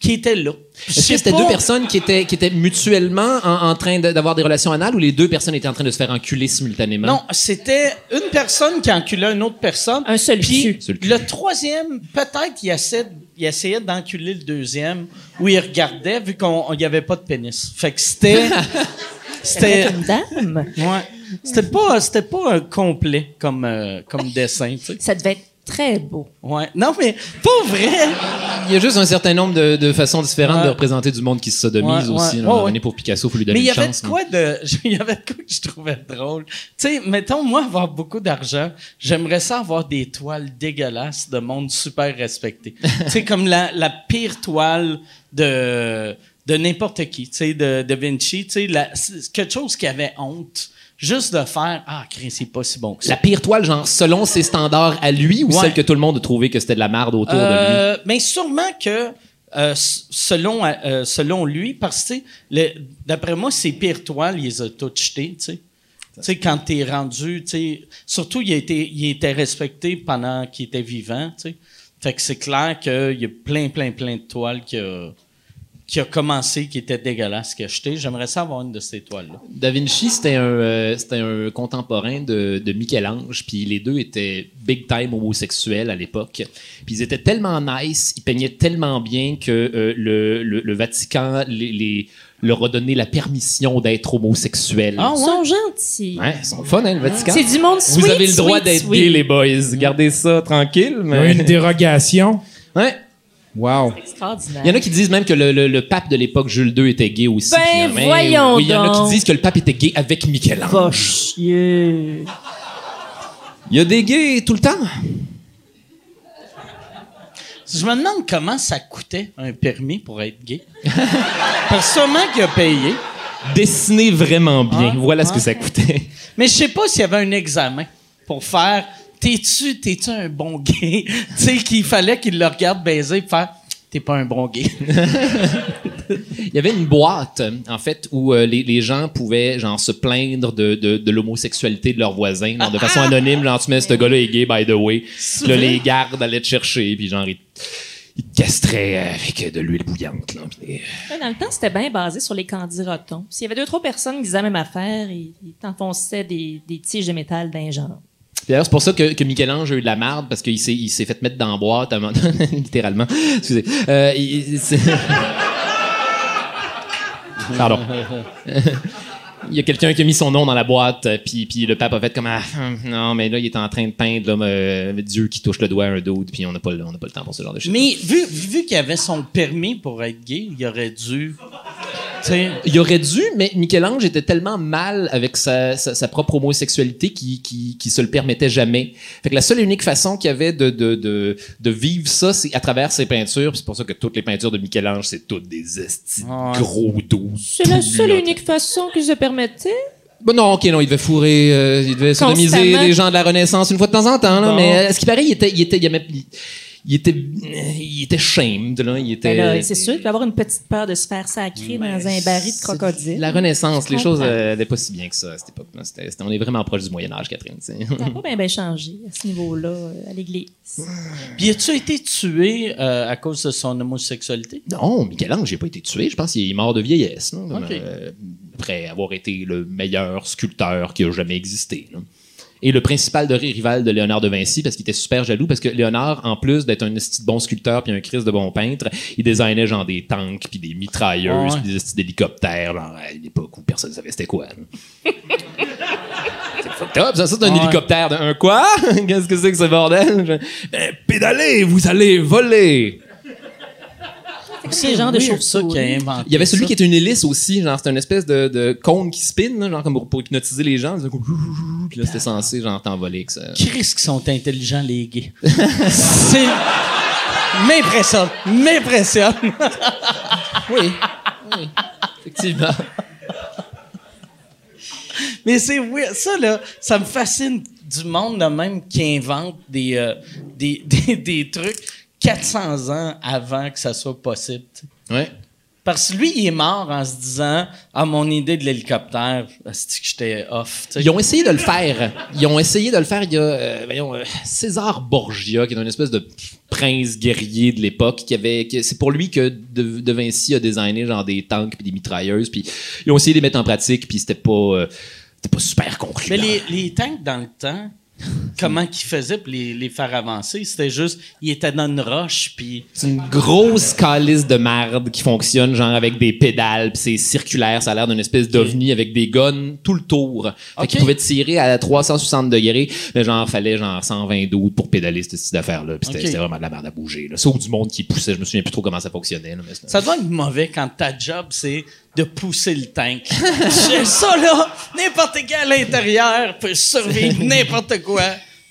Qui était là. Je
Est-ce
sais
que c'était
pas.
deux personnes hein. qui étaient, qui étaient mutuellement en, en train de- d'avoir des relations anales ou les deux personnes étaient en train de se faire enculer simultanément?
Non, c'était une personne qui enculait une autre personne.
Un seul
Puis
cul.
Seul cul.
le troisième, peut-être, il essayait, il essayait d'enculer le deuxième, où il regardait, vu qu'il n'y avait pas de pénis. Fait que c'était. c'était.
Une dame.
Ouais. C'était pas, c'était pas euh, complet comme, euh, comme dessin, tu sais.
Ça devait être très beau.
Ouais. Non, mais pas vrai!
Il y a juste un certain nombre de, de façons différentes
Ouais.
de représenter du monde qui se sodomise
Ouais, ouais.
aussi.
Ouais,
là. À un moment
ouais.
donné, pour Picasso, il faut lui donner
Mais il y
une
avait
chance.
de quoi de, il y avait de quoi que je trouvais drôle. Tu sais, mettons, moi, avoir beaucoup d'argent, j'aimerais ça avoir des toiles dégueulasses de monde super respecté. tu sais, comme la, la pire toile de, de n'importe qui, tu sais, de, de Vinci, tu sais, la- c'est quelque chose qui avait honte. Juste de faire, ah, Chris, c'est pas si bon que ça.
La pire toile, genre, selon ses standards à lui ou
Ouais.
celle que tout le monde a trouvé que c'était de la merde autour de lui?
Euh, mais Euh, ben, sûrement que euh, s- selon, euh, selon lui, parce que, tu sais, le- d'après moi, ses pires toiles, il les a toutes jetées, tu sais. Tu sais, quand t'es rendu, tu sais, surtout, il, a été, il était respecté pendant qu'il était vivant, tu sais. Fait que c'est clair qu'il y a plein, plein, plein de toiles qui a, qui a commencé, qui étaient dégueulasses, qui a jetées. J'aimerais ça avoir une de ces toiles-là.
Da Vinci, c'était un, euh, c'était un contemporain de, de Michel-Ange, puis les deux étaient big time homosexuels à l'époque. Puis ils étaient tellement nice, ils peignaient tellement bien que euh, le, le- le Vatican les, les- leur a donné la permission d'être homosexuels.
Ah,
Ils sont gentils.
Ouais, ils sont fun, hein, le Vatican.
Ah. C'est du monde
Vous
sweet,
avez le droit
sweet,
d'être
sweet.
gay, les boys. Gardez ça tranquille, mais.
Une dérogation.
Ouais.
Wow.
Extraordinaire.
Il y en a qui disent même que le, le- le pape de l'époque, Jules II, était gay aussi.
Ben,
finalement.
voyons
Oui, Il y en a
donc.
qui disent que le pape était gay avec Michel-Ange.
Va chier.
Il y a des gays tout le temps.
Je me demande comment ça coûtait un permis pour être gay. Parce que sûrement qu'il a payé.
Dessiner vraiment bien.
Ah,
voilà ce
ah.
que ça coûtait.
Mais je sais pas s'il y avait un examen pour faire T'es-tu t'es-tu un bon gay? tu sais, qu'il fallait qu'il le regarde baiser et faire T'es pas un bon gay.
Il y avait une boîte, euh, en fait, où euh, les, les gens pouvaient genre se plaindre de, de- de l'homosexualité de leurs voisins,
Ah,
genre, de façon anonyme. Genre, tu mets ce gars-là est gay, by the way. Puis Là, les gardes allaient te chercher, puis genre, ils, ils te castraient avec de l'huile bouillante. Là, puis, euh,
Ouais, Dans le temps, c'était bien basé sur les candidatons. S'il y avait deux trois personnes qui disaient la même affaire, ils, ils t'enfonçaient des, des tiges de métal d'un genre.
D'ailleurs, c'est pour ça que, que Michel-Ange a eu de la marde, parce qu'il s'est, il s'est fait mettre dans la boîte, à un moment- littéralement. Excusez. Euh, il- il- c'est- Pardon. Il y a quelqu'un qui a mis son nom dans la boîte, euh, puis, puis le pape a fait comme ah, hum, non, mais là, il est en train de peindre là, euh, Dieu qui touche le doigt à un doute, puis on n'a pas, le- on n'a pas le temps pour ce genre de choses.
Mais vu, vu qu'il avait son permis pour être gay, il aurait dû. Tu sais,
Il aurait dû, mais Michel-Ange était tellement mal avec sa, sa- sa propre homosexualité qu'il qui, se le permettait jamais. Fait que la seule et unique façon qu'il y avait de, de, de, de vivre ça, c'est à travers ses peintures. Puis C'est pour ça que toutes les peintures de Michel-Ange, c'est toutes des estis de
Ah ouais.
gros douze.
C'est la seule et unique façon que je permettais.
Bon, non, ok, non, il devait fourrer, euh, il devait sodomiser
Constamment.
les gens de la Renaissance une fois de temps en temps, là,
Bon.
mais euh, ce qui paraît, il était, il était, il aimait- il- il était, il était shamed, là, il était.
Ben là, c'est sûr, il peut avoir une petite peur de se faire sacrer
Ben,
dans un baril de crocodile.
La Renaissance,
Je
les choses euh,
comprends.
n'étaient pas si bien que ça à cette époque. là. C'était- c'était- on est vraiment proche du Moyen Âge, Catherine. tu sais.
Ça n'a pas bien changé à ce niveau-là, euh, à l'église.
Puis as-tu été tué euh, à cause de son homosexualité?
Non, Michel-Ange n'a pas été tué. Je pense qu'il est mort de vieillesse. là, comme,
Ok.
euh, après avoir été le meilleur sculpteur qui a jamais existé. là. Et le principal de rival de Léonard de Vinci, parce qu'il était super jaloux, parce que Léonard, en plus d'être un esti de bon sculpteur puis un Christ de bon peintre, il designait genre des tanks, puis des mitrailleuses,
Ouais.
puis des esti d'hélicoptères, genre à une époque où personne ne savait c'était quoi. là. c'est fucked up, ça, ça c'est un
Ouais.
hélicoptère. d'un- Un quoi? Qu'est-ce que c'est que ce bordel? Je- Ben, pédalez, vous allez voler!
C'est le genre de
Weird, ça qu'il a
chauve-souris.
inventé.
Il y avait celui
ça.
qui était une hélice aussi, genre c'était une espèce de, de cône qui spin, là, genre comme pour, pour hypnotiser les gens. D'un coup, Puis là c'était censé genre t'envoler que ça.
Christ qui sont intelligents, les gays. C'est. M'impressionne, m'impressionne.
Oui. oui. Effectivement.
Mais c'est weird. Ça, là, ça me fascine du monde de même qui invente des, euh, des, des, des trucs 400 ans avant que ça soit possible. tu sais.
Ouais.
Parce que lui, il est mort en se disant Ah, mon idée de l'hélicoptère, c'est que j'étais off. tu sais.
Ils ont essayé de le faire. Ils ont essayé de le faire. Il y a euh, voyons, euh, César Borgia, qui est une espèce de prince guerrier de l'époque, qui avait. qui- c'est pour lui que de, De Vinci a designé genre des tanks puis des mitrailleuses. Puis ils ont essayé de les mettre en pratique. Puis c'était pas. euh, c'était pas super conclu.
Mais les, les tanks dans le temps, comment qu'ils faisaient pour les, les faire avancer C'était juste, ils étaient dans une roche, puis.
C'est une grosse calice de marde qui fonctionne genre avec des pédales, puis c'est circulaire, ça a l'air d'une espèce d'ovni avec des guns tout le tour. Fait
Ok.
qu'ils pouvaient tirer à 360 degrés, mais genre fallait genre 120 doutes pour pédaler cette petite affaire là, puis c'était
Ok.
c'était vraiment de la merde à bouger là. Sauf du monde qui poussait, je me souviens plus trop comment ça fonctionnait là, mais c'était-
Ça doit être mauvais quand ta job, c'est de pousser le tank. J'ai ça, là, n'importe qui à l'intérieur peut survivre n'importe quoi.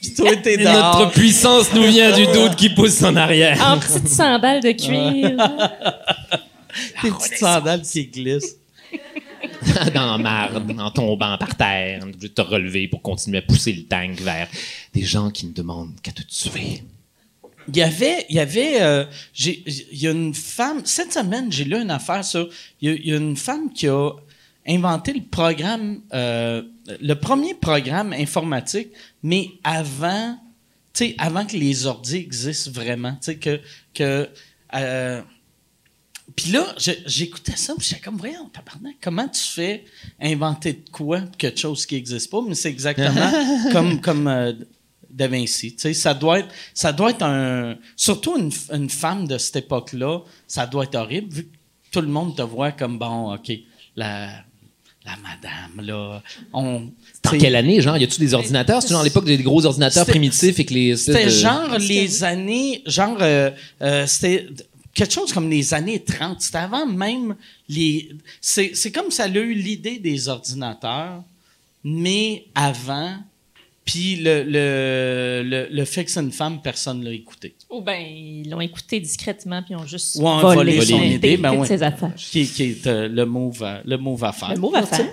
Puis toi, t'es dehors.
Notre puissance nous vient du doute qui pousse en arrière.
En petites sandales Ah, de cuir. là.
Tes petites sandales qui glissent.
dans la marde, en tombant par terre, on est obligé de te relever pour continuer à pousser le tank vers des gens qui ne demandent qu'à te tuer.
Il y avait, il y avait, euh, j'ai- j'ai- il y a une femme, cette semaine, j'ai lu une affaire sur, il y a, il y a une femme qui a inventé le programme, euh, le premier programme informatique, mais avant, tu sais, avant que les ordi existent vraiment, tu sais, que, que, euh, puis là, je- j'écoutais ça, puis j'étais comme, voyons, tabarnak, comment tu fais inventer de quoi, quelque chose qui n'existe pas, mais c'est exactement comme, comme euh, Da Vinci. Tu sais, ça doit être, ça doit être un. Surtout une, f- une femme de cette époque-là, ça doit être horrible, vu que tout le monde te voit comme, bon, OK, la, la madame, là, on.
Dans
tu sais,
quelle année, genre? Y a-tu des ordinateurs? C'est genre l'époque des gros ordinateurs
C'était-
primitifs et que les.
C'était
de-
genre les années, genre, euh, euh, c'était quelque chose comme les années 30. C'était avant même les. C'est c'est comme ça a eu l'idée des ordinateurs, mais avant, puis le, le, le, le fait que c'est une femme, personne l'a écouté.
Ou ben ils l'ont écouté discrètement puis ils ont juste
Ou on
volé,
volé son idée,
l'intégrité
ben
de
ouais. Ah,
ses affaires.
Qui, qui est euh, le, move à, le move à faire.
Le mot va faire.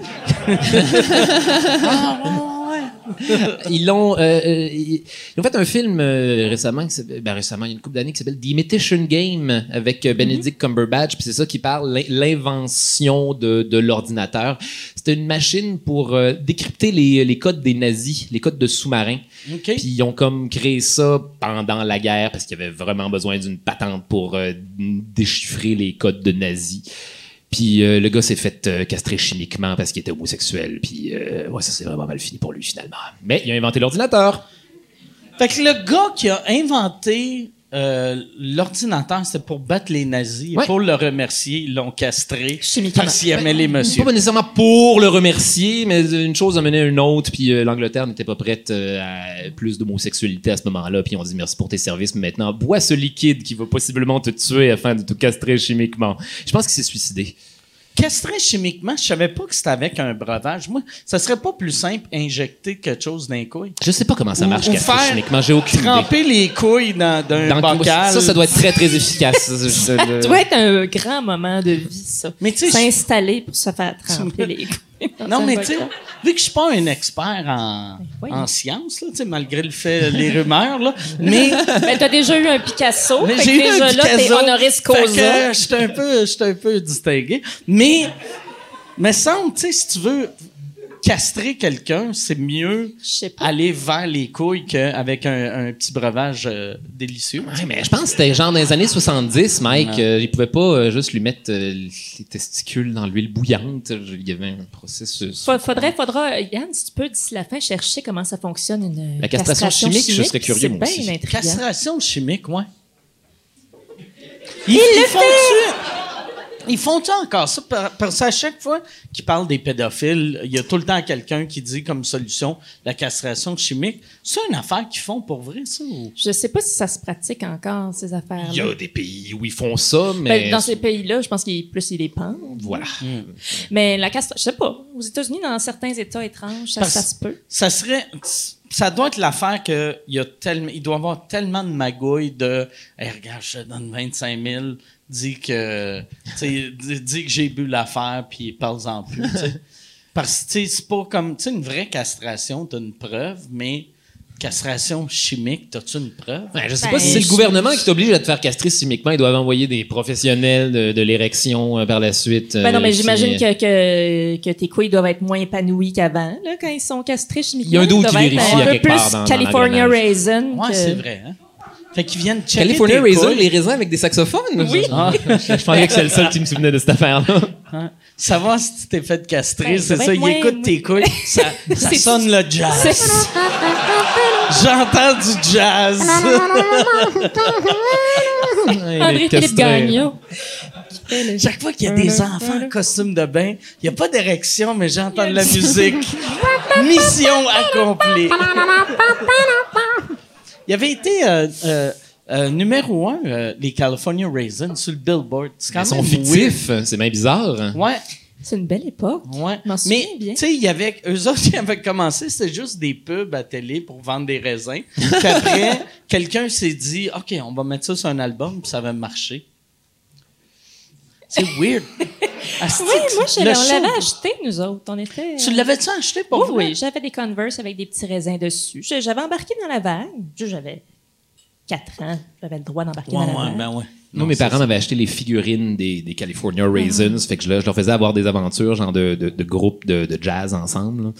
Ils l'ont. euh, euh, ils ils ont fait un film euh, récemment, qui s'appelle- ben, récemment, il y a une couple d'années, qui s'appelle The Imitation Game avec euh, Benedict Cumberbatch. Puis c'est ça qui parle l'in- l'invention de, de l'ordinateur. C'était une machine pour euh, décrypter les, les codes des nazis, les codes de sous-marins.
OK.
Puis ils ont comme créé ça pendant la guerre parce qu'il y avait vraiment besoin d'une patente pour euh, déchiffrer les codes de nazis. Puis euh, le gars s'est fait euh, castrer chimiquement parce qu'il était homosexuel. Puis euh, ouais, ça s'est vraiment mal fini pour lui finalement. Mais il a inventé l'ordinateur.
Fait que le gars qui a inventé euh, l'ordinateur, c'était pour battre les nazis. et
Ouais.
Pour le remercier, ils l'ont castré.
Chimiquement.
Parce qu'il aimait les messieurs.
Pas nécessairement pour le remercier, mais une chose a mené à une autre. Puis euh, l'Angleterre n'était pas prête euh, à plus d'homosexualité à ce moment-là. Puis on dit merci pour tes services, mais maintenant bois ce liquide qui va possiblement te tuer afin de te castrer chimiquement. Je pense qu'il s'est suicidé.
Castrer chimiquement, je savais pas que c'était avec un breuvage. Moi, ça serait pas plus simple injecter quelque chose dans les couilles.
Je sais pas comment ça
Ou-
marche
ou
castrer
faire
chimiquement, j'ai aucune idée.
Tremper les couilles dans, dans un
Dans-
bocal.
Ça, ça doit être très très efficace. Je- je-
Ça doit être un grand moment de vie, ça.
Mais tu sais,
S'installer pour se faire tremper les couilles. dans
Non,
un
mais tu sais,
bocal. Ben,
vu que je suis pas un expert en,
voyons.
en sciences, là, tu sais, malgré le fait, les rumeurs, là, mais
Mais t'as déjà eu un Picasso.
Mais
fait que
j'ai eu
déjà
un
là, t'es
Picasso.
honoris
Fait que,
causa.
euh, j'étais un peu, j'étais un peu distingué. Mais, mais semble, tu sais, si tu veux castrer quelqu'un, c'est mieux
Je sais pas.
aller vers les couilles qu'avec un, un petit breuvage euh, délicieux.
Ouais, mais je pense que c'était genre dans les années 70, Mike. euh, ils pouvaient pas euh, juste lui mettre euh, les testicules dans l'huile bouillante. Je- Il y avait un processus.
Fa- Faudrait, faudra, euh, Yann, si tu peux, d'ici la fin, chercher comment ça fonctionne une euh,
La castration chimique, je serais curieux,
C'est
moi
bien
aussi.
intriguant.
Castration chimique, ouais. Ils, ils font-tu... Ils font-tu encore ça? Par- Parce qu'à chaque fois qu'ils parlent des pédophiles, il y a tout le temps quelqu'un qui dit comme solution la castration chimique. C'est une affaire qu'ils font pour vrai, ça? ou-
Je sais pas si ça se pratique encore, ces affaires-là.
Il y a des pays où ils font ça, mais.
Ben, dans ces Hmm. pays-là, je pense qu'il plus il est pend.
Voilà.
Mais la castration, je sais pas. Aux États-Unis, dans certains États étranges, ça,
Parce-
ça se peut.
Ça serait. Ça doit être l'affaire que il y a tellement. Il doit y avoir tellement de magouilles de. Hey, regarde, je te donne 25 000, dis que. tu sais, dis dis que j'ai bu l'affaire, puis parle-en plus. tu sais. Parce que tu sais, c'est pas comme. Tu sais, une vraie castration, t'as une preuve, mais castration chimique, t'as-tu une preuve?
Ouais, je sais
Ben,
pas si c'est le
je-
gouvernement qui t'oblige à te faire castrer chimiquement. Ils doivent envoyer des professionnels de, de l'érection euh, par la suite.
Ben non, mais
euh,
j'imagine
qui-
que, que, que tes couilles doivent être moins épanouies qu'avant, là, quand ils sont castrés chimiquement.
Il y a un
Ils
doute
doivent
qui
être
vérifie à
un peu
quelque part
plus
dans- dans
California
l'engrenage.
Raisin.
Ouais,
que-
c'est vrai, hein? Fait qu'ils viennent checker.
California
tes
Raisin,
couilles.
les raisins avec des saxophones?
Oui.
Ah,
Je pensais que c'est le seul qui me souvenait de cette affaire-là.
hein. Savoir si tu t'es fait castrer,
Ben,
c'est
ça va
ça.
être
Ils
moins-
écoutent tes couilles, ça, ça
C'est-
sonne le jazz.
C'est-
J'entends du jazz.
André-Philippe Gagnon.
Chaque fois qu'il y a des enfants en costume de bain, il n'y a pas d'érection, mais j'entends de la musique. Mission accomplie. Il avait été euh, euh, euh, numéro un, euh, les California Raisins, sur le Billboard. C'est quand
Ils sont
même
fictifs. hein, C'est bien bizarre.
weird. Ouais,
C'est une belle époque.
ouais.
Je m'en souviens
Mais,
bien.
tu sais, il y avait, eux autres, ils avaient commencé, c'était juste des pubs à télé pour vendre des raisins. Puis après, quelqu'un s'est dit, OK, on va mettre ça sur un album, puis ça va marcher. C'est weird. Asti,
Oui, moi, je
le
l'ai- on
show-
l'avait acheté, nous autres. On était. Oh,
Tu l'avais-tu acheté pour
Oui,
vrai?
oui, j'avais des Converse avec des petits raisins dessus. Je- J'avais embarqué dans la vague. Je- J'avais 4 ans, j'avais le droit d'embarquer
Ouais,
dans la
ouais,
mer.
ben ouais.
Moi, mes parents m'avaient acheté les figurines des, des California Raisins.
Mm-hmm.
Fait que je, leur- je leur faisais avoir des aventures, genre de, de, de groupe de, de jazz ensemble. là.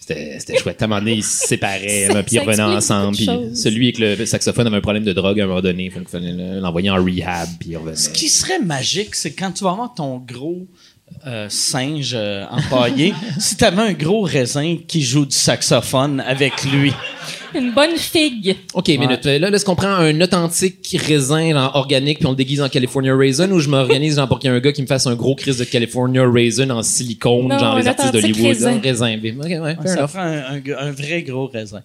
C'était c'était chouette. À un moment donné, ils se séparaient,
Ça-
là, puis ils
ça
revenaient
explique
ensemble. Puis
beaucoup de choses.
celui avec le saxophone avait un problème de drogue à un moment donné. Fait qu'il fallait le- l'envoyer en rehab, puis il revenait.
Ce qui serait magique, c'est quand tu vas avoir ton gros euh, singe euh, empaillé, si tu avais un gros raisin qui joue du saxophone avec lui.
ben
Une bonne figue.
OK, minute. Là, là, est-ce qu'on prend un authentique raisin là, organique puis on le déguise en California Raisin ou je m'organise genre pour qu'il y ait un gars qui me fasse un gros crise de California Raisin en silicone,
Non,
genre les
un
artistes
authentique
d'Hollywood?
raisin.
Un raisin. OK, ouais, fair
Ça
enough.
prend un, un- un vrai gros raisin.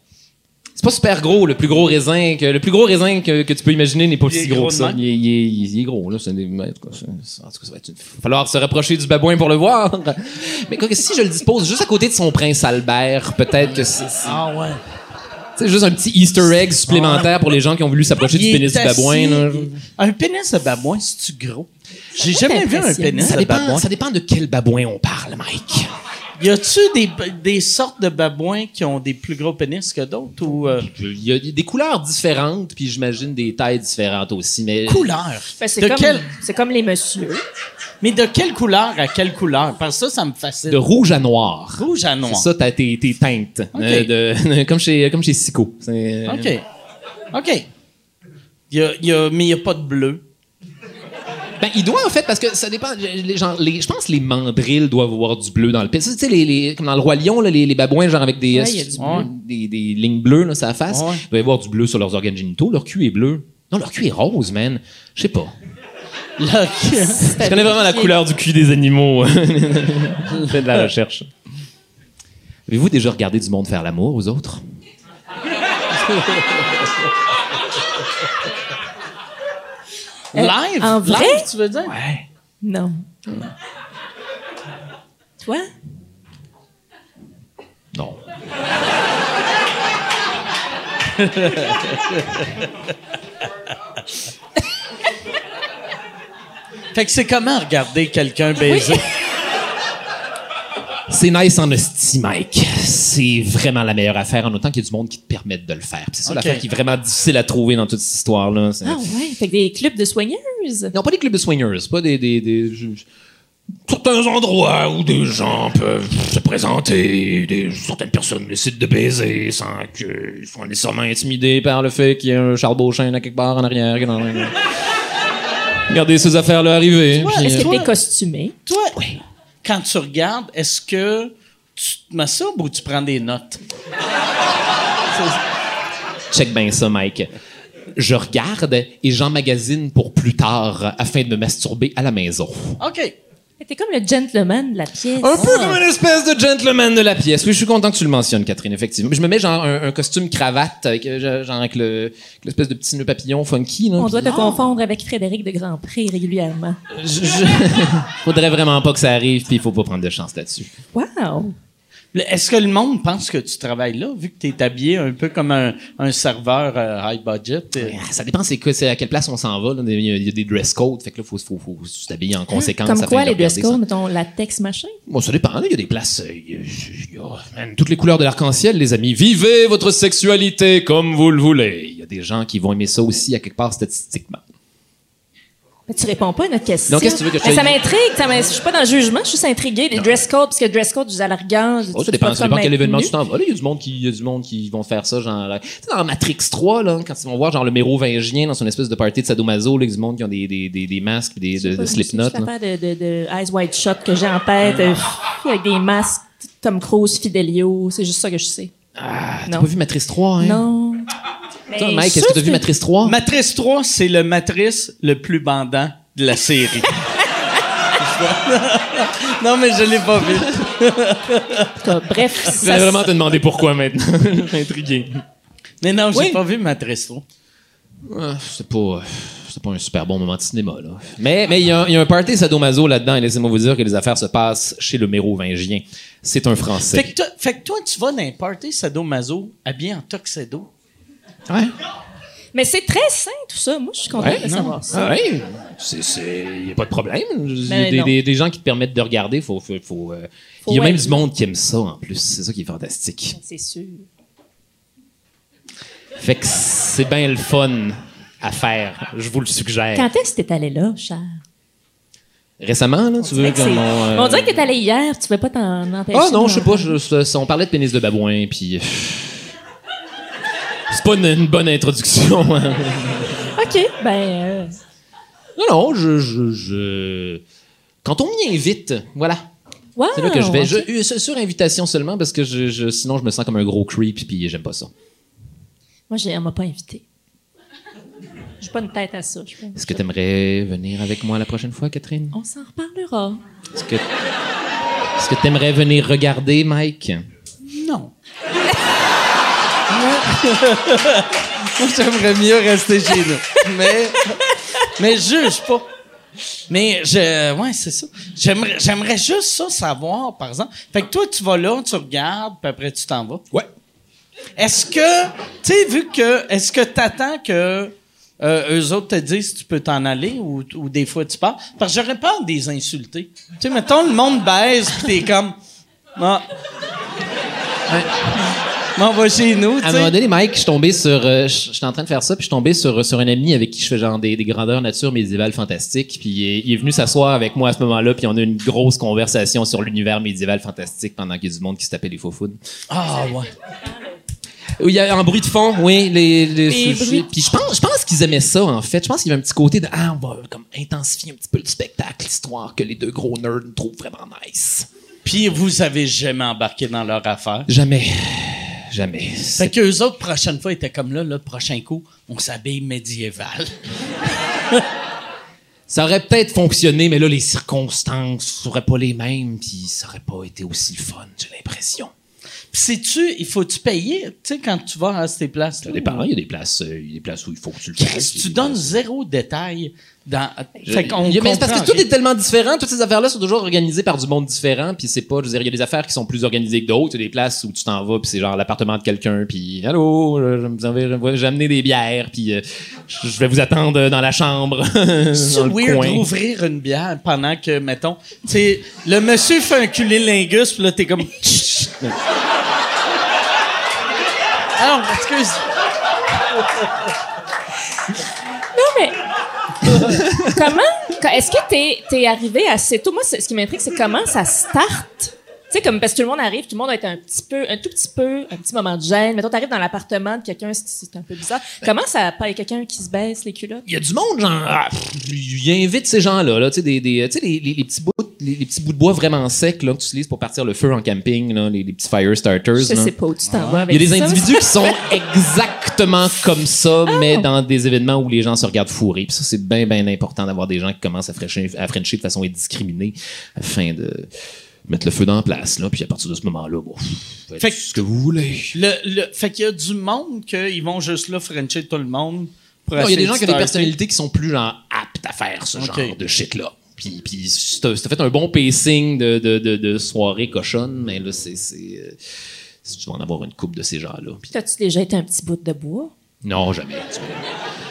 C'est pas super gros, le plus gros raisin que, le plus gros raisin que, que tu peux imaginer n'est pas
Il est
si gros
gros
que
de
ça.
même.
Il est, il est- il est gros, là. C'est des- en tout cas, c'est- en tout cas, ça va être une- falloir se rapprocher du babouin pour le voir. Mais quoi que si je le dispose juste à côté de son prince Albert, peut-être que c'est, c'est-
Ah ouais.
c'est juste un petit Easter egg supplémentaire pour les gens qui ont voulu s'approcher du
Il est
pénis du
assis.
babouin, là.
Un pénis de babouin, c'est-tu gros? J'ai jamais vu un
impressionne.
pénis
Ça
de
dépend,
babouin.
ça dépend de quel babouin on parle, Mike.
Y a-tu des, des sortes de babouins qui ont des plus gros pénis que d'autres? Ou, euh,
Il y a des couleurs différentes, puis j'imagine des tailles différentes aussi. Mais
couleur?
Ben, c'est
de,
comme,
quelle-
c'est comme les messieurs.
mais de quelle couleur à quelle couleur? Parce que ça, ça me fascine.
de rouge à noir.
rouge à noir.
C'est ça, t'as tes, tes teintes.
Ok.
Euh, de- comme chez, comme chez Sico. C'est- euh,
OK. OK. Y a- y a- mais il n'y a pas de bleu.
Ben, il doit, en fait, parce que ça dépend. Je- Les, gens, les, je pense que les mandrilles doivent avoir du bleu dans le pénis. Tu sais, les, les- comme dans le Roi Lion, là, les, les babouins, genre avec des, euh,
Ouais, il y a du
bleu.
des, des lignes bleues, là, sur la face.
Ouais.
Il doit y avoir du bleu sur leurs organes génitaux. Leur cul est bleu. Non, leur cul est rose, man. Je sais pas.
Là,
Je connais vraiment la couleur du cul des animaux. Fais de la recherche. Avez-vous déjà regardé du monde faire l'amour aux autres?
live?
en
live,
vrai?
tu veux dire?
Non. Toi?
Non.
Fait que c'est comment regarder quelqu'un baiser?
C'est nice en hostie, Mike. C'est vraiment la meilleure affaire, en autant qu'il y a du monde qui te permette de le faire. Puis C'est ça
Ok.
l'affaire qui est vraiment difficile à trouver dans toute cette histoire-là. C'est-
Ah ouais, fait que des clubs de soigneuses.
Non, pas des clubs de swingers, pas des... des, des- je- je- Certains endroits où des gens peuvent se présenter, des, certaines personnes décident de baiser sans qu'ils soient nécessairement intimidés par le fait qu'il y a un Charles Beauchamp là quelque part en arrière. qui est dans la- Regardez ces affaires-là arriver. puis-
Ah,
euh,
Est-ce que t'es costumé?
Toi, quand tu regardes, est-ce que tu te masturbes ou tu prends des notes?
Check bien ça, Mike. Je regarde et j'emmagasine pour plus tard afin de me masturber à la maison.
OK.
T'es comme le gentleman de la pièce. Ah.
Un peu comme une espèce de gentleman de la pièce. Oui, je suis content que tu le mentionnes, Catherine, effectivement. Je me mets genre un, un costume cravate, avec, euh, genre- genre avec le- avec l'espèce de petit nœud papillon funky. Là,
On
Puis-
doit te confondre avec Frédéric de Grandpré régulièrement.
Je- je- Faudrait vraiment pas que ça arrive, puis il faut pas prendre de chance là-dessus.
Wow!
Le- Est-ce que le monde pense que tu travailles là, vu que tu es habillé un peu comme un, un serveur euh, high budget? euh?
Ah, Ça dépend c'est que c'est à quelle place on s'en va. là. Il y a- il y a des dress codes, fait que là, faut, faut, faut s'habiller en conséquence.
Comme
afin
quoi,
de
les dress
regarder ça.
codes, mettons, latex, machin?
Bon, ça dépend. Il y a des places. euh, Il y a, il y a- man, toutes les couleurs de l'arc-en-ciel, les amis. Vivez votre sexualité comme vous le voulez. Il y a des gens qui vont aimer ça aussi à quelque part statistiquement.
Mais tu réponds pas à notre question.
Donc, qu'est-ce que tu veux que je
Mais
te
Ça
dise?
m'intrigue, ça m'in- je suis pas dans le jugement, je suis juste intriguée. Les dress codes, parce que dress code, je à l'arrogance.
Oh, ça dépend, ça dépend quel événement tu t'en vas. Là, Il y a du monde qui, il y a du monde qui vont faire ça, genre, là, tu sais, dans Matrix 3, là, quand ils vont voir, genre, le mérovingien dans son espèce de party de sadomaso, là, il y a du monde qui ont des, des, des, des masques pis des, de, de slipknots, là. Ah.
pas de, de, de Eyes Wide Shut que j'ai en tête, euh, avec des masques, Tom Cruise, Fidelio, c'est juste ça que je sais.
Ah, t'as
Non.
pas vu Matrice 3, hein?
Non.
Toi,
Mais
Mike, est-ce
ça,
que t'as vu
c'est-
Matrice 3?
Matrice 3, c'est le matrice le plus bandant de la série. non, mais je l'ai pas vu.
en tout cas, Bref,
Je vais
ça,
vraiment te demander pourquoi maintenant. Intrigué.
Mais non, j'ai
Oui.
pas vu Matrice 3.
Ah, C'est pas, c'est pas un super bon moment de cinéma, là. Mais mais il y, a un- il y a un party sadomaso là-dedans, et laissez-moi vous dire que les affaires se passent chez le mérovingien. C'est un Français.
Fait que, toi, fait que toi, tu vas dans un party sadomaso habillé en tuxedo.
Ouais.
mais c'est très sain tout ça. Moi, je suis contente
Ouais,
de
non.
savoir ça.
Ah ouais. C'est- c'est- Il n'y a pas de problème. Il y a
Ben
des,
non.
des- des gens qui te permettent de regarder. Faut, faut, faut, euh,
Faut
il y a même
être
du monde qui aime ça en plus. C'est ça qui est Ah. fantastique.
C'est sûr.
Fait que c'est bien le fun. à faire. Je vous le suggère.
Quand est-ce que t'es allé là, cher?
Récemment, là, tu veux
Fait que c'est-
comme on, euh,
On dirait que t'es allé hier, tu veux pas t'en empêcher.
Ah non, je sais
d'en-
pas. je- je- on parlait de pénis de babouin, puis. euh, C'est pas une, une bonne introduction. hein.
OK, ben... euh,
Non, non, je, je, je- Quand on m'y invite, voilà.
wow,
C'est là que je vais.
Ah, ok.
Je- euh, sur- sur invitation seulement, parce que je, je- sinon je me sens comme un gros creep, puis j'aime pas ça.
Moi, j'ai- on m'a pas invité. J'ai pas une tête à ça. je pense.
Est-ce que t'aimerais venir avec moi la prochaine fois, Catherine?
On s'en reparlera.
Est-ce que. Est-ce que t'aimerais venir regarder, Mike?
Non. Moi, j'aimerais mieux rester chez nous. Mais, mais juge pas. Mais je, ouais, c'est ça. J'aimerais, j'aimerais juste ça savoir, par exemple. Fait que toi, tu vas là, tu regardes, puis après, tu t'en vas.
Ouais.
Est-ce que, tu sais, vu que, est-ce que t'attends que euh, eux autres te disent tu peux t'en aller ou, ou des fois tu pars? Parce que j'aurais peur des insulter. Tu sais, mettons, le monde baise puis t'es comme, ah, m'en va chez nous, tu
À un moment
sais.
donné, Mike, je suis tombé sur. euh, je- J'étais en train de faire ça, puis je suis tombé sur, euh, sur un ami avec qui je fais genre des, des grandeurs nature médiévales fantastiques. Puis il est, il est venu s'asseoir avec moi à ce moment-là, puis on a eu une grosse conversation sur l'univers médiéval fantastique pendant qu'il y a du monde qui se tapait les faux fous.
Ah, ouais.
Oui, il y a un bruit de fond, oui, les, les,
Les
je- je-
bruits.
Puis je pense, je pense qu'ils aimaient ça, en fait. Je pense qu'il y avait un petit côté de Ah, on va comme intensifier un petit peu le spectacle, l'histoire que les deux gros nerds trouvent vraiment nice.
Puis vous avez jamais embarqué dans leur affaire.
Jamais. Jamais.
Fait qu'eux autres, prochaine fois, étaient comme là, le prochain coup, on s'habille médiéval.
Ça aurait peut-être fonctionné, mais là, les circonstances seraient pas les mêmes, puis ça aurait pas été aussi le fun, j'ai l'impression.
Puis sais-tu, il faut-tu payer, tu sais, quand tu vas à ces places-là?
Ça dépend, il y a des places, euh, il y a des places où il faut que tu le
Chris,
fasses, il y a
tu
des
donnes
places-
zéro détail dans.
Je-
Fait qu'on
il y a- mais c'est
comprend
parce que tout
rien.
est tellement différent, toutes ces affaires-là sont toujours organisées par du monde différent, puis c'est pas, je veux dire, il y a des affaires qui sont plus organisées que d'autres, il y a des places où tu t'en vas, puis c'est genre l'appartement de quelqu'un, puis allô, euh, je- je vous enverrai- j'ai amené des bières, puis euh, je je vais vous attendre euh, dans la chambre,
C'est
dans le
weird
coin.
d'ouvrir une bière pendant que, mettons, tu sais, le monsieur fait un cunilingus, puis là, t'es comme. Alors, excuse.
Non, mais. comment. Est-ce que t'es es arrivé assez tôt? Moi, c'est- ce qui m'intrigue, c'est comment ça start. Tu sais, comme parce que tout le monde arrive, tout le monde a été un petit peu, un tout petit peu, un petit moment de gêne. Mettons, t'arrives dans l'appartement de quelqu'un, c'est- c'est un peu bizarre.
Ben,
Comment ça parle quelqu'un qui se baisse les culottes?
Il y a du monde, genre, ah, pff, il invite ces gens-là, là, tu sais, des, des- tu sais, les, les- les petits bouts, les, les petits bouts de bois vraiment secs, là, que tu utilises pour partir le feu en camping, là, les, les petits fire starters,
Je
là.
sais pas où tu t'en vas
Ah. Il y
avec
a des
ça.
individus qui sont exactement comme ça,
Ah.
mais dans des événements où les gens se regardent fourrer. Puis ça, c'est bien, bien important d'avoir des gens qui commencent à frencher, à frencher de façon indiscriminée afin de mettre le feu dans la place. Là. Puis à partir de ce moment-là, bon, faites
Fait que-
ce que vous voulez.
Le, le- fait qu'il y a du monde qu'ils vont juste là frencher tout le monde. pour
Non, Il y a
essayer
des gens
de
qui ont des
starter.
personnalités qui sont plus genre, aptes à faire ce
Ok.
genre de shit-là. Puis, puis si t'as si t'as fait un bon pacing de, de, de, de soirée cochonne, mais là, c'est... c'est, euh, Tu vas en avoir une coupe de ces gens-là. Puis
T'as-tu déjà été un petit bout de bois?
Non, jamais.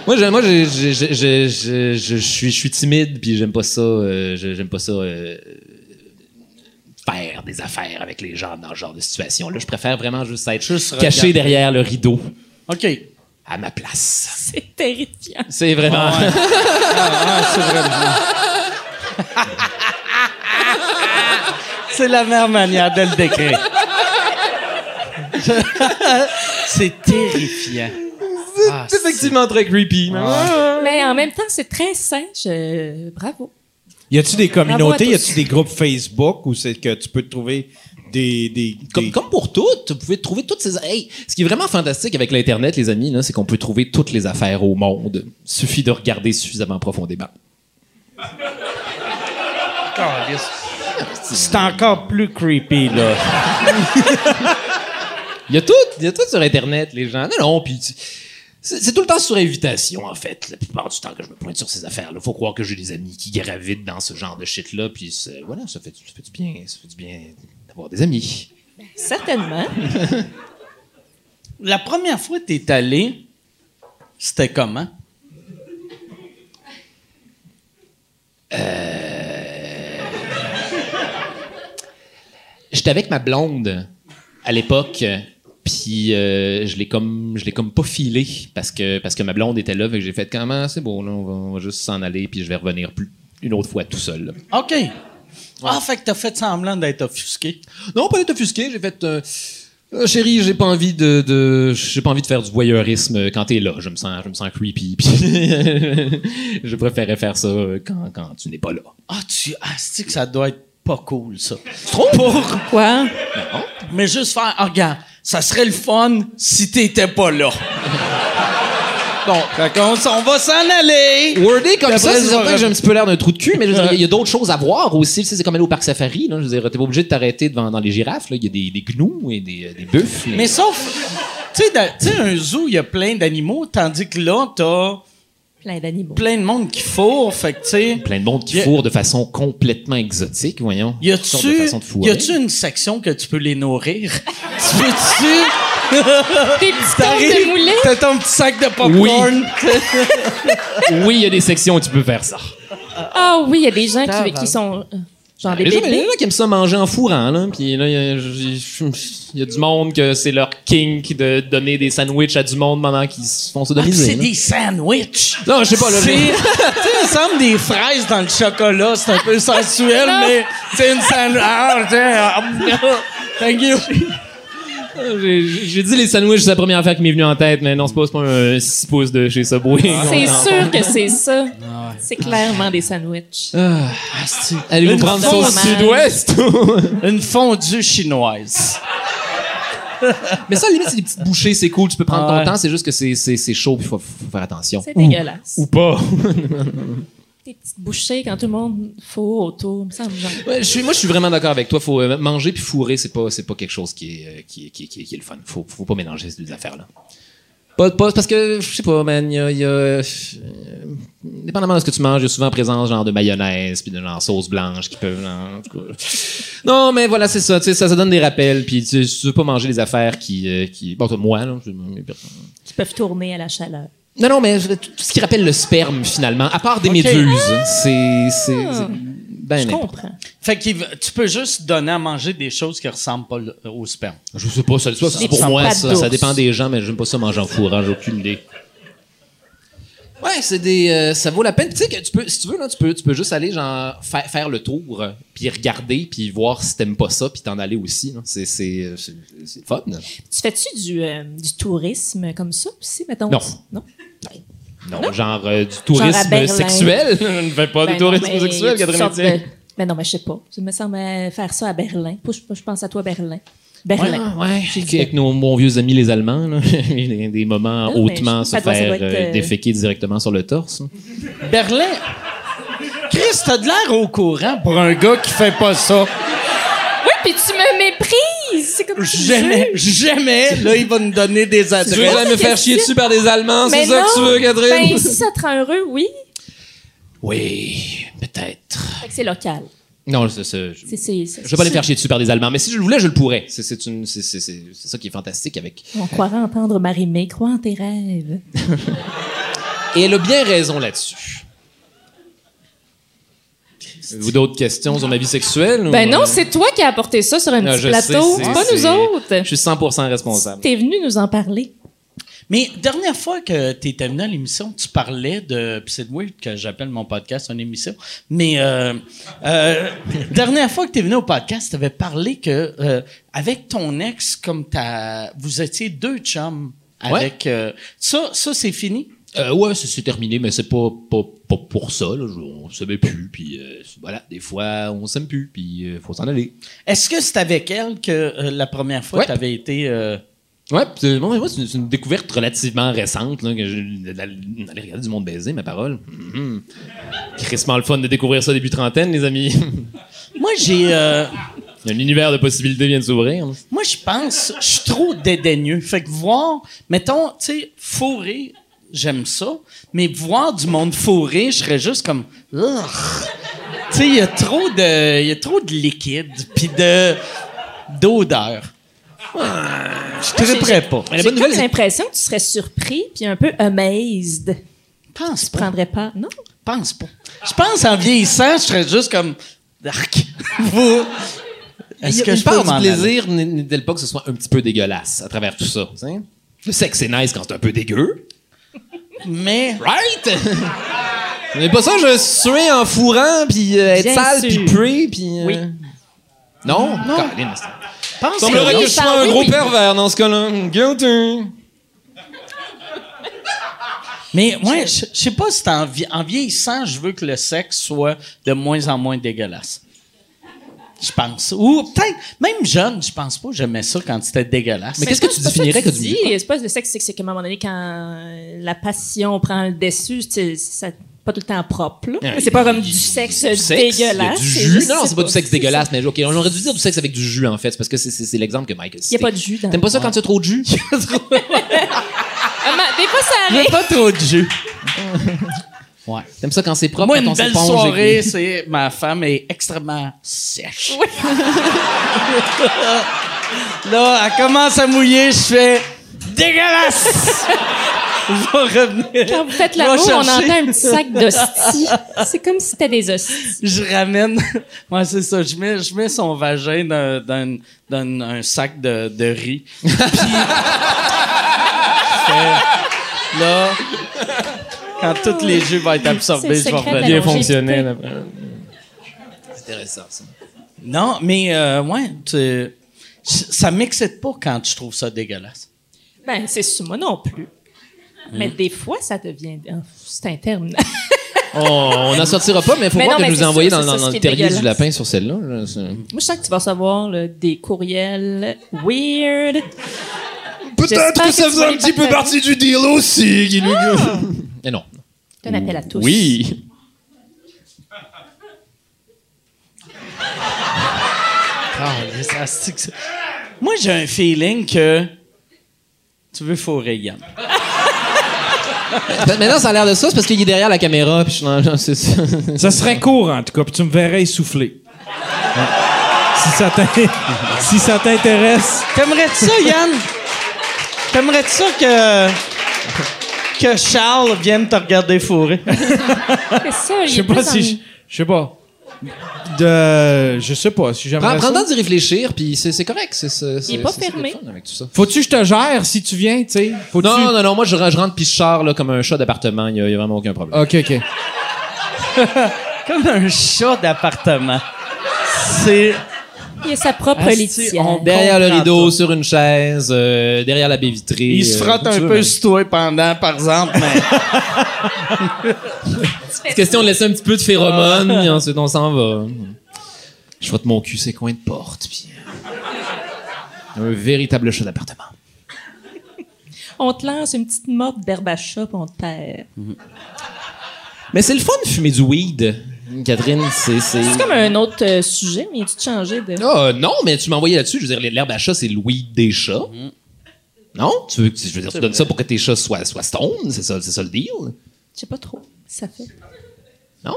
Moi, je, moi, je, je, je, je, je, je suis, je suis timide, puis j'aime pas ça. euh, je- j'aime pas ça. euh, faire des affaires avec les gens dans ce genre de situation. Là, je préfère vraiment juste être
Juste
caché
regarder.
derrière le rideau
OK.
à ma place.
C'est terrifiant.
C'est vraiment.
Ah ouais. Ah, ouais, c'est vraiment. c'est la meilleure manière de le décrire. c'est terrifiant. Ah,
C'est effectivement très creepy. mais-
Mais en même temps, c'est très sain. Je... Bravo.
Y a-tu des communautés,
Bravo à
y
tous.
a-tu des groupes Facebook où c'est que tu peux trouver des. des,
Comme,
des-
comme pour toutes, vous pouvez trouver toutes ces. Hey, ce qui est vraiment fantastique avec l'Internet, les amis, là, c'est qu'on peut trouver toutes les affaires au monde. Suffit de regarder suffisamment profondément.
C'est encore plus creepy, là.
Il y a tout, il y a tout sur Internet, les gens. Non, non, puis tu- c'est c'est tout le temps sur invitation, en fait, la plupart du temps que je me pointe sur ces affaires-là. Faut croire que j'ai des amis qui gravitent dans ce genre de shit-là, puis c'est- voilà, ça fait, du- ça fait du bien, ça fait du bien d'avoir des amis.
Certainement.
La première fois que t'es allé, c'était comment?
J'étais avec ma blonde à l'époque, Puis euh, je l'ai comme je l'ai comme pas filé parce que parce que ma blonde était là, fait que j'ai fait comment c'est bon, là, on va, on va juste s'en aller puis je vais revenir plus une autre fois tout seul. là.
OK. Ah, fait que t'as fait semblant d'être offusqué.
Non, pas d'être offusqué, j'ai fait euh, Euh, chérie, j'ai pas envie de, de- j'ai pas envie de faire du voyeurisme quand t'es là. Je me sens, je me sens creepy. puis je préférais faire ça euh, quand, quand tu n'es pas là.
Ah, tu. Ah, c'est que ça doit être pas cool, ça. Trop Pourquoi? Mais juste faire, ah, regarde, ça serait le fun si t'étais pas là. bon, fait qu'on s- on va s'en aller.
Wordé comme
D'après
ça, c'est
ça,
certain que
j'aurais-
j'ai un petit peu l'air d'un trou de cul, mais je veux dire, il y a d'autres choses à voir aussi. Tu sais, C'est comme aller au parc safari. Là, je veux dire, t'es pas obligé de t'arrêter devant dans les girafes. là. Il y a des, des gnous et des, euh, des buffles.
Mais sauf. Tu sais, dans- tu sais, un zoo, il y a plein d'animaux, tandis que là, t'as
Plein d'animaux.
plein de monde qui fourre, fait que, tu sais.
plein de monde qui
Y a-
fourre de façon complètement exotique, voyons.
Y
Toutes sortes de
a-tu
façons de fourrer.
y a-tu une section que tu peux les nourrir? tu peux-tu?
Des petits tons de
T'arrives,
moulet.
t'as ton petit sac de popcorn.
Oui, il y a des sections où tu peux faire ça.
Ah oui, il y a des gens qui, qui sont euh, genre des
Les gens, il y en
bébés.
a qui aiment ça manger en fourrant, là. Puis là, il y a- il y, a du monde que c'est leur kink de donner des sandwichs à du monde pendant qu'ils se font
Ah, puis
sodomiser.
c'est
là.
des sandwichs.
Non, je sais pas, là.
C'est,
j'ai-
tu sais, il semble des fraises dans le chocolat. C'est un peu sensuel, mais c'est une sandwich. Ah, tiens, ah, thank you.
J'ai j'ai dit les sandwichs, c'est la première affaire qui m'est venue en tête, mais non, c'est pas, c'est pas un 6 pouces de chez Subway.
Ah, C'est sûr que c'est ça.
Ah,
C'est clairement des sandwichs.
Allez-vous
Une
prendre ça au
fondue.
sud-ouest?
Une fondue chinoise.
mais ça, à la limite, c'est des petites bouchées, c'est cool, tu peux prendre
Ah
ton
ouais.
temps, c'est juste que c'est- c'est c'est chaud, il faut, faut faire attention.
C'est dégueulasse.
Ou pas.
Des petites bouchées quand tout le monde faut autour, me semble. Genre.
Ouais, je suis, moi, je suis vraiment d'accord avec toi. Faut euh, manger puis fourrer, c'est pas, c'est pas quelque chose qui est, euh, qui, est- qui, est- qui est- qui est le fun. Faut, faut pas mélanger ces deux affaires-là. Pas, pas- parce que, je sais pas, man, il y a, il y a, euh, dépendamment de ce que tu manges, il y a souvent présence genre de mayonnaise puis de genre, sauce blanche qui peuvent, non, en tout cas. Non, mais voilà, c'est ça, tu sais, ça, ça donne des rappels puis tu, tu veux pas manger des affaires qui, euh, qui, bon, toi, moi, là, je- mes personnes.
Qui peuvent tourner à la chaleur.
Non, non, mais je- tout ce qui rappelle le sperme, finalement, à part des méduses, c'est, c'est, c'est ben
Je
n'importe.
comprends.
Fait que tu peux juste donner à manger des choses qui ressemblent pas le- au sperme.
Je sais pas, ça, ça, c'est
Des
pour
petites
moi,
pattes
ça,
d'ours.
ça dépend des gens, mais j'aime pas ça manger en fourrant, j'ai aucune idée. Ouais, c'est des, euh, ça vaut la peine. Tu sais que tu peux, si tu veux là, tu peux, tu peux juste aller genre fa- faire le tour, euh, puis regarder, puis voir si t'aimes pas ça, puis t'en aller aussi. là. C'est, c'est, euh, c'est, c'est fun.
Tu fais-tu du, euh, du tourisme comme ça aussi, mettons?
Non.
Non?
Non, genre euh, du
Genre à
tourisme
Berlin.
sexuel. Je ne fais pas
Ben
du
non,
tourisme
mais il y a
sexuel,
toutes
Catherine
sortes
Etienne.
de- Ben non, mais je sais pas. Ça me semble euh, faire ça à Berlin. Moi, Je je pense à toi, Berlin. Berlin.
Ouais, ouais. Avec nos bons vieux amis les Allemands, là. des, des moments
Non, mais
hautement
je-
se
ça doit- ça
faire
doit être,
euh,
euh,
déféquer directement sur le torse.
Berlin. Chris, t'as de l'air au courant pour un gars qui fait pas ça.
Oui, puis tu me méprises! C'est comme tu me
Jamais,
juges.
jamais. Là, il va nous donner des
Tu veux
adresses.
jamais me faire chier dessus par des Allemands, c'est
Mais
ça
non.
que tu veux, Catherine?
Ben, si ça te rend heureux, oui.
Oui, peut-être.
Fait que c'est local.
Non, c'est- c'est- je
C'est, c'est, c'est-
je vais pas les faire chier dessus par des Allemands, mais si je le voulais, je le pourrais. C'est- C'est une- c'est- c'est- c'est- c'est ça qui est fantastique avec.
On croirait entendre Marie-Mé. Crois en tes rêves.
Et elle a bien raison là-dessus. Vous d'autres questions sur ma vie sexuelle?
Ben
ou- euh?
non, c'est toi qui as apporté ça sur un
Ah,
petit
je
plateau.
sais,
c'est pas nous
c'est-
autres.
Je suis 100% responsable.
T'es venu nous en parler.
Mais dernière fois que tu étais venu à l'émission, tu parlais de. Puis c'est weird que j'appelle mon podcast une émission. Mais euh, euh, dernière fois que tu es venu au podcast, tu avais parlé que euh, avec ton ex, comme ta, vous étiez deux chums
Ouais.
avec. euh, ça, ça c'est fini?
Euh, ouais, c'est c'est terminé, mais c'est pas, pas, pas pour ça. Là. Je- on s'aimait plus, puis euh, voilà, des fois, on s'aime plus, puis euh, faut s'en aller.
Est-ce que c'est avec elle que euh, la première fois
Ouais.
tu avais été. euh,
Ouais, pis, euh, moi, moi, c'est une, c'est une découverte relativement récente là, que je- d'aller d'aller regarder du monde baiser, ma parole. Mhm. Crissement le fun de découvrir ça début trentaine, les amis.
Moi, j'ai. euh,
Un univers de possibilités vient de s'ouvrir.
Moi, je pense, je suis trop dédaigneux. Fait que voir, mettons, tu sais, fourrer, j'aime ça, mais voir du monde fourré, je serais juste comme, Ugh. tu sais, il y a trop de, il y a trop de liquide, puis de d'odeur. Je triperais pas.
la
J'ai
bonne nouvelle,
comme
c'est-
l'impression que tu serais surpris puis un peu amazed.
Pense
Tu
pas.
prendrais pas, non?
Pense pas. Je pense en vieillissant, je serais juste comme, arc. Vous, Est-ce
Il y a
que
une
je peux
part
m'en
du plaisir n- n'est-elle pas que ce soit un petit peu dégueulasse à travers tout ça? tu sais? Le sexe, c'est nice quand c'est un peu dégueu.
Mais
Right? Mais pas ça, je suer en fourrant, puis euh, être
Bien
sale,
sûr.
puis puer, puis... euh,
Oui.
Non? Colin, c'est-
pense
Semblerait
oui,
que je
ça,
sois un
oui,
gros
oui.
pervers dans ce cas-là. Guilty.
Mais moi, je je sais pas si t'en vie- en vieillissant, je veux que le sexe soit de moins en moins dégueulasse. Je pense. Ou peut-être, même jeune, je pense pas que j'aimais ça quand c'était dégueulasse.
Mais qu'est-ce que tu
c'est pas ça
définirais que
tu
du
dis? C'est pas le sexe, c'est que c'est qu'à un moment donné, quand la passion prend le dessus, tu sais, ça pas tout le temps propre. là.
Ouais.
C'est pas comme du sexe
Du sexe, il y a
dégueulasse.
du jus.
juste-
Non, non, c'est pas du sexe dégueulasse, mais ok, on aurait dû dire du sexe avec du jus en fait, c'est parce que c'est- c'est c'est l'exemple que Mike a
Il y
cité.
a pas de jus dans.
T'aimes pas ça quand tu as trop de jus?
Ah, ma- Des fois, ça
Il y a
arrive.
pas trop de jus. ouais.
T'aimes ça quand c'est propre,
Moi,
quand
une
on
belle
s'éponge et-
soirée, c'est ma femme est extrêmement sèche. Là, elle commence à mouiller, je fais dégueulasse. je vais revenir.
Quand vous faites
Je vais
l'amour, on
chercher.
entend un petit sac d'hosties. C'est comme si c'était des hosties.
je ramène. Moi, c'est ça. Je mets, je mets son vagin dans, dans- dans un sac de, de riz. Puis. je fais, là. Quand tous les jus vont être absorbés, je
C'est
vais
le secret de la
revenir.
longévité. fonctionnel,
C'est intéressant ça.
Non, mais, euh, ouais, tu- ça m'excite pas quand je trouve ça dégueulasse.
Ben, c'est sûr, moi non plus. Mais des fois, ça devient. Ah, C'est interminable.
Oh, on n'en sortira pas, mais faut
Mais
voir que
non, mais
nous
c'est
envoyer dans,
ça, c'est
dans-
ça,
dans
ce
le
qui est
terrier du
dégueulasse.
lapin sur celle-là. là, c'est-
Moi, je sens que tu vas recevoir là, des courriels weird. J'espère
Peut-être que
que
ça
tu vas
faisait un
les
petit peu
partager.
partie du deal aussi. qui nous-
Mais Eh non.
Un appel à tous.
Oui.
Ah, yes, asti que ça- Moi, j'ai un feeling que tu veux fourrer Yann.
Ben, Maintenant, ça a l'air de ça, c'est parce qu'il est derrière la caméra, puis je suis dans- genre, c'est ça.
Ça serait court, en tout cas, puis tu me verrais essouffler. si ça t'in- si ça t'intéresse.
T'aimerais-tu ça, Yann? T'aimerais-tu ça que. que Charles vienne te regarder fourrer?
Qu'est-ce que ça, il
Je
est
sais pas
plus en-
si. je- Je sais pas. De. Je sais pas si
Prends,
j'aimerais
prends le
ça.
temps d'y réfléchir, puis c'est c'est correct. c'est- c'est- c'est-
pas
c'est- c'est
fermé.
le fun Avec tout ça.
Faut-tu que je te gère si tu viens, tu sais? Faut-tu.
Non, non, non, moi je, je rentre puis je sors là, comme un chat d'appartement, il n'y a, il y a vraiment aucun problème.
Ok, ok.
Comme un chat d'appartement. C'est.
Il a sa propre
Asti,
litière.
on-
derrière le
comprends
rideau,
tout.
sur une chaise, euh, derrière la baie vitrée.
Il se
euh,
frotte
où tu
un
veux,
peu
mais-
sur toi pendant, par exemple, mais.
C'est question de laisser un petit peu de phéromones, et ensuite on s'en va. Je frotte mon cul ces coins de porte, puis... euh, Un véritable chat d'appartement.
On te lance une petite morte d'herbe à chat, puis on te perd.
Mais c'est le fun de fumer du weed, Catherine, c'est... c'est-
C'est comme un autre euh, sujet, mais tu te changer de.
Ah, euh, non, mais tu m'as envoyé là-dessus, je veux dire, l'herbe à chat, c'est le weed des chats. Non? Tu veux que, tu- je veux dire, tu donnes ça pour que tes chats soient, soient stone, c'est ça, c'est ça le deal?
Je sais pas trop. Ça fait.
Non?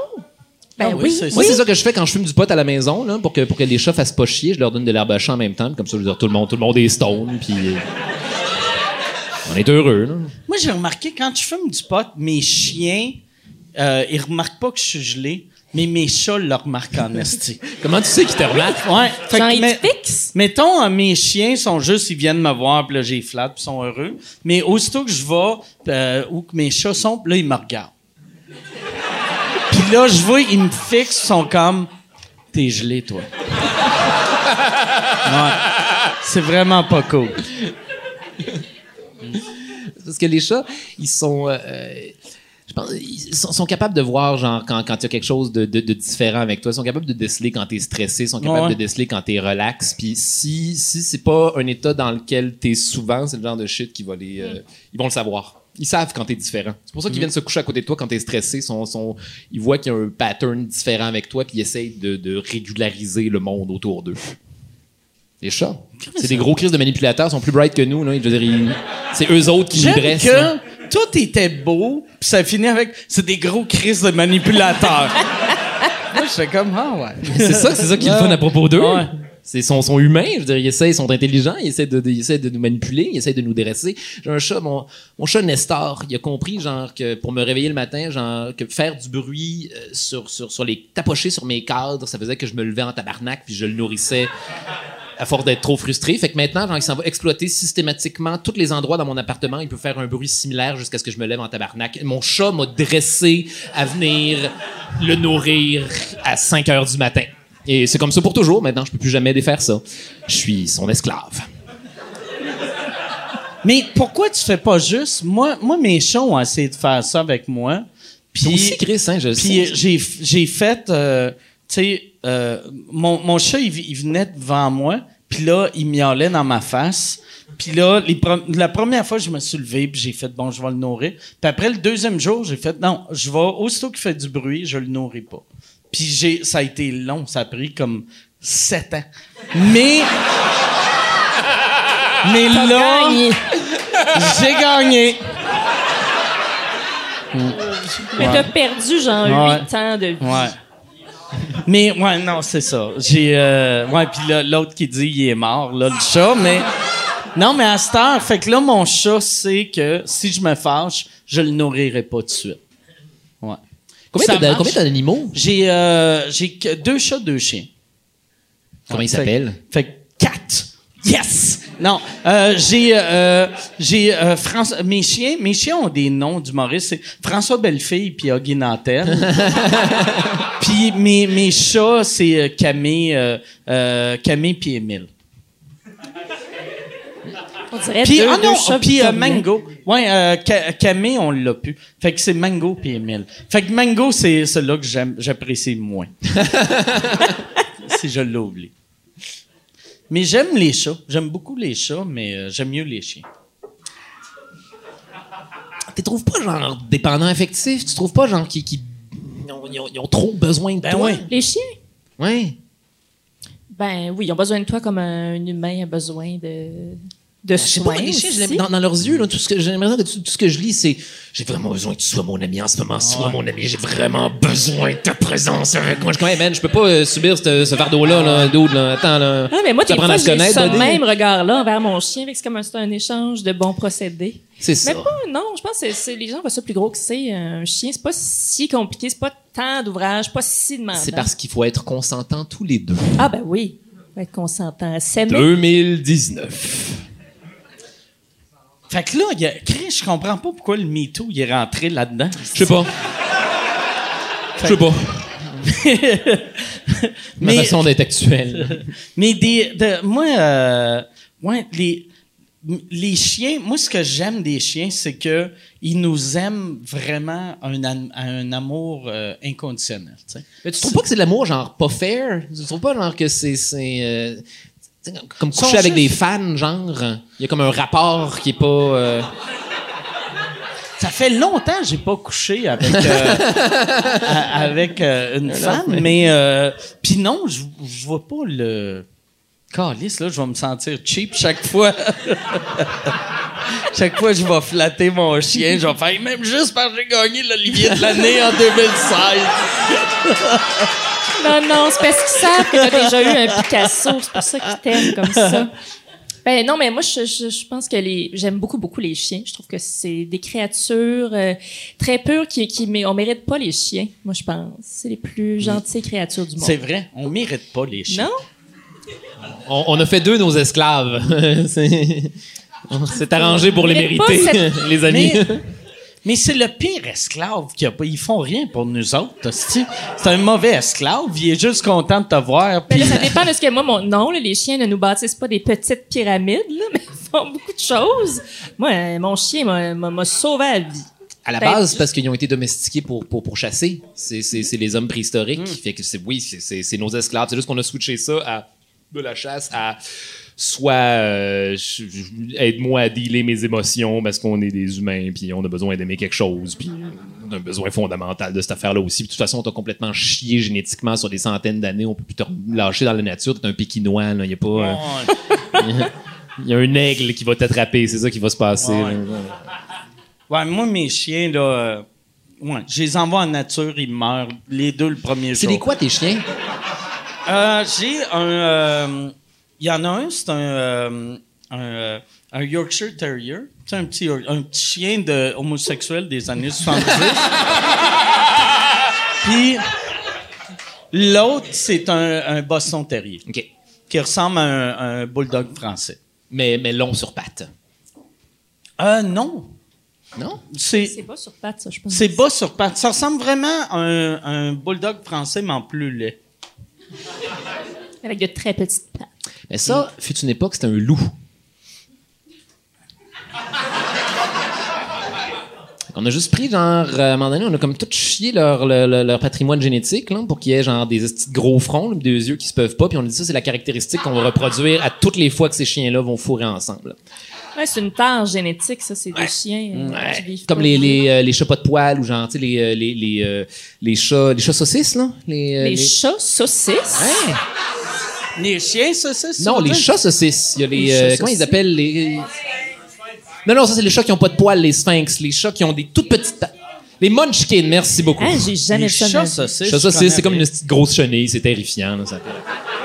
Ben
Ah oui,
oui.
c'est-
Moi, c'est ça que je fais quand je fume du pot à la maison, là, pour que, pour que les chats fassent pas chier. Je leur donne de l'herbe à chat en même temps. puis Comme ça, je veux dire, tout le monde, tout le monde est stone, puis euh, on est heureux, là.
Moi, j'ai remarqué, quand je fume du pot, mes chiens, euh, ils remarquent pas que je suis gelé, mais mes chats le remarquent en esti.
Comment tu sais qu'ils te remarquent?
Ouais. Fait
Genre,
que,
il
mais-
te fixe.
Mettons, euh, mes chiens sont juste, ils viennent me voir, puis là, j'ai flatte, puis ils sont heureux. Mais aussitôt que je vais, euh, où que mes chats sont, puis là, ils me regardent. Puis là, je vois, ils me fixent, ils sont comme, t'es gelé, toi. ouais. C'est vraiment pas cool.
Parce que les chats, ils sont. euh, je pense, ils sont, sont capables de voir genre quand quand il y a quelque chose de, de- de différent avec toi. Ils sont capables de déceler quand t'es stressé. Ils sont capables
Ouais.
de déceler quand t'es relax. Puis si si c'est pas un état dans lequel t'es souvent, c'est le genre de shit qui va les. euh, Ils vont le savoir. Ils savent quand t'es différent. C'est pour ça qu'ils
Mhm.
viennent se coucher à côté de toi quand t'es stressé. Ils Sont, sont, ils voient qu'il y a un pattern différent avec toi puis ils essayent de, de régulariser le monde autour d'eux. Les chats. C'est des gros crises de manipulateurs. Ils sont plus bright que nous. Là. Je veux dire, ils- c'est eux autres qui nous
J'aime
dressent. là.
que tout était beau, puis ça finit avec, c'est des gros crises de manipulateurs. Moi, je fais comme, ah ouais.
C'est ça, c'est ça qui est le fun à propos d'eux.
Ouais.
C'est sont, sont humains, je veux dire, ils essaient, ils sont intelligents, ils essaient de, de- ils essaient de nous manipuler, ils essaient de nous dresser. J'ai un chat, mon, mon chat Nestor, il a compris, genre, que pour me réveiller le matin, genre, que faire du bruit euh, sur, sur, sur les tapocher sur mes cadres, ça faisait que je me levais en tabarnak puis je le nourrissais à force d'être trop frustré. Fait que maintenant, genre, il s'en va exploiter systématiquement tous les endroits dans mon appartement. Il peut faire un bruit similaire jusqu'à ce que je me lève en tabarnak. Mon chat m'a dressé à venir le nourrir à 5 heures du matin. Et c'est comme ça pour toujours. Maintenant, je peux plus jamais défaire ça. Je suis son esclave.
Mais pourquoi tu fais pas juste? Moi, moi mes chats ont essayé de faire ça avec moi.
Toi
Puis,
aussi, Chris, hein, je le
puis
sais.
j'ai, j'ai fait, euh, tu sais, euh, mon, mon chat, il, il venait devant moi, puis là, il miaulait dans ma face. Puis là, les pre- la première fois, je me suis levé, puis j'ai fait, bon, je vais le nourrir. Puis après, le deuxième jour, j'ai fait, non, je vais, aussitôt qu'il fait du bruit, je le nourris pas. Puis j'ai, ça a été long, ça a pris comme sept ans. Mais, mais là,
Gagné.
j'ai gagné.
Mais t'as perdu genre
Ouais.
8 ans de vie.
Ouais. Mais ouais, non, c'est ça. J'ai euh, ouais, puis là, l'autre qui dit il est mort là le chat, mais non, mais à cette heure, fait que là mon chat sait que si je me fâche, je le nourrirai pas tout de suite. Ouais. Ça
Combien t'as-
marche.
combien t'as d'animaux?
J'ai euh, j'ai que deux chats, deux chiens.
Comment ils
Fait-
s'appellent?
Fait que quatre. Yes. Non, euh, j'ai euh, j'ai euh, François- mes chiens mes chiens ont des noms d'humoristes, c'est François Bellefille puis Huggy Nantel. puis mes mes chats c'est euh, Camille euh, euh, Camille puis Émile.
On dirait
Puis
deux,
ah
deux
non,
chats
puis euh,
victoriens.
Mango. Ouais, euh, Ca- Camille on l'a pu. Fait que c'est Mango puis Émile. Fait que Mango c'est celui-là que j'aime- j'apprécie moins. si je l'ai oublié. Mais j'aime les chats. J'aime beaucoup les chats, mais euh, j'aime mieux les chiens.
Tu Ah, trouves pas, genre, dépendant affectif? Tu trouves pas, genre, qui, qui ils, ont, ils ont- ils ont trop besoin de
Ben
toi?
ouais.
Les chiens?
Ouais.
Ben oui, ils ont besoin de toi comme un humain a besoin de, de
Ben, Je sais pas,
soins.
les chiens, je l'aime
aussi.
dans, dans leurs yeux, là, tout ce que j'ai l'impression que tout, tout ce que je lis, c'est j'ai vraiment besoin que tu sois mon ami en ce moment, sois mon ami, j'ai vraiment besoin de ta présence avec moi. Je comprends, man, je peux pas euh, subir ce, ce fardeau-là, là, dude, là. Attends, là.
Ah, mais moi,
Tu
des
apprends
fois,
à se
j'ai
connaître,
ce
buddy.
même regard-là envers mon chien. fait que C'est comme un, c'est un échange de bons procédés.
C'est ça.
Mais pas, non, je pense que c'est- c'est- les gens voient ça plus gros que c'est. Un chien, c'est pas si compliqué, c'est pas tant d'ouvrage, pas si demandant.
C'est parce qu'il faut être consentant tous les deux.
Ah ben oui, faut être consentant, s'aimer.
2019.
Fait que là, il y a... Chris, je comprends pas pourquoi le MeToo il est rentré là-dedans.
Je sais pas. Je sais pas.
Ben,
Ma
Mais,
façon d'être actuelle.
mais des, de- moi, euh, ouais, les, les chiens, moi, ce que j'aime des chiens, c'est que ils nous aiment vraiment un, am- un amour euh, inconditionnel. tu sais.
Mais tu trouves pas que c'est de l'amour, genre, pas fair? Tu trouves pas, genre, que c'est. c'est, euh, tu sais, comme coucher
Sont
avec des
juste-
fans, genre. Il y a comme un rapport qui est pas. euh,
Ça fait longtemps que j'ai pas couché avec euh, a- avec euh, une femme, mais, euh, puis non, je je vois pas le calice là, je vais me sentir cheap chaque fois. chaque fois je vais flatter mon chien, je vais faire même juste parce que j'ai gagné l'Olivier de l'année en 2016.
Non, non, c'est parce qu'ils savent que t'as déjà eu un Picasso. C'est pour ça qu'ils t'aiment comme ça. Ben non, mais moi, je, je, je pense que les, j'aime beaucoup, beaucoup les chiens. Je trouve que c'est des créatures euh, très pures qui, qui, mais on mérite pas les chiens, moi, je pense. C'est les plus gentilles créatures du monde.
C'est vrai, on mérite pas les chiens.
Non?
On, on a fait deux nos esclaves. C'est on s'est arrangé pour les
Mais pas
mériter,
cette-
les amis.
Mais, mais c'est le pire esclave qu'il y a pas. Ils font rien pour nous autres. hostie. C'est un mauvais esclave. Il est juste content de te voir.
Ben
puis-
là, ça dépend de ce que moi, mon nom, là, les chiens ne nous bâtissent pas des petites pyramides, là, mais ils font beaucoup de choses. Moi, euh, mon chien m'a- m'a m'a sauvé la vie.
À la
Ben,
base, parce qu'ils ont été domestiqués pour, pour, pour chasser. C'est, c'est, c'est les hommes préhistoriques. Fait que c'est, oui, c'est, c'est, c'est nos esclaves. C'est juste qu'on a switché ça à de la chasse à soit euh, je- je- aide-moi à dealer mes émotions parce qu'on est des humains puis on a besoin d'aimer quelque chose puis on a un besoin fondamental de cette affaire-là aussi. Puis de toute façon, on t'a complètement chié génétiquement sur des centaines d'années. On peut plus te lâcher dans la nature. T'es un pékinois. Il y a pas... euh, il y a un aigle qui va t'attraper, c'est ça qui va se passer. Euh,
Ouais.
là.
Ouais, moi, mes chiens, là, euh, ouais, je les envoie en nature, ils meurent les deux le premier
C'est
jour.
des quoi tes chiens?
Euh, j'ai un. euh, Il y en a un, c'est un, euh, un, euh, un Yorkshire Terrier. C'est un petit, Yor- un petit chien de homosexuel des années 70. Puis l'autre, c'est un, un Boston Terrier
OK.
qui ressemble à un, un bulldog français.
Mais, mais long sur pattes.
Euh, non.
Non?
C'est pas sur pattes, ça, je pense.
C'est bas sur pattes. Ça ressemble vraiment à un, un bulldog français, mais en plus laid.
Avec de très petites pattes.
Mais ça, fut une époque, c'était un loup. On a juste pris, genre, euh, à un moment donné, on a comme tout chié leur, le- le- leur patrimoine génétique là, pour qu'il y ait, genre, des petits gros fronts, là, des yeux qui se peuvent pas. Puis on a dit ça, c'est la caractéristique qu'on va reproduire à toutes les fois que ces chiens-là vont fourrer ensemble.
Ouais, c'est une tare génétique, ça, c'est des chiens euh,
Ouais.
qui vivent
Comme
pas.
les, les, euh, les chats pas de poils ou, genre, tu sais, les, euh, les, les, euh, les chats, les chats saucisses, là. Les, euh,
Les
les-
chats saucisses.
Ouais.
Les chiens, ça, c'est ça?
Non, les
chiens.
chats saucisses. Il y a les.
Les chats
euh, comment ils
saucisses.
appellent les. Non, non, ça, c'est les chats qui ont pas de poils, les sphinx. Les chats qui ont des toutes petites. ta- Les munchkins, merci beaucoup.
Hein, j'ai jamais
Les
vu ça. de
chats
ma vie.
saucisses.
Chats
je
saucisses,
connais
c'est comme une
bien.
petite grosse chenille, c'est terrifiant. Là, ça fait-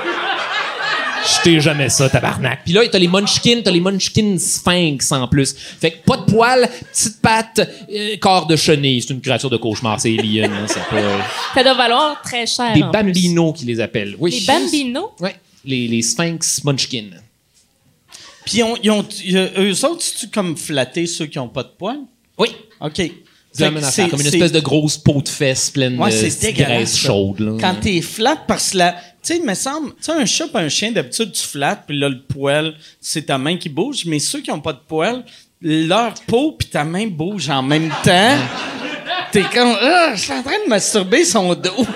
Jetez jamais ça, tabarnak. Puis là, t'as les munchkins, t'as les munchkins sphinx en plus. Fait que pas de poils, petite patte, euh, corps de chenille. C'est une créature de cauchemar, c'est Alien. hein, c'est pas-
Ça doit valoir très cher.
Des
en plus.
bambinos qui les appellent. Oui.
Ah, Les bambinos.
Ouais, les, les sphinx munchkins.
Puis on- ils ont, ils- eux autres, c'est-tu comme flatter ceux qui n'ont pas de poils?
Oui.
OK.
C'est la
Fait
même
que
affaire,
c'est-
comme une
c'est-
espèce de grosse peau de fesse pleine
Ouais,
de
c'est
petite
dégueulasse,
graisse
ça.
chaude. Là.
Quand t'es flat, parce que la... Tu sais, il me semble... Tu sais, un chat pis un chien, d'habitude, tu flattes, puis là, le poil, c'est ta main qui bouge. Mais ceux qui n'ont pas de poil, leur peau puis ta main bougent en même temps. T'es comme... Ah, je suis en train de masturber son dos.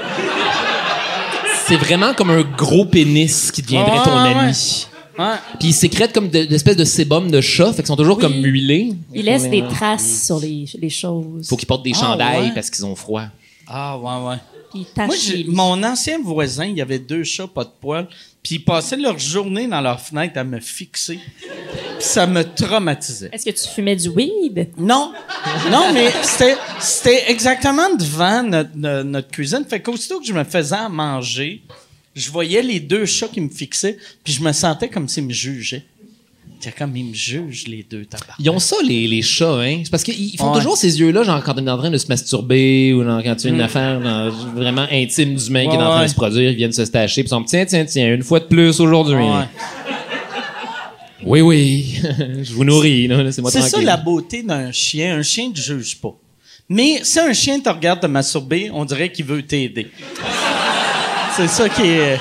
C'est vraiment comme un gros pénis qui deviendrait ton
Ouais, ouais,
ami.
Ouais.
Puis il sécrète comme de- d'espèces de sébum de chat, fait qu'ils sont toujours
Oui.
comme huilés.
Ils laissent des traces sur les, les choses.
Faut qu'ils portent des
Ah,
chandails
ouais.
parce qu'ils ont froid.
Ah, ouais, ouais.
Puis ils tachent
Moi, j'ai-
les-
mon ancien voisin, il y avait deux chats pas de poils, puis ils passaient leur journée dans leur fenêtre à me fixer. Puis ça me traumatisait.
Est-ce que tu fumais du weed?
Non, non, mais c'était, c'était exactement devant notre, no- notre cuisine. Fait qu'aussitôt que je me faisais à manger, je voyais les deux chats qui me fixaient, puis je me sentais comme s'ils me jugeaient. C'est comme ils me jugent, les deux tabacs.
Ils ont ça, les, les chats, hein? C'est parce qu'ils font
Ouais.
toujours ces yeux-là, genre quand on est en train de se masturber ou genre, quand tu as une affaire genre, vraiment intime du mec qui est en train
Mm. Ouais.
de se produire, ils viennent se stacher, puis ils sont tiens, tiens, tiens, une fois de plus aujourd'hui.
Ouais.
Oui, oui, je vous nourris, là, laissez-moi
C'est ça
tranquille.
la beauté d'un chien. Un chien ne te juge pas. Mais si un chien te regarde te masturber, on dirait qu'il veut t'aider. C'est ça qui est.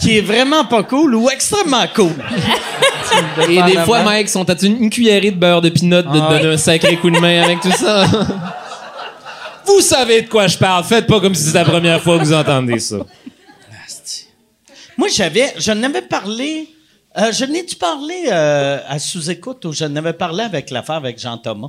qui est vraiment pas cool ou extrêmement cool.
Et des
Dépendamment.
fois, Mike, sont à une, une cuillerée de beurre de pinot de te
Ah ouais.
donner un sacré coup de main avec tout ça. vous savez de quoi je parle. Faites pas comme si c'était la première fois que vous entendez ça.
Asti. Moi, j'avais. Je n'avais parlé. euh, je n'ai-tu parlé euh, à sous-écoute ou je n'avais parlé avec l'affaire avec Jean-Thomas?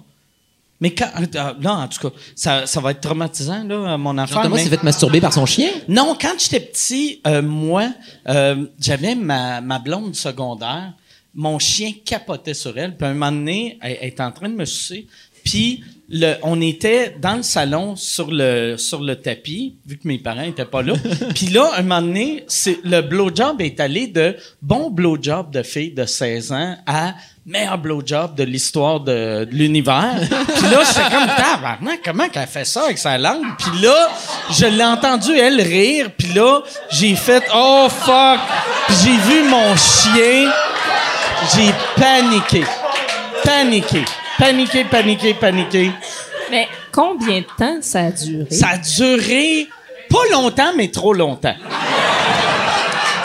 Mais quand. euh, non, en tout cas, ça, ça va être traumatisant, là, mon affaire.
Thomas
mais-
s'est fait masturber par son chien.
Non, quand j'étais petit, euh, moi, euh, j'avais ma, ma blonde secondaire. Mon chien capotait sur elle. Puis à un moment donné, elle, elle était en train de me sucer. Puis le, on était dans le salon sur le, sur le tapis, vu que mes parents étaient pas là. Puis là, un moment donné, c'est, le blowjob est allé de bon blowjob de fille de 16 ans à meilleur blowjob de l'histoire de, de l'univers. Puis là, j'étais comme, tabarnak, comment qu'elle fait ça avec sa langue? Puis là, je l'ai entendu, elle, rire. Puis là, j'ai fait, oh, fuck. Puis j'ai vu mon chien. J'ai paniqué. Paniqué. Paniqué, paniqué, paniqué.
Mais combien de temps ça a duré?
Ça a duré pas longtemps, mais trop longtemps.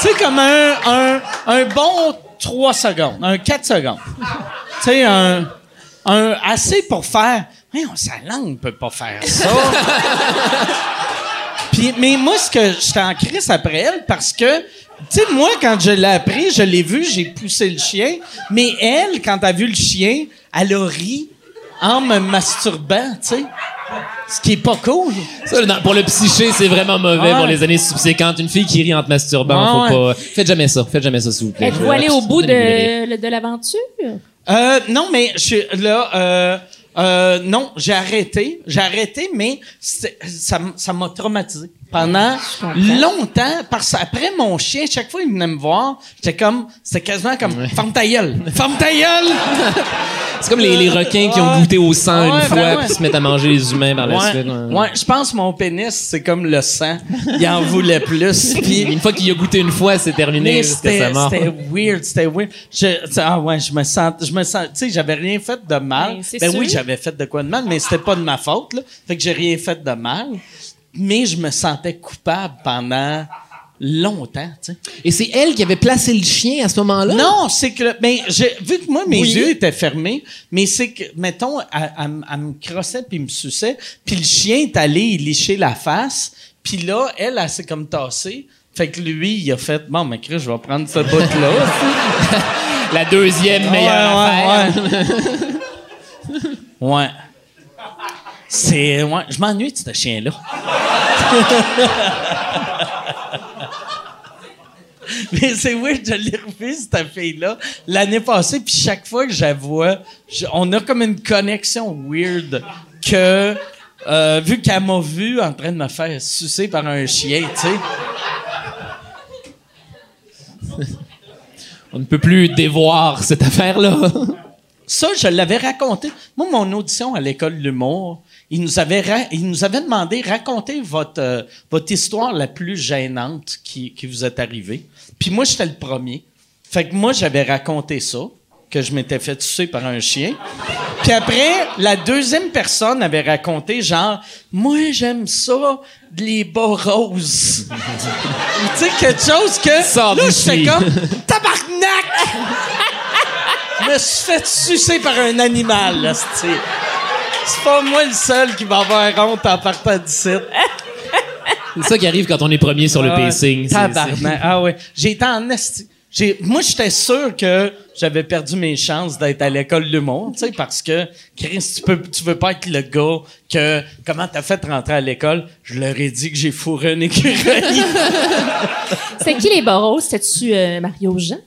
tu sais, comme un, un, un bon 3 secondes, un 4 secondes. tu sais, un, un assez pour faire. Mais sa langue peut pas faire ça. Puis, mais moi, ce que j'étais en crise après elle, parce que, tu sais, moi, quand je l'ai appris, je l'ai vu, j'ai poussé le chien, mais elle, quand elle a vu le chien, elle a ri en me masturbant, tu sais. Ce qui est pas cool.
Ça, là, dans- pour le psyché, c'est vraiment mauvais
Ouais.
pour les années subséquentes. Une fille qui rit en te masturbant,
Ouais,
faut pas. Faites jamais ça. Faites jamais ça, s'il vous plaît.
Êtes-vous allé au bout
Donnez-vous
de, de l'aventure?
Euh, non, mais je suis là. Euh, euh, non, j'ai arrêté. J'ai arrêté, mais c'est- ça m- ça m'a traumatisé. pendant
comprends.
longtemps parce qu'après mon chien, chaque fois il venait me voir, j'étais comme c'était quasiment comme ferme ta gueule, ferme ta gueule.
C'est comme les, les requins qui ont goûté au sang
Ouais,
une
ben
fois
ouais.
puis se mettent à manger les humains par la
Ouais,
suite. ouais.
ouais, je pense que mon pénis c'est comme le sang, il en voulait plus puis
Une fois qu'il a goûté une fois, c'est terminé
Mais
jusqu'à
c'était
sa mort.
c'était weird, c'était weird. Je, tu- ah ouais, je me sens, je me sens, tu sais, j'avais rien fait de mal.
Ben, c'est
Ben
sûr.
oui, j'avais fait de quoi de mal, mais c'était pas de ma faute, là. Fait que j'ai rien fait de mal. Mais je me sentais coupable pendant longtemps, tu sais.
Et c'est elle qui avait placé le chien à ce moment-là?
Non, c'est que, ben, j'ai- vu que moi, mes
Oui.
yeux étaient fermés, mais c'est que, mettons, elle, elle me- elle me crossait puis me suçait, puis le chien est allé y licher la face, puis là, elle, elle s'est comme tassée. Fait que lui, il a fait, bon, mais Chris, je vais prendre ce bout-là.
La deuxième meilleure affaire.
ouais, ouais, ouais. C'est. Ouais. Je m'ennuie de ce chien-là. Mais c'est weird, je l'ai revu, cette fille-là, l'année passée, puis chaque fois que je la vois, je- on a comme une connexion weird que. euh, vu qu'elle m'a vu en train de me faire sucer par un chien, tu sais.
On ne peut plus dévoir cette affaire-là.
Ça, je l'avais raconté. Moi, mon audition à l'école de l'humour, ils nous avaient ra- ils nous avaient demandé racontez votre euh, votre histoire la plus gênante qui, qui vous est arrivée. Puis moi, j'étais le premier. Fait que moi, j'avais raconté ça que je m'étais fait sucer par un chien. Puis après, la deuxième personne avait raconté genre moi j'aime ça les bas roses. tu sais quelque chose que
Sors
là
d'ici.
j'étais comme tabarnak. Je me suis fait sucer par un animal, là, c'est c'est pas moi le seul qui va avoir honte en partant d'ici.
C'est ça qui arrive quand on est premier sur le
Ah ouais.
pacing. C'est- c'est-
Tabarnak. Ah ouais. J'ai été en esti. J'ai- Moi, j'étais sûr que j'avais perdu mes chances d'être à l'école du monde, tu sais, parce que, Chris, tu peux, tu veux pas être le gars que, comment t'as fait rentrer à l'école? Je leur ai dit que j'ai fourré un écureuil.
C'était qui les Boros? C'était-tu euh, Mario Jean?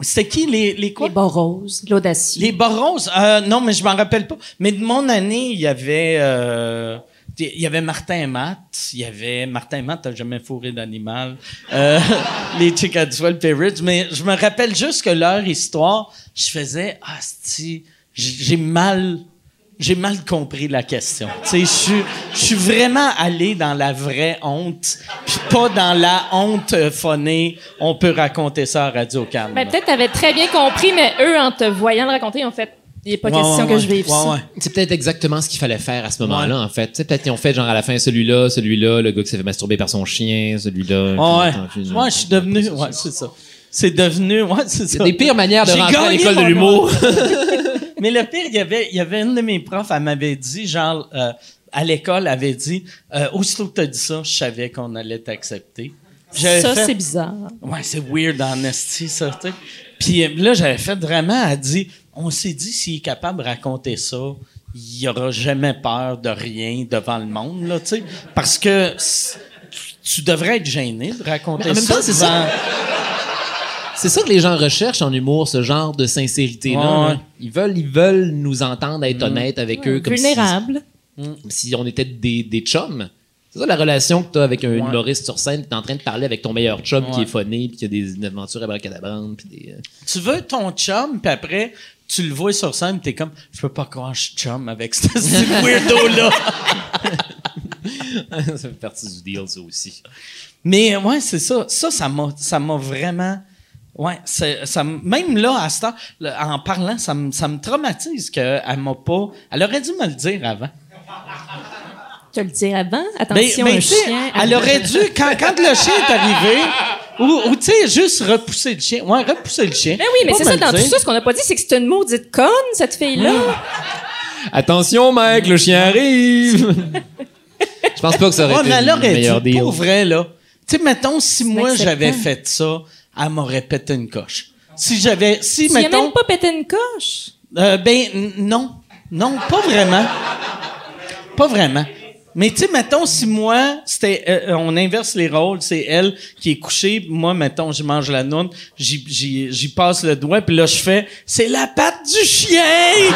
C'était qui les, les quoi?
Les Boros, l'audacieux.
Les barons, euh, non, mais je m'en rappelle pas. Mais de mon année, il y avait, euh, il y avait Martin et Matt, il y avait Martin et Matt, t'as jamais fourré d'animal, euh, les Chick Adwell Ridge, mais je me rappelle juste que leur histoire, je faisais, ah, si, j- j'ai mal, j'ai mal compris la question. Tu sais, je suis, je suis vraiment allé dans la vraie honte, puis pas dans la honte euh, phonée. On peut raconter ça à Radio Cannes.
Ben, peut-être t'avais très bien compris, mais eux, en te voyant le raconter, ils ont fait Il n'est pas
Ouais,
question
ouais,
que
ouais.
je vive
Ouais,
ça.
ouais.
C'est peut-être exactement ce qu'il fallait faire à ce moment-là, en fait. Tu sais, Peut-être qu'ils ont fait, genre, à la fin, celui-là, celui-là, le gars qui s'est fait masturber par son chien, celui-là.
Ah
puis, attends,
ouais.
puis-
Moi, je suis devenu. Ouais, c'est ça. C'est devenu. Ouais, c'est
C'est
ça.
des pires manières de
J'ai
rentrer à
gagné
l'école de
mon
l'humour.
Mais le pire, il y avait, il y avait une de mes profs, elle m'avait dit, genre, euh, à l'école, elle avait dit, euh, aussitôt que t'as dit ça, je savais qu'on allait t'accepter. J'avais
Ça,
fait-
c'est bizarre.
Ouais, c'est weird en esti, ça, tu sais. Puis euh, là, j'avais fait vraiment, elle dit, on s'est dit, s'il est capable de raconter ça, il n'aura jamais peur de rien devant le monde, là, tu sais. Parce que c- tu devrais être gêné de raconter
Mais en même
ça.
temps, c'est ça.
devant-
C'est ça que les gens recherchent en humour, ce genre de sincérité-là.
Ouais. Mm.
là. Ils veulent, ils veulent nous entendre être honnêtes avec eux, comme si-
Vulnérable.
Mm. comme si, on était des, des chums. C'est ça la relation que t'as avec un humoriste sur scène, t'es en train de parler avec ton meilleur chum qui est phoné, puis qui a des aventures à bracadabrande, puis des. euh,
Tu veux ton chum, puis après, tu le vois sur scène, t'es comme, je peux pas croire que je suis chum avec ce ce weirdo-là.
euh, ça fait partie du deal, ça aussi.
Mais euh, ouais, c'est ça. Ça, ça m'a, ça m'a vraiment. Ouais, c'est- ça, m- même là, à ce temps, là, en parlant, ça me, ça me traumatise qu'elle m'a pas. Elle aurait dû me le dire avant.
Tu le dis avant.
Mais,
Attention, un
mais Ben, tu sais,
chien.
elle aurait dû, quand, quand le chien est arrivé, ou, ou tu sais, juste repousser le chien. Ouais, repousser le chien.
Ben oui, mais
Pas
c'est
me
ça,
le
dans tout
dire.
ça, ce qu'on n'a pas dit, c'est que c'est une maudite conne, cette fille-là.
Attention, mec, le chien arrive! Je pense pas que ça aurait
Ouais,
été
mais elle
le meilleur
Oh, aurait dû,
deal.
pour vrai, là. Tu sais, mettons, si moi,
inacceptable.
j'avais fait ça, elle m'aurait pété une coche. Si j'avais, si,
Tu lui as
mettons,
même pas pété une coche.
euh, ben, n- non. Non, pas vraiment. Pas vraiment. Mais tu sais, mettons, si moi, c'était, euh, on inverse les rôles, c'est elle qui est couchée, moi, mettons, je mange la noune, j'y- j'y j'y passe le doigt, puis là, je fais, c'est la patte du chien!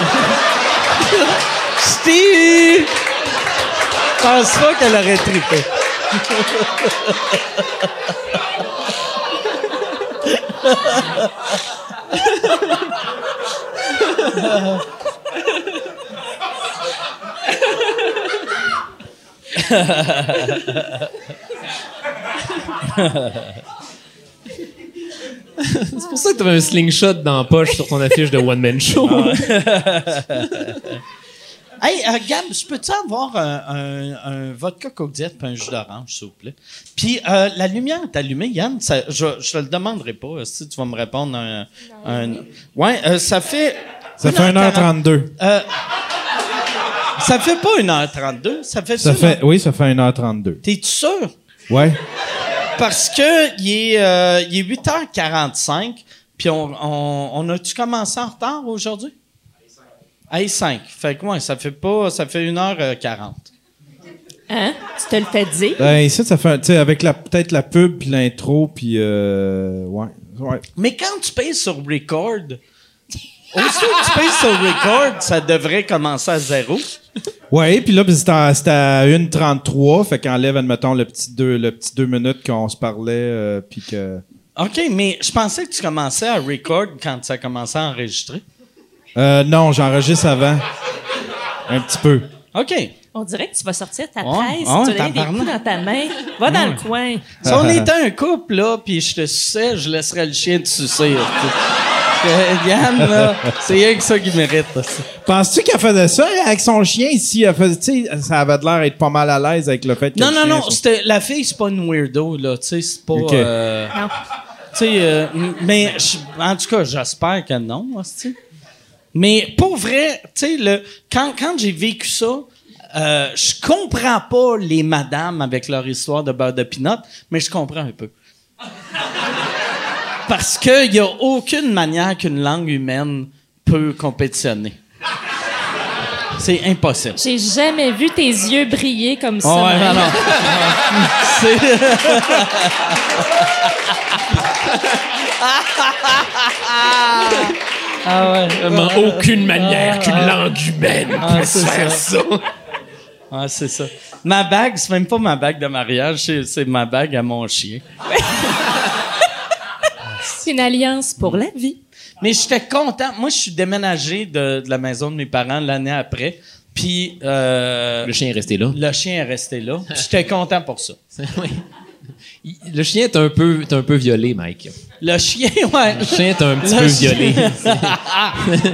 Steve! Je pense pas qu'elle aurait trippé.
C'est pour ça que t'avais un slingshot dans la poche sur ton affiche de One Man Show.
Hey, euh, Gab, je peux-tu avoir un, un, un vodka Coke Diet puis un jus d'orange, s'il vous plaît? Puis euh, la lumière est allumée, Yann. ça- je, je te le demanderai pas euh, si tu vas me répondre. Un, un- ouais, euh, ça fait.
Ça fait 1h32.
Euh, ça fait pas 1h32. Ça fait ça.
Ça fait,
non?
oui, ça fait 1h32.
T'es-tu sûr?
Ouais.
Parce que il est, euh, il est 8h45, puis on, on, on a-tu commencé en retard aujourd'hui? À 5. Fait que, ouais, ça fait pas. Ça fait euh, 1h40.
Hein? Tu te le fais dire?
Euh.
Ben, ici, ça fait, un- tu sais, avec la, peut-être la pub puis l'intro puis, euh, ouais. Ouais.
Mais quand tu payes sur record, aussitôt que tu payes sur record, ça devrait commencer à zéro.
Ouais, puis là, pis c'était à, c'était à 1h33, fait qu'enlève, admettons, le petit deux, le petit deux minutes qu'on se parlait euh, puis que.
OK, mais je pensais que tu commençais à record quand ça commençait à enregistrer.
Euh, non, j'enregistre avant. Un petit peu.
OK.
On dirait que tu vas sortir ta
Ouais,
presse,
ouais,
tu vas donner des
tabarnak.
coups dans ta main. Va dans le coin.
Si on était un couple, là, puis je te suçais, je laisserais le chien te sucer. là, tu sais. Que Yann, là, c'est rien que ça qu'il mérite. là, ça.
Penses-tu qu'elle faisait ça avec son chien ici? Elle faisait, tu sais, ça avait de l'air d'être pas mal à l'aise avec le fait que.
Non,
le
non,
chien
non,
soit-
c'était- la fille, c'est pas une weirdo, là, tu sais, c'est pas...
OK.
euh,
Non.
Tu sais, euh, m- mais je- en tout cas, j'espère que non, hostie. Mais pour vrai, tu sais, le- quand, quand j'ai vécu ça, euh, je comprends pas les madames avec leur histoire de beurre de pinot, mais je comprends un peu. Parce qu'il y a aucune manière qu'une langue humaine peut compétitionner. C'est impossible.
J'ai jamais vu tes yeux briller comme ça.
Ah ouais,
Marie.
non, non. C'est-
Vraiment, aucune manière qu'une langue humaine
Ah,
puisse
c'est
faire ça.
Ah, c'est ça. Ma bague, c'est même pas ma bague de mariage, c'est- c'est ma bague à mon chien.
C'est une alliance pour la vie.
Mais j'étais content. Moi, je suis déménagé de, de la maison de mes parents l'année après. Puis euh,
Le chien est resté là.
le chien est resté là. Puis J'étais content pour ça.
Oui. Il- Le chien est un peu, est un peu violé, Mike.
Le chien, ouais.
Le chien est un petit
Le
peu
chien-
violé.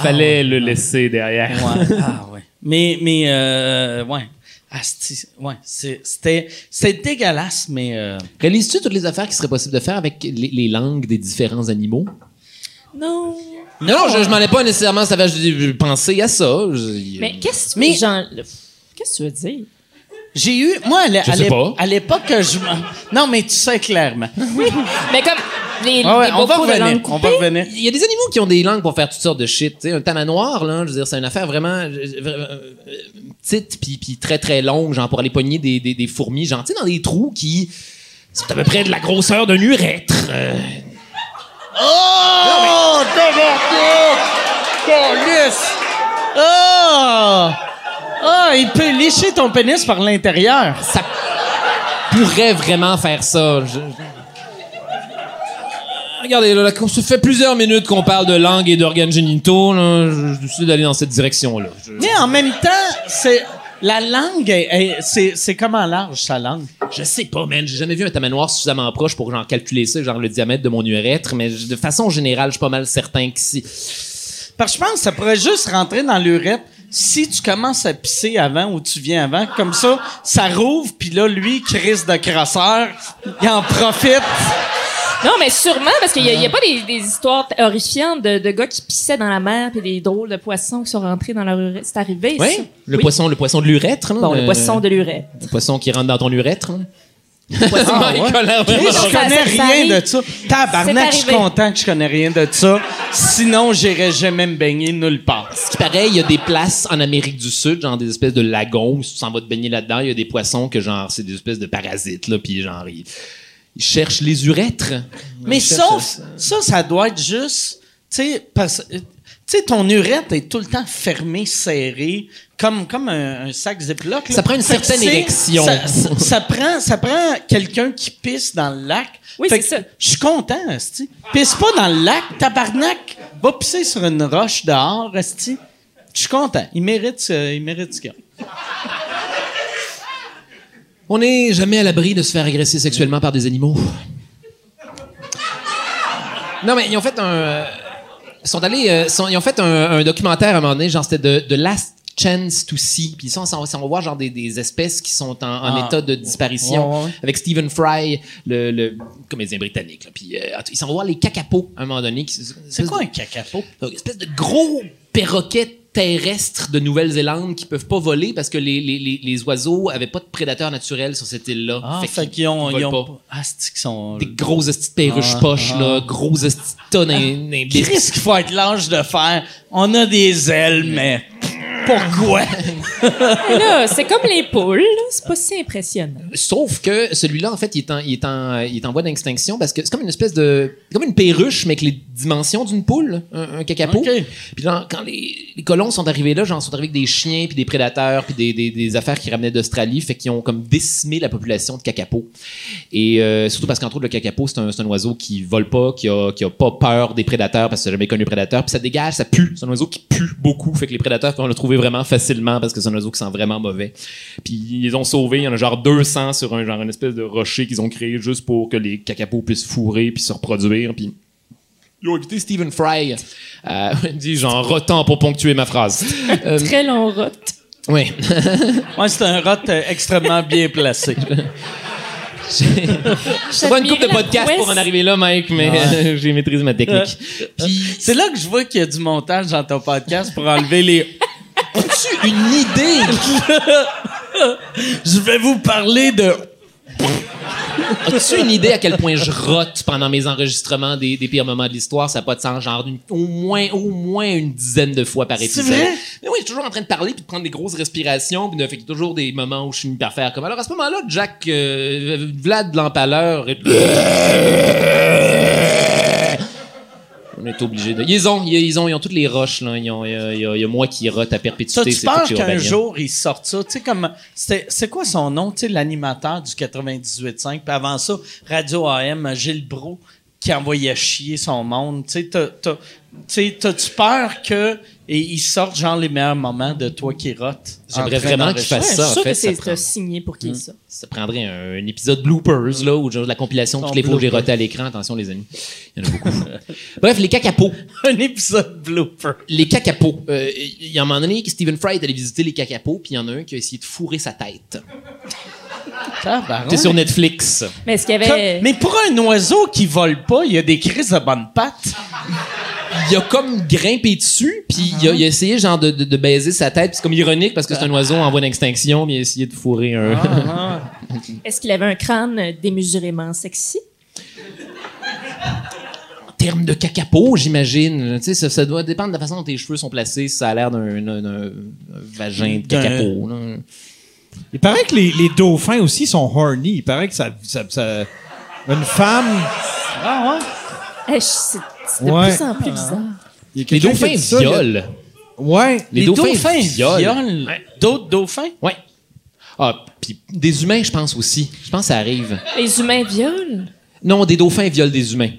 Fallait le laisser derrière.
Ouais, Ah ouais. Mais mais euh, ouais. Asti, ouais, c'est- c'était c'était dégueulasse mais euh,
Réalises-tu toutes les affaires qu'il serait possible de faire avec les, les langues des différents animaux?
Non.
Non, non, je, je m'en ai pas nécessairement ça va, je- je pensé à ça. Je-
Mais qu'est-ce que tu
Mais-
Jean- le- Qu'est-ce que tu veux dire?
j'ai eu moi à l'é-
Je
à
sais
l'ép-
pas.
à l'époque que je m'en- Non, mais tu sais clairement.
Mais comme les,
Ah ouais,
les
on va
bocaux de langue
revenir, on va
coupée,
revenir.
Il y a des animaux qui ont des langues pour faire toutes sortes de shit. tu sais, Un tamanoir, là, je veux dire, c'est une affaire vraiment euh, euh, petite puis puis très très longue, genre pour aller pogner des, des, des fourmis, genre tu sais, dans des trous qui sont à peu près de la grosseur d'un urètre. euh.
Oh, tabarnak! Câlisse! Oh! Oh, il peut lécher ton pénis par l'intérieur.
ça pourrait vraiment faire ça. Je- Regardez, là, là, ça fait plusieurs minutes qu'on parle de langue et d'organes génitaux. Là. Je, je décide d'aller dans cette direction-là. Je-
Mais en même temps, c'est la langue, est- est- c'est c'est comment large sa langue
Je sais pas, man. J'ai jamais vu un tamanoir suffisamment proche pour genre calculer ça, genre le diamètre de mon urètre, mais je- de façon générale, je suis pas mal certain que si.
Parce que je pense que ça pourrait juste rentrer dans l'urette si tu commences à pisser avant ou tu viens avant. Comme ça, ça rouvre, puis là, lui, Chris de crasseur, il en profite.
Non, mais sûrement, parce qu'il n'y a, pas des, des histoires horrifiantes de, de gars qui pissaient dans la mer puis des drôles de poissons qui sont rentrés dans leur urètre. C'est arrivé, ça?
Oui? Le
Oui.
poisson, euh, le poisson de l'urètre, là.
Bon, le poisson de l'urètre.
Le poisson qui rentre dans ton urètre, là. Ah, Mike a l'air vraiment-
Chris,
ça-
je connais
ça arrive.
rien de ça. Tabarnak, je suis
arrivé.
content que je connais rien de ça. Sinon, j'irais jamais me baigner nulle part.
Ce qui paraît, il y a des places en Amérique du Sud, genre des espèces de lagons, où si tu s'en vas te baigner là-dedans, il y a des poissons que genre, c'est des espèces de parasites, là, puis genre, ils, ils cherchent les urètres.
Mais
Ils cherchent
sauf,
ça.
ça, ça doit être juste. Tu sais, parce- euh, tu sais, ton urette est tout le temps fermée, serrée, comme, comme un, un sac Ziploc. là.
Ça prend une
Fait que
certaine
c'est-
érection.
Ça, ça- ça prend, ça prend quelqu'un qui pisse dans le lac.
Oui,
Fait
c'est
que
ça.
Je suis content, esti. Pisse pas dans le lac, tabarnak. Va pisser sur une roche dehors, esti. Je suis content. Il mérite, ce- il mérite ce qu'il a.
On n'est jamais à l'abri de se faire agresser sexuellement par des animaux. Non, mais ils ont fait un. euh, Ils sont allés. euh, sont- ils ont fait un, un documentaire à un moment donné, genre c'était de, de Last Chance to See. Puis ils sont, on, on voit genre des, des espèces qui sont en, en
Ah.
état de disparition.
Ouais, ouais, ouais.
Avec Stephen Fry, le, le comédien britannique. là. Puis euh, ils s'en vont voir les cacapos à un moment donné. qui-
C'est quoi un cacapo?
une espèce de gros perroquet terrestre de Nouvelle-Zélande qui peuvent pas voler parce que les, les, les, les oiseaux avaient pas de prédateurs naturels sur cette île-là.
Ah, fait,
qu'ils-
qu'ils ont,
ils
ils
volent
ont
pas.
Ah, c'est qu'ils sont.
Des grosses petites perruches
Ah,
poches,
ah.
là, grosses petites tonnes d'im- d'imbites.
Qu'est-ce qu'il faut être l'âge de faire? On a des ailes, mais pourquoi?
Mais là, c'est comme les poules, là. c'est pas si impressionnant.
Sauf que celui-là, en fait, il est en, il est en, il est en voie d'extinction parce que c'est comme une espèce de. comme une perruche, mais avec les dimensions d'une poule, un, un cacapo.
Ok.
Puis là, quand les, les colons sont arrivés là, genre, ils sont arrivés avec des chiens, puis des prédateurs, puis des, des, des affaires qu'ils ramenaient d'Australie, fait qu'ils ont comme décimé la population de cacapos. Et euh, surtout parce qu'entre autres, le cacapo, c'est un, c'est un oiseau qui vole pas, qui a, qui a pas peur des prédateurs parce que c'est jamais connu prédateur, puis ça dégage, ça pue. C'est un oiseau qui pue beaucoup, fait que les prédateurs peuvent le trouver vraiment facilement parce que c'est un oiseau qui sent vraiment mauvais. Puis ils ont sauvé, il y en a genre 200 sur un genre une espèce de rocher qu'ils ont créé juste pour que les cacapos puissent fourrer puis se reproduire, puis ils ont invité Stephen Fry. Euh, il dit genre rotant pour ponctuer ma phrase. Euh,
Très long rote.
oui.
Moi, c'est un rot euh, extrêmement bien placé.
Ça va une coupe de podcast pour en arriver là, Mike, mais euh, j'ai maîtrisé ma technique. Puis
C'est là que je vois qu'il y a du montage dans ton podcast pour enlever les.
as-tu une idée
Je vais vous parler de.
As-tu une idée à quel point je rote pendant mes enregistrements des, des pires moments de l'histoire Ça n'a pas de sens, genre une- au moins au moins une dizaine de fois par épisode.
vrai?
Mais oui, je suis toujours en train de parler puis de prendre des grosses respirations puis de fait qu'il y a toujours des moments où je suis mis par faire comme alors à ce moment-là, Jack euh, Vlad l'empaleur et- On est obligé de. Ils ont, ils, ils ont, ils ont toutes les roches là. Ils ont, il y a- il y a, il y a moi qui rote à
Ça,
perpétuité.
tu
c'est
penses
Tokyo
qu'un
Urbania.
jour, ils sortent ça? Tu sais, comme. c'était- C'est quoi son nom, tu sais, l'animateur du 98.5? Puis avant ça, Radio AM, Gilles Brou, qui envoyait chier son monde. Tu sais, t'as- t'as- tu sais, t'as-tu peur que. Et ils sortent, genre, les meilleurs moments de toi qui rote?
J'aimerais
en train
vraiment qu'ils
d'enregistrer?
fassent
Ouais,
ça,
je
en
suis sûr
fait,
que
ça
c'est
prend- Mm.
c'est signé pour qu'il y ait ça.
Ça prendrait un, un épisode bloopers, là, ou genre la compilation de toutes les
Son
fois où j'ai roté à l'écran. Attention, les amis. Il y en a beaucoup. Bref, les cacapos.
Un épisode blooper.
Les cacapos. Euh, Il y a un moment donné que Stephen Fry est allé visiter les cacapos, puis il y en a un qui a essayé de fourrer sa tête.
Tabarouette.
C'est sur Netflix.
Mais est-ce qu'il y
Comme-
avait.
Mais pour un oiseau qui vole pas, il y a des crises de bonnes pattes.
Il a comme grimpé dessus, puis il, a, il a essayé genre de, de- de baiser sa tête. Puis c'est comme ironique parce que c'est un oiseau en voie d'extinction, mais il a essayé de fourrer un...
Est-ce qu'il avait un crâne démesurément sexy?
terme de cacapo, j'imagine. Tu sais, ça, ça doit dépendre de la façon dont tes cheveux sont placés, si ça a l'air d'un d'un- d'un- d'un vagin de
D'un-
cacapo. là.
Il paraît que les, les dauphins aussi sont horny. Il paraît que ça. ça- ça- une femme.
Ah ouais?
Eh, je- C'est c'est de
Ouais.
plus en plus
il
bizarre.
y a
Les
quelqu'un
dauphins
qui a dit ça, il y a-
violent.
Ouais.
Les, dauphins, violent.
violent D'autres dauphins?
Ouais. Ah, puis des humains, je pense aussi. Je pense que ça arrive.
Les humains violent?
Non, des dauphins violent des humains.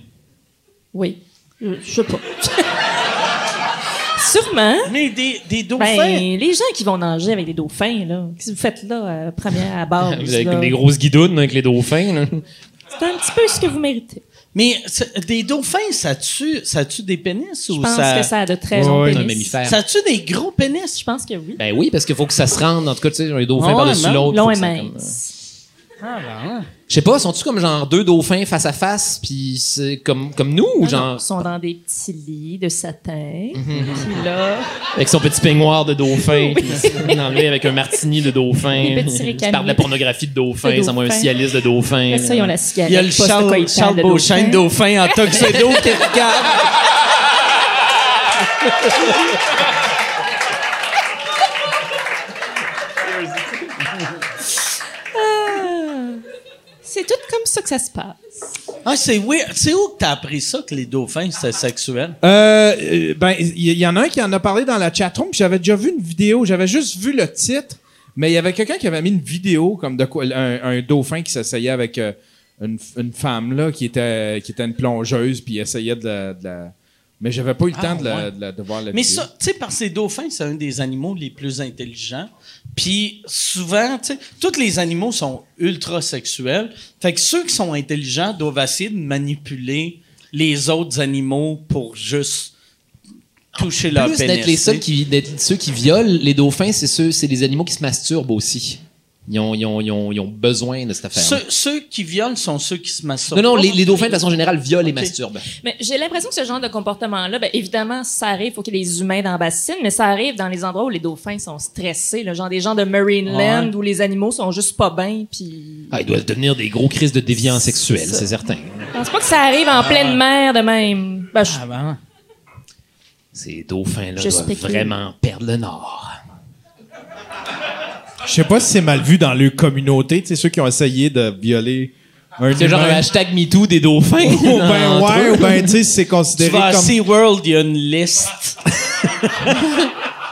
Oui. Je, je sais pas. Sûrement.
Mais des, des dauphins.
Ben, les gens qui vont nager avec des dauphins, là, qu'est-ce que vous faites là, à première à bord?
Vous avez comme des grosses guidounes avec les dauphins. là.
C'est un petit peu ce que vous méritez.
Mais c'est- des dauphins, ça tue, ça tue des pénis
Je
ou
pense
ça.
que ça a de très
Ouais,
longs
ouais,
pénis.
un mammifère.
Ça tue des gros pénis?
Je pense que oui.
Ben oui, parce qu'il faut que ça se rende. En tout cas, tu sais, les dauphins
Ouais,
par-dessus
man.
l'autre. faut
Long
que
et
ça, comme, euh,
mince.
Je sais pas, sont-tu comme genre deux dauphins face à face, puis c'est comme, comme nous, euh, ou
Ah non,
genre Mhm.
Ils sont dans des petits lits de satin. Puis là,
avec son petit peignoir de dauphin, puis il est enlevé avec un martini de dauphin,
Des petits
il
ricanis.
parle de la pornographie de dauphin,
De
il s'envoie un
dauphin.
cialis de dauphin.
après ça, ils ont la cigarette.
Il y a le
Euh, pas ce quoi
Charles,
ils
Charles
parlent de
Beauchamp dauphin en tuxedo qui regarde.
Ah! C'est tout comme ça que ça se passe.
Ah, c'est oui. C'est où que t'as appris ça que les dauphins, c'était sexuel?
Euh, euh, ben, il y, y en a un qui en a parlé dans la chatroom, puis j'avais déjà vu une vidéo, j'avais juste vu le titre, mais il y avait quelqu'un qui avait mis une vidéo comme de quoi un, un dauphin qui s'essayait avec euh, une, une femme là qui était qui était une plongeuse puis il essayait de la, de la- mais j'avais pas eu le
Ah,
temps de, la-
ouais.
de la- de voir la
Mais
vidéo.
ça, tu sais, parce que les dauphins, c'est un des animaux les plus intelligents. Puis souvent, tu sais, tous les animaux sont ultra sexuels. Fait que ceux qui sont intelligents doivent essayer de manipuler les autres animaux pour juste toucher leur
plus
pénis.
d'être les seuls qui, d'être ceux qui violent les dauphins, c'est ceux, c'est les animaux qui se masturbent aussi. Ils ont, ils ont, ils ont, ils ont besoin de cette affaire.
Ceux, ceux qui violent sont ceux qui se masturbent.
Non, non,
pas.
les, les dauphins, de façon générale, violent et
Ok.
masturbent.
Mais j'ai l'impression que ce genre de comportement-là, ben, évidemment, ça arrive, faut qu'il y ait des humains dans la bassine, mais ça arrive dans les endroits où les dauphins sont stressés, le genre des gens de Marineland où les animaux sont juste pas bien, puis
Ah, ils doivent devenir des gros crises de déviants sexuels,
C'est ça.
c'est certain.
je pense pas que ça arrive en pleine
Ah.
mer de même. Ben, je-
Ah, ben,
Ces dauphins-là
Je
doivent
spécule.
vraiment perdre le nord.
Je sais pas si c'est mal vu dans leur communauté, tu sais ceux qui ont essayé de violer un
C'est genre
humain.
un hashtag MeToo des dauphins.
ou ben ouais, ou ben tu sais c'est
tu
considéré
vas à
comme
SeaWorld, il y a une liste.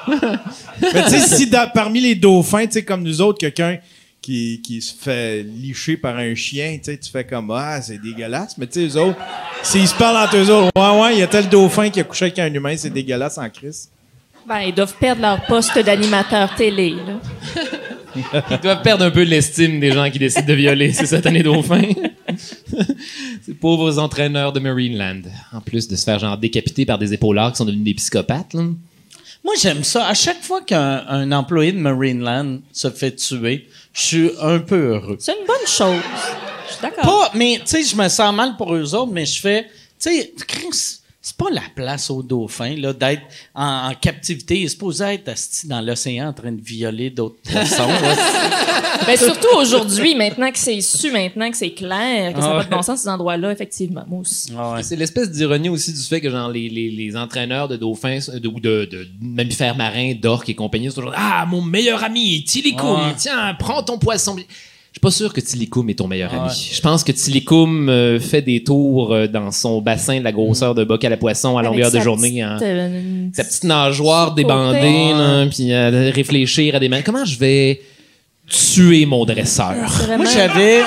Mais tu sais, si dans- parmi les dauphins, tu sais, comme nous autres, quelqu'un qui, qui se fait licher par un chien, tu sais, tu fais comme Ah, c'est dégueulasse. Mais tu sais, eux autres, s'ils se parlent entre eux autres, ouais, ouais, il y a tel dauphin qui a couché avec un humain, c'est dégueulasse en crise.
ben, ils doivent perdre leur poste d'animateur télé, là.
Ils doivent perdre un peu l'estime des gens qui décident de violer ces satanés dauphins. ces pauvres entraîneurs de Marineland. En plus de se faire genre décapiter par des épaulards qui sont devenus des psychopathes. là.
Moi, j'aime ça. À chaque fois qu'un un employé de Marineland se fait tuer, je suis un peu heureux.
C'est une bonne chose. Je suis d'accord.
Pas, mais tu sais, je me sens mal pour eux autres, mais je fais, tu sais, Chris, c'est pas la place aux dauphins, là, d'être en, en captivité. Ils sont supposés être assis dans l'océan en train de violer d'autres poissons. là.
Ben, surtout aujourd'hui, maintenant que c'est su, maintenant que c'est clair, que ça n'a
Ah
pas de bon sens ces endroits-là, effectivement. Moi aussi.
Ah ouais.
C'est l'espèce d'ironie aussi du fait que genre les, les- les entraîneurs de dauphins euh, de- ou de, de mammifères marins, d'orques et compagnie sont toujours Ah, mon meilleur ami, Tilikum,
Ouais.
tiens, prends ton poisson. Je suis pas sûr que Tilikum est ton meilleur ami. Je pense que Tilikum euh, fait des tours euh, dans son bassin de la grosseur de bocal à poisson à
Avec
longueur de
sa
journée.
petite,
hein.
euh,
sa petite nageoire débandée,
Côté.
là, puis à réfléchir à des man- Comment je vais tuer mon dresseur?
vraiment-
Moi, j'avais.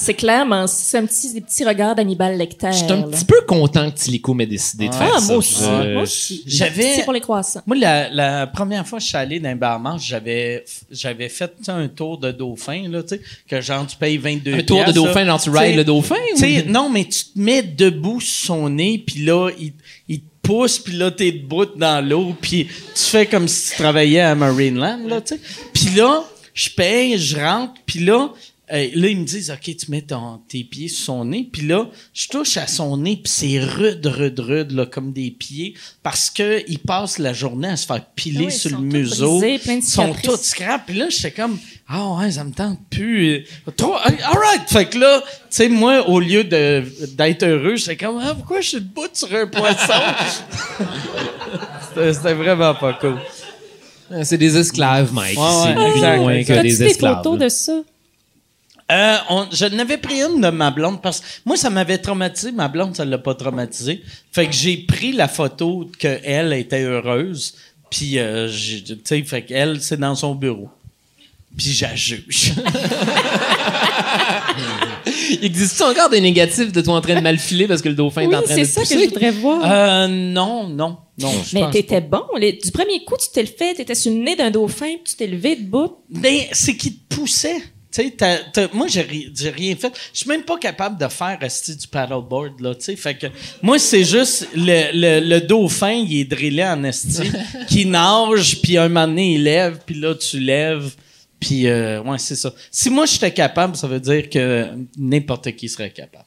C'est clairement c'est un petit, des petits regards d'Hannibal Lecter.
Je suis un
là.
petit peu content que Tilikum ait décidé de
Ah,
faire
Ah,
ça.
moi aussi.
Je-
moi aussi.
j'avais-
C'est pour les croissants.
Moi, la, la première fois que je suis allé dans un bar marche, j'avais, j'avais fait tu sais, un tour de dauphin, là, tu sais, que genre, tu payes 22
Un tour de
piastres,
dauphin,
là.
genre tu rides
sais,
le dauphin? ou-
Tu sais, non, mais tu te mets debout sur son nez, puis là, il, il te pousse, puis là, t'es debout dans l'eau, puis tu fais comme si tu travaillais à Marineland, là, tu sais. Puis là, je paye, je rentre, puis là, euh, là, ils me disent, OK, tu mets ton- tes pieds sur son nez, puis là, je touche à son nez, puis c'est rude, rude, rude, là, comme des pieds, parce que il passe la journée à se faire piler
Ah oui,
sur
ils
le
sont tous
museau.
brisés, plein de
ils sont
cicatrices.
tous scrap. Puis là, j'étais comme, ah ouais, ça me tente plus. Euh, Trop, all right. Fait que là, tu sais, moi, au lieu de, d'être heureux, j'étais comme, ah, pourquoi je suis debout sur un poisson? c'était, c'était vraiment pas cool.
Euh, C'est des esclaves, Mike.
Ouais,
c'est
ouais,
ni
exact,
moins
exact.
que
T'as-tu
Ah! des
des
esclaves.
photos
là.
de ça?
Euh, on- je n'avais pris une de ma blonde parce que moi, ça m'avait traumatisé. Ma blonde, ça l'a pas traumatisé. Fait que j'ai pris la photo qu'elle était heureuse. Puis, euh, j'ai- tu sais, fait qu'elle, c'est dans son bureau. Puis, j'ajuge.
Existe-t-il encore des négatifs de toi en train de mal filer parce que le dauphin
Oui,
est en train de
c'est
te
ça que
pousser? Ah,
je voudrais voir.
Euh, non, non, non. je
mais
pense
t'étais bon. Les- du premier coup, tu t'es le fait, t'étais sur le nez d'un dauphin, puis tu t'es levé debout.
Mais Ben, c'est qu'il te poussait. Tu sais, t'as- t'as- moi, j'ai ri- j'ai rien fait. Je suis même pas capable de faire esti, du paddleboard, là, tu sais. Fait que, moi, c'est juste le, le- le dauphin, il est drillé en esti, qui nage, puis un moment donné, il lève, puis là, tu lèves, puis euh, ouais, c'est ça. Si moi, j'étais capable, ça veut dire que n'importe qui serait capable.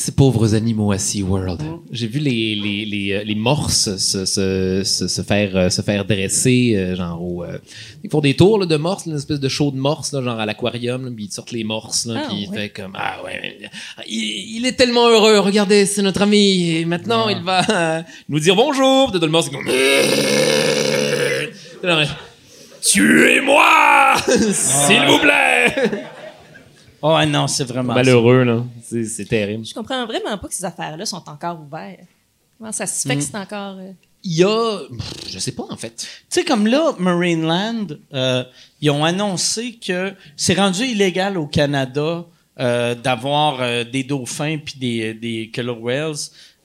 Ces pauvres animaux à SeaWorld. Hein? J'ai vu les, les, les, euh, les morses se, se, se, se faire, euh, se faire dresser, euh, genre au. euh, ils font des tours là, de morses, là, une espèce de show de morses, là, genre à l'aquarium, là, puis ils sortent les morses, là,
Ah,
puis ils
ouais.
fait comme Ah ouais, ouais, il, il est tellement heureux, regardez, c'est notre ami, et maintenant il va euh, nous dire bonjour. Puis le morse, c'est comme. Ah. Tuez-moi! S'il vous plaît!
Oh non, c'est vraiment ça.
Malheureux, Ben là. C'est c'est terrible.
Je comprends vraiment pas que ces affaires-là sont encore ouvertes. Comment ça se fait que c'est encore. euh,
Il y a. pff, Je sais pas, en fait.
Tu sais, comme là, Marineland, euh, ils ont annoncé que c'est rendu illégal au Canada euh, d'avoir euh, des dauphins puis des, des killer whales,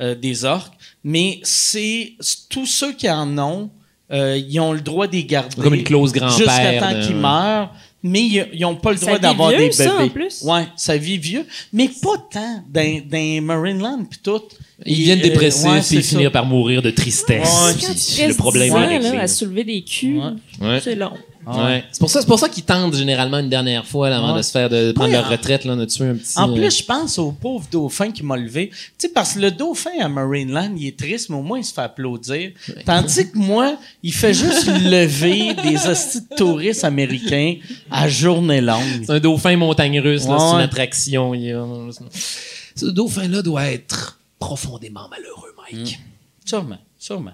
euh, des orques, mais c'est c'est tous ceux qui en ont, euh, ils ont le droit d'y garder.
Comme une clause grand-père,
Jusqu'à temps
là.
qu'ils meurent, mais ils ils ont pas le
Ça
droit
vit
d'avoir des
vieux,
bébés.
ça, en plus.
Ouais, ça vit vieux, mais pas tant dans, dans Marineland puis tout.
Ils
Et,
viennent
euh,
dépresser
ouais,
puis
c'est ça.
finir par mourir de tristesse.
Ouais.
Ah, puis
Quand tu
le
restes
problème
dix ans,
est réglé.
là, à soulever des culs,
Ouais.
Ouais.
c'est long.
Ouais. C'est pour ça, c'est pour ça qu'ils tentent généralement une dernière fois là, avant
Ouais.
de se faire de prendre
Ouais,
leur
en-
retraite là, de tuer un petit.
En
euh,
plus, je pense au pauvre dauphin qui m'a levé. Tu sais, parce que le dauphin à Marineland, il est triste, mais au moins, il se fait applaudir. Tandis que moi, il fait juste lever des hosties de touristes américains à journée longue.
c'est euh, un dauphin montagne russe, là,
Ouais,
c'est une
ouais.
attraction. il y a- Ce dauphin-là doit être profondément malheureux, Mike.
Sûrement, sûrement.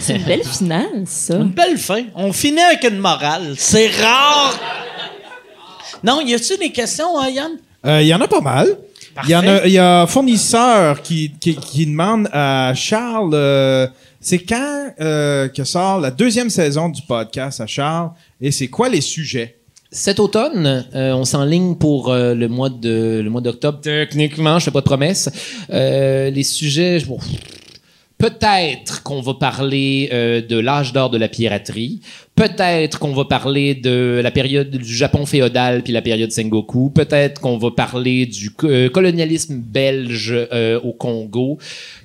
C'est une belle finale, ça.
Une belle fin. On finit avec une morale. C'est rare! Non, y a-tu des questions, hein, Yann?
Euh, Il y en a pas mal. Il y en a,
Parfait.
il y a un fournisseur qui, qui, qui demande à Charles, euh, c'est quand euh, que sort la deuxième saison du podcast à Charles et c'est quoi les sujets?
Cet automne, euh, on s'enligne pour euh, le mois de le mois d'octobre. Techniquement, je fais pas de promesses. Euh, les sujets, je- bon, peut-être qu'on va parler euh, de l'âge d'or de la piraterie. Peut-être qu'on va parler de la période du Japon féodal puis la période Sengoku. Peut-être qu'on va parler du co- euh, colonialisme belge euh, au Congo.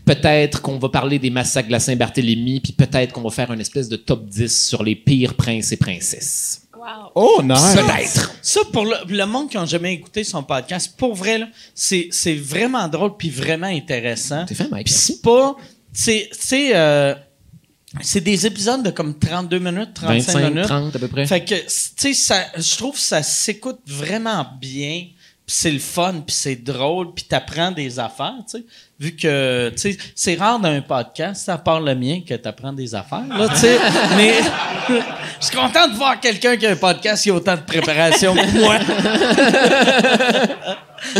Peut-être qu'on va parler des massacres de la Saint-Barthélemy. Puis peut-être qu'on va faire une espèce de top 10 sur les pires princes et princesses.
Wow.
Oh, nice!
Peut-être.
Ça, pour le, le monde qui n'a jamais écouté son podcast, pour vrai, là, c'est c'est vraiment drôle puis vraiment intéressant.
T'es fait, Mike?
Puis c'est pas. C'est. C'est euh, c'est des épisodes de comme 32 minutes, 35 minutes.
30 à peu près.
Fait que, tu sais, ça- je trouve que ça s'écoute vraiment bien. Puis c'est le fun, puis c'est drôle, puis t'apprends des affaires, tu sais. Vu que, tu sais, c'est rare dans un podcast, à part le mien, que t'apprends des affaires, là, tu sais. Mais je suis content de voir quelqu'un qui a un podcast qui a autant de préparation que moi.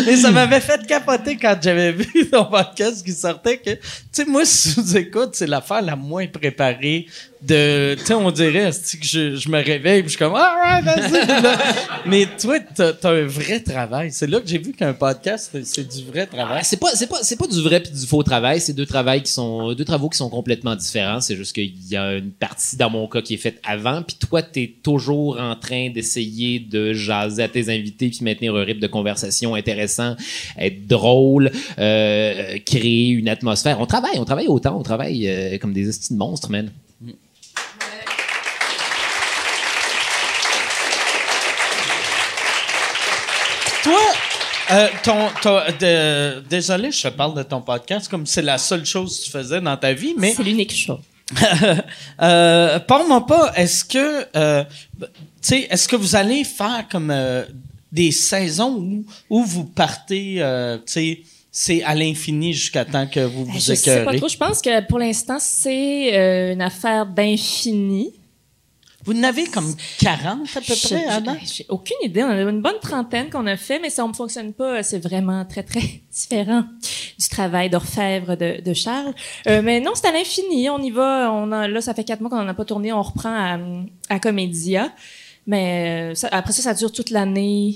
Mais ça m'avait fait capoter quand j'avais vu ton podcast qui sortait que, tu sais, moi, sous-écoute, c'est l'affaire la moins préparée de, tu sais, on dirait, esti, que je, je me réveille puis je suis comme, ah, right, vas-y. Puis là, Mais toi, t'as t'as un vrai travail. C'est là que j'ai vu qu'un podcast, c'est- c'est du vrai travail.
Ah, c'est pas c'est pas c'est pas du vrai puis du faux travail, c'est deux travails qui sont deux travaux qui sont complètement différents, c'est juste qu'il y a une partie dans mon cas qui est faite avant puis toi tu es toujours en train d'essayer de jaser à tes invités puis maintenir un rythme de conversation intéressant, être drôle, euh, créer une atmosphère. On travaille, on travaille autant, on travaille euh, comme des estis de monstres, man.
Toi, euh, ton, ton- de- désolé, je te parle de ton podcast comme c'est la seule chose que tu faisais dans ta vie, mais
C'est l'unique chose.
euh, parle-moi pas, est-ce que, euh, tu sais, est-ce que vous allez faire comme euh, des saisons où, où vous partez, euh, tu sais, c'est à l'infini jusqu'à temps que vous vous
Ben, Je sais pas
écœurez?
trop. Je pense que pour l'instant, c'est euh, une affaire d'infini.
Vous en avez comme 40 à peu
Je-
près,
je- ben,
Adam?
J'ai aucune idée. On a une bonne trentaine qu'on a fait, mais ça ne fonctionne pas. C'est vraiment très, très différent du travail d'orfèvre de, de Charles. Euh, mais non, c'est à l'infini. On y va. On en- là, ça fait quatre mois qu'on n'en a pas tourné. On reprend à, à Comédia. Mais euh, ça- après ça, ça dure toute l'année.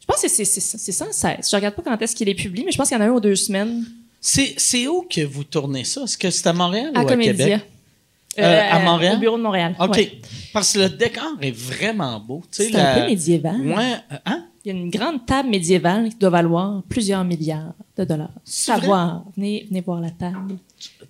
Je pense que c'est c'est- c'est 116. Je regarde pas quand est-ce qu'il est publié, mais je pense qu'il y en a un ou deux semaines
C'est, c'est où que vous tournez ça? Est-ce que c'est à Montréal
à
ou à
Comédia.
Québec? Euh, à Montréal?
Au bureau de Montréal.
OK.
Ouais.
Parce que le décor est vraiment beau. tu sais,
C'est
la-
un peu médiéval.
Ouais, euh, hein?
Il y a une grande table médiévale qui doit valoir plusieurs milliards de dollars.
C'est
À
vrai?
voir. Venez, venez voir la table.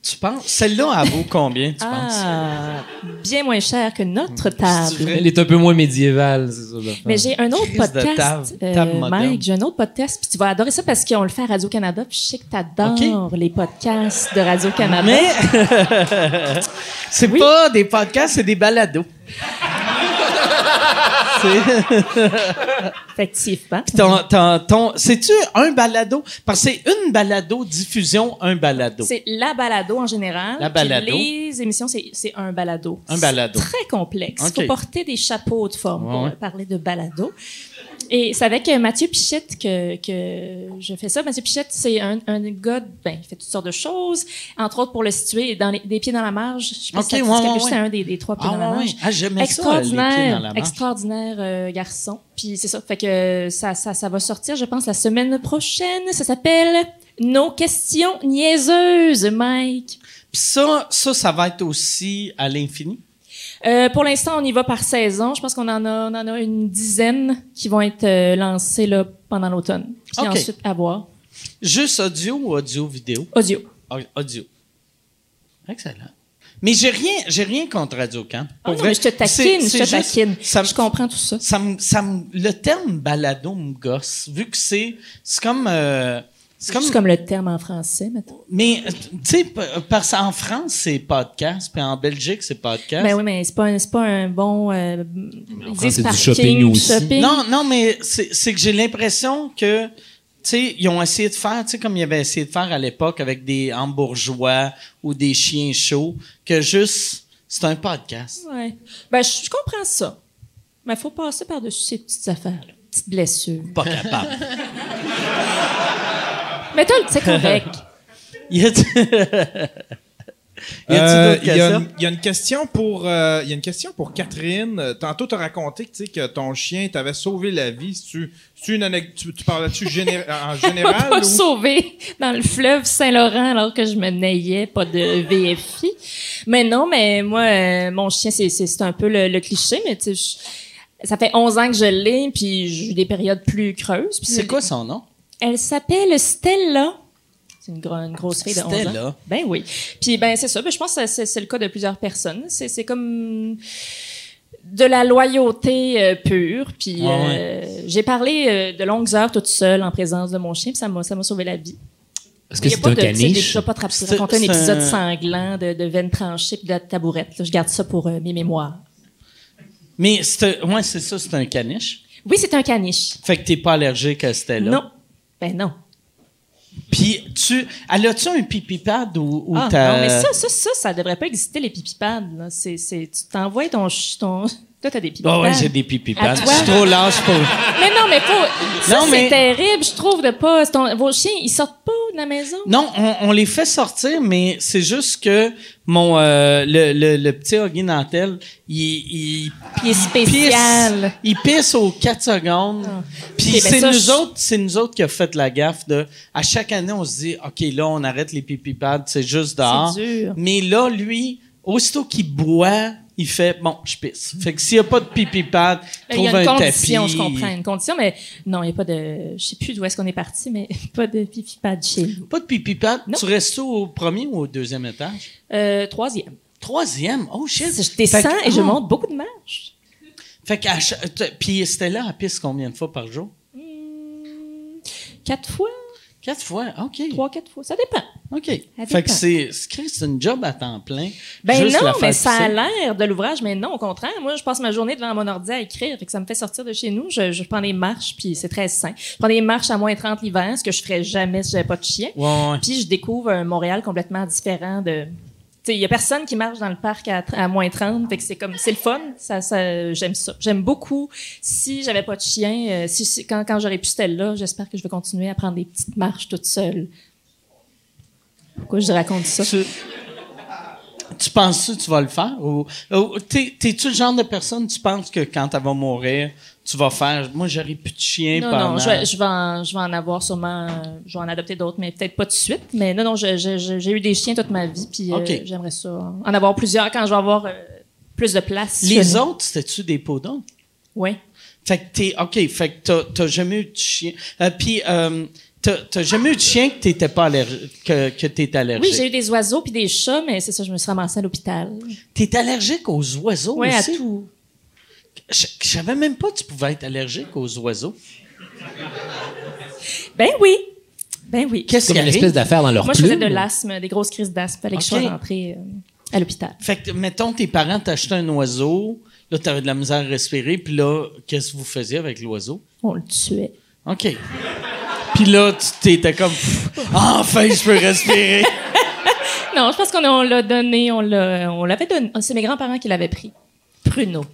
Tu penses? Celle-là, elle vaut combien, tu
Ah, bien moins cher que notre
C'est vrai.
table.
Elle est un peu moins médiévale, c'est ça.
Mais j'ai un autre
Crise de
podcast,
table.
euh,
Table moderne.
Mike, j'ai un autre podcast, puis tu vas adorer ça parce qu'on le fait à Radio-Canada, puis je sais que t'adores les podcasts de
penses?
Radio-Canada.
Mais c'est
Oui.
pas des podcasts, c'est des balados. C'est-
Effectivement.
ton, ton, ton- c'est-tu un balado? Parce que c'est une balado, diffusion, un balado.
C'est la balado en général.
La
puis
balado.
les émissions, c'est c'est un balado.
Un balado.
C'est très complexe. Il
Ok.
faut porter des chapeaux de forme pour
Ouais.
euh, parler de balado. Et c'est avec euh, Mathieu Pichette que, que je fais ça. Mathieu Pichette, c'est un, un gars, de- ben, il fait toutes sortes de choses, entre autres pour le situer dans les, des pieds dans la marge. Je sais pas
Ok,
si ça te dit
ouais, ouais,
quelque chose,
ouais.
c'est un des, des trois pieds
Ah,
dans la
ouais,
marge.
ouais. Ah, j'aimais ça, les pieds
extraordinaire,
dans la marge.
extraordinaire euh, garçon. Puis c'est ça, fait que euh, ça, ça, ça va sortir, je pense, la semaine prochaine. Ça s'appelle Nos questions niaiseuses, Mike.
Puis ça, ça, ça va être aussi à l'infini.
Euh, pour l'instant, on y va par saison. Je pense qu'on en a, on en a une dizaine qui vont être euh, lancées là, pendant l'automne. Puis
Ok.
ensuite, à voir.
Juste audio ou audio vidéo?
Audio.
Au- Audio. Excellent. Mais j'ai rien, j'ai rien contre Radio Camp.
Ah
Pour
non,
vrai,
mais je te
c'est-
taquine, je
c'est
te
juste-
taquine.
ça me-
je comprends tout ça.
ça me, ça me- le terme balado me gosse, vu que c'est, c'est comme, euh, c'est
C'est
comme,
comme... comme le terme en français, maintenant.
mais, euh, tu sais, p- parce qu'en France, c'est podcast, puis en Belgique, c'est podcast.
Ben oui, mais c'est pas, un- c'est pas un bon. Euh, ils
en France,
disent
c'est du
parking,
shopping
du
aussi.
shopping.
Non, non, mais c'est c'est que j'ai l'impression que, tu sais, ils ont essayé de faire, tu sais, comme ils avaient essayé de faire à l'époque avec des hambourgeois ou des chiens chauds, que juste, c'est un podcast.
Ouais. Ben, je, je comprends ça. Mais il faut passer par-dessus ces petites affaires, là. petites blessures.
Pas capable.
Mais t'as le- c'est correct.
y a-tu y a-tu
Euh,
d'autres
Il y, a
questions?
une- il y a une question pour euh, il y a une question pour Catherine. Euh, Tantôt t'as raconté que, tu sais, que ton chien t'avait sauvé la vie. C'est-tu- c'est-tu une anecdote- tu, tu parlais-tu géné- en
m'a
général
pas
ou-
sauvé dans le fleuve Saint-Laurent alors que je me naillais pas de VFI. Mais non, mais moi, euh, mon chien, c'est, c'est, c'est un peu le, le cliché, mais tu sais, je- ça fait 11 ans que je l'ai, puis j'ai eu des périodes plus creuses. Puis
C'est quoi son nom?
Elle s'appelle Stella. C'est une, gro- une grosse fille de 11 ans.
Stella.
Ben oui. Puis ben c'est ça. Ben, je pense que c'est, c'est le cas de plusieurs personnes. C'est, c'est comme de la loyauté euh, pure. Puis
Ah Ouais,
euh, j'ai parlé euh, de longues heures toute seule en présence de mon chien. Puis ça m'a, ça m'a sauvé la vie.
Est-ce
Il
que
y a
c'est
pas
un
de, tu sais, des- Je
caniche?
vais pas te rap-
C'est-
raconter un
c'est
épisode
un-
sanglant de, de veine tranchée puis de tabourette. là. je garde ça pour euh, mes mémoires.
Mais c'est un- ouais, c'est ça, c'est un caniche.
Oui, c'est un caniche.
Fait que t'es pas allergique à Stella.
Non. Ben non.
Puis tu, elle a-tu un pipi pad ou, ou
ah,
t'as-
non, mais ça, ça, ça, ça devrait pas exister, les pipipads. là. C'est, c'est, tu t'envoies ton, ch- ton... Toi, t'as des pipipads.
Ah ouais, j'ai des pipi pads.
À
Je
toi?
suis trop large pour.
Mais non, mais faut... Ça,
Non, mais-
c'est terrible, je trouve, de pas... ton- Vos chiens, ils sortent pas de la maison.
Non, on, on les fait sortir, mais c'est juste que mon euh, le, le, le petit Huggy Nantel, il, il,
Puis il est
pisse,
spécial.
il pisse aux 4 secondes.
Ah.
Puis
Ok, ben
c'est
ça,
nous
je-
autres, c'est nous autres qui a fait la gaffe de. À chaque année, on se dit, ok, là, on arrête les pipi pads, c'est juste dehors.
C'est dur.
Mais là, lui, aussitôt qu'il boit, il fait bon, je pisse. Fait que s'il n'y a pas de pipi pad,
Ben, Il
trouve
y a une
un
condition,
tapis.
je comprends, une condition, mais non, il n'y a pas de... Je sais plus d'où est-ce qu'on est parti, mais pas de pipipads chez nous.
Pas de pipi pad.
Non.
Tu restes au premier ou au deuxième étage?
Euh, troisième.
Troisième. Oh shit.
Je descends
Fait que-
et je
oh.
monte beaucoup de marches.
Fait que puis Stella, elle pisse combien de fois par jour?
Hmm, Quatre fois,
Quatre fois. Ok.
trois, quatre fois, ça dépend.
Ok.
Elle
Fait que
dépend.
c'est c'est- Chris, c'est une job à temps plein.
Ben
Juste
non,
la faire
mais ça a
pisser.
l'air de l'ouvrage, mais non, au contraire. Moi, je passe ma journée devant mon ordi à écrire, fait que ça me fait sortir de chez nous. Je, je prends des marches, puis c'est très sain. Je prends des marches à moins 30 l'hiver, ce que je ferais jamais si j'avais pas de chien.
Ouais, ouais.
Puis je découvre un Montréal complètement différent de... Tu sais, il y a personne qui marche dans le parc à, tr- à moins 30, fait que c'est comme... C'est le fun, ça, ça, j'aime ça. J'aime beaucoup. Si j'avais pas de chien, euh, si, si- quand, quand j'aurais pu celle-là, j'espère que je vais continuer à prendre des petites marches toute seule. Pourquoi je raconte ça?
Tu, tu penses que tu vas le faire? Ou, ou t'es- t'es-tu le genre de personne, tu penses que quand elle va mourir, tu vas faire, moi, j'aurai plus de chien
Non,
pendant...
non, je, vais- je vais en, je vais en avoir sûrement, euh, je vais en adopter d'autres, mais peut-être pas tout de suite. Mais non, non, je- je- je- j'ai eu des chiens toute ma vie, puis euh,
Ok.
j'aimerais ça en en avoir plusieurs quand je vais avoir euh, plus de place.
Les autres, c'était-tu des podons?
Oui.
Fait que t'es... OK, fait que t'as- t'as jamais eu de chien. Euh, Puis, euh, t'as t'as jamais eu de chien que t'étais pas allergique, que, que t'es allergique?
Oui, j'ai eu des oiseaux puis des chats, mais c'est ça, je me suis ramassée à l'hôpital.
T'es allergique aux oiseaux
Oui, à
aussi?
tout.
Je, je savais même pas que tu pouvais être allergique aux oiseaux.
Ben oui. Ben oui.
Qu'est-ce
Comme
qu'il
une
y
espèce
a?
d'affaire dans leur
Moi, je faisais
plume.
de l'asthme, des grosses crises d'asthme. Fallait que je
Ok.
sois rentrée euh, à l'hôpital.
Fait que, mettons, tes parents t'achetaient un oiseau, là, t'avais de la misère à respirer, puis là, qu'est-ce que vous faisiez avec l'oiseau?
On le tuait.
OK. Puis là, tu t'étais comme, Pff, enfin, je peux respirer.
Non, je pense qu'on on l'a donné, on l'a- on l'avait donné. C'est mes grands-parents qui l'avaient pris. Pruneau.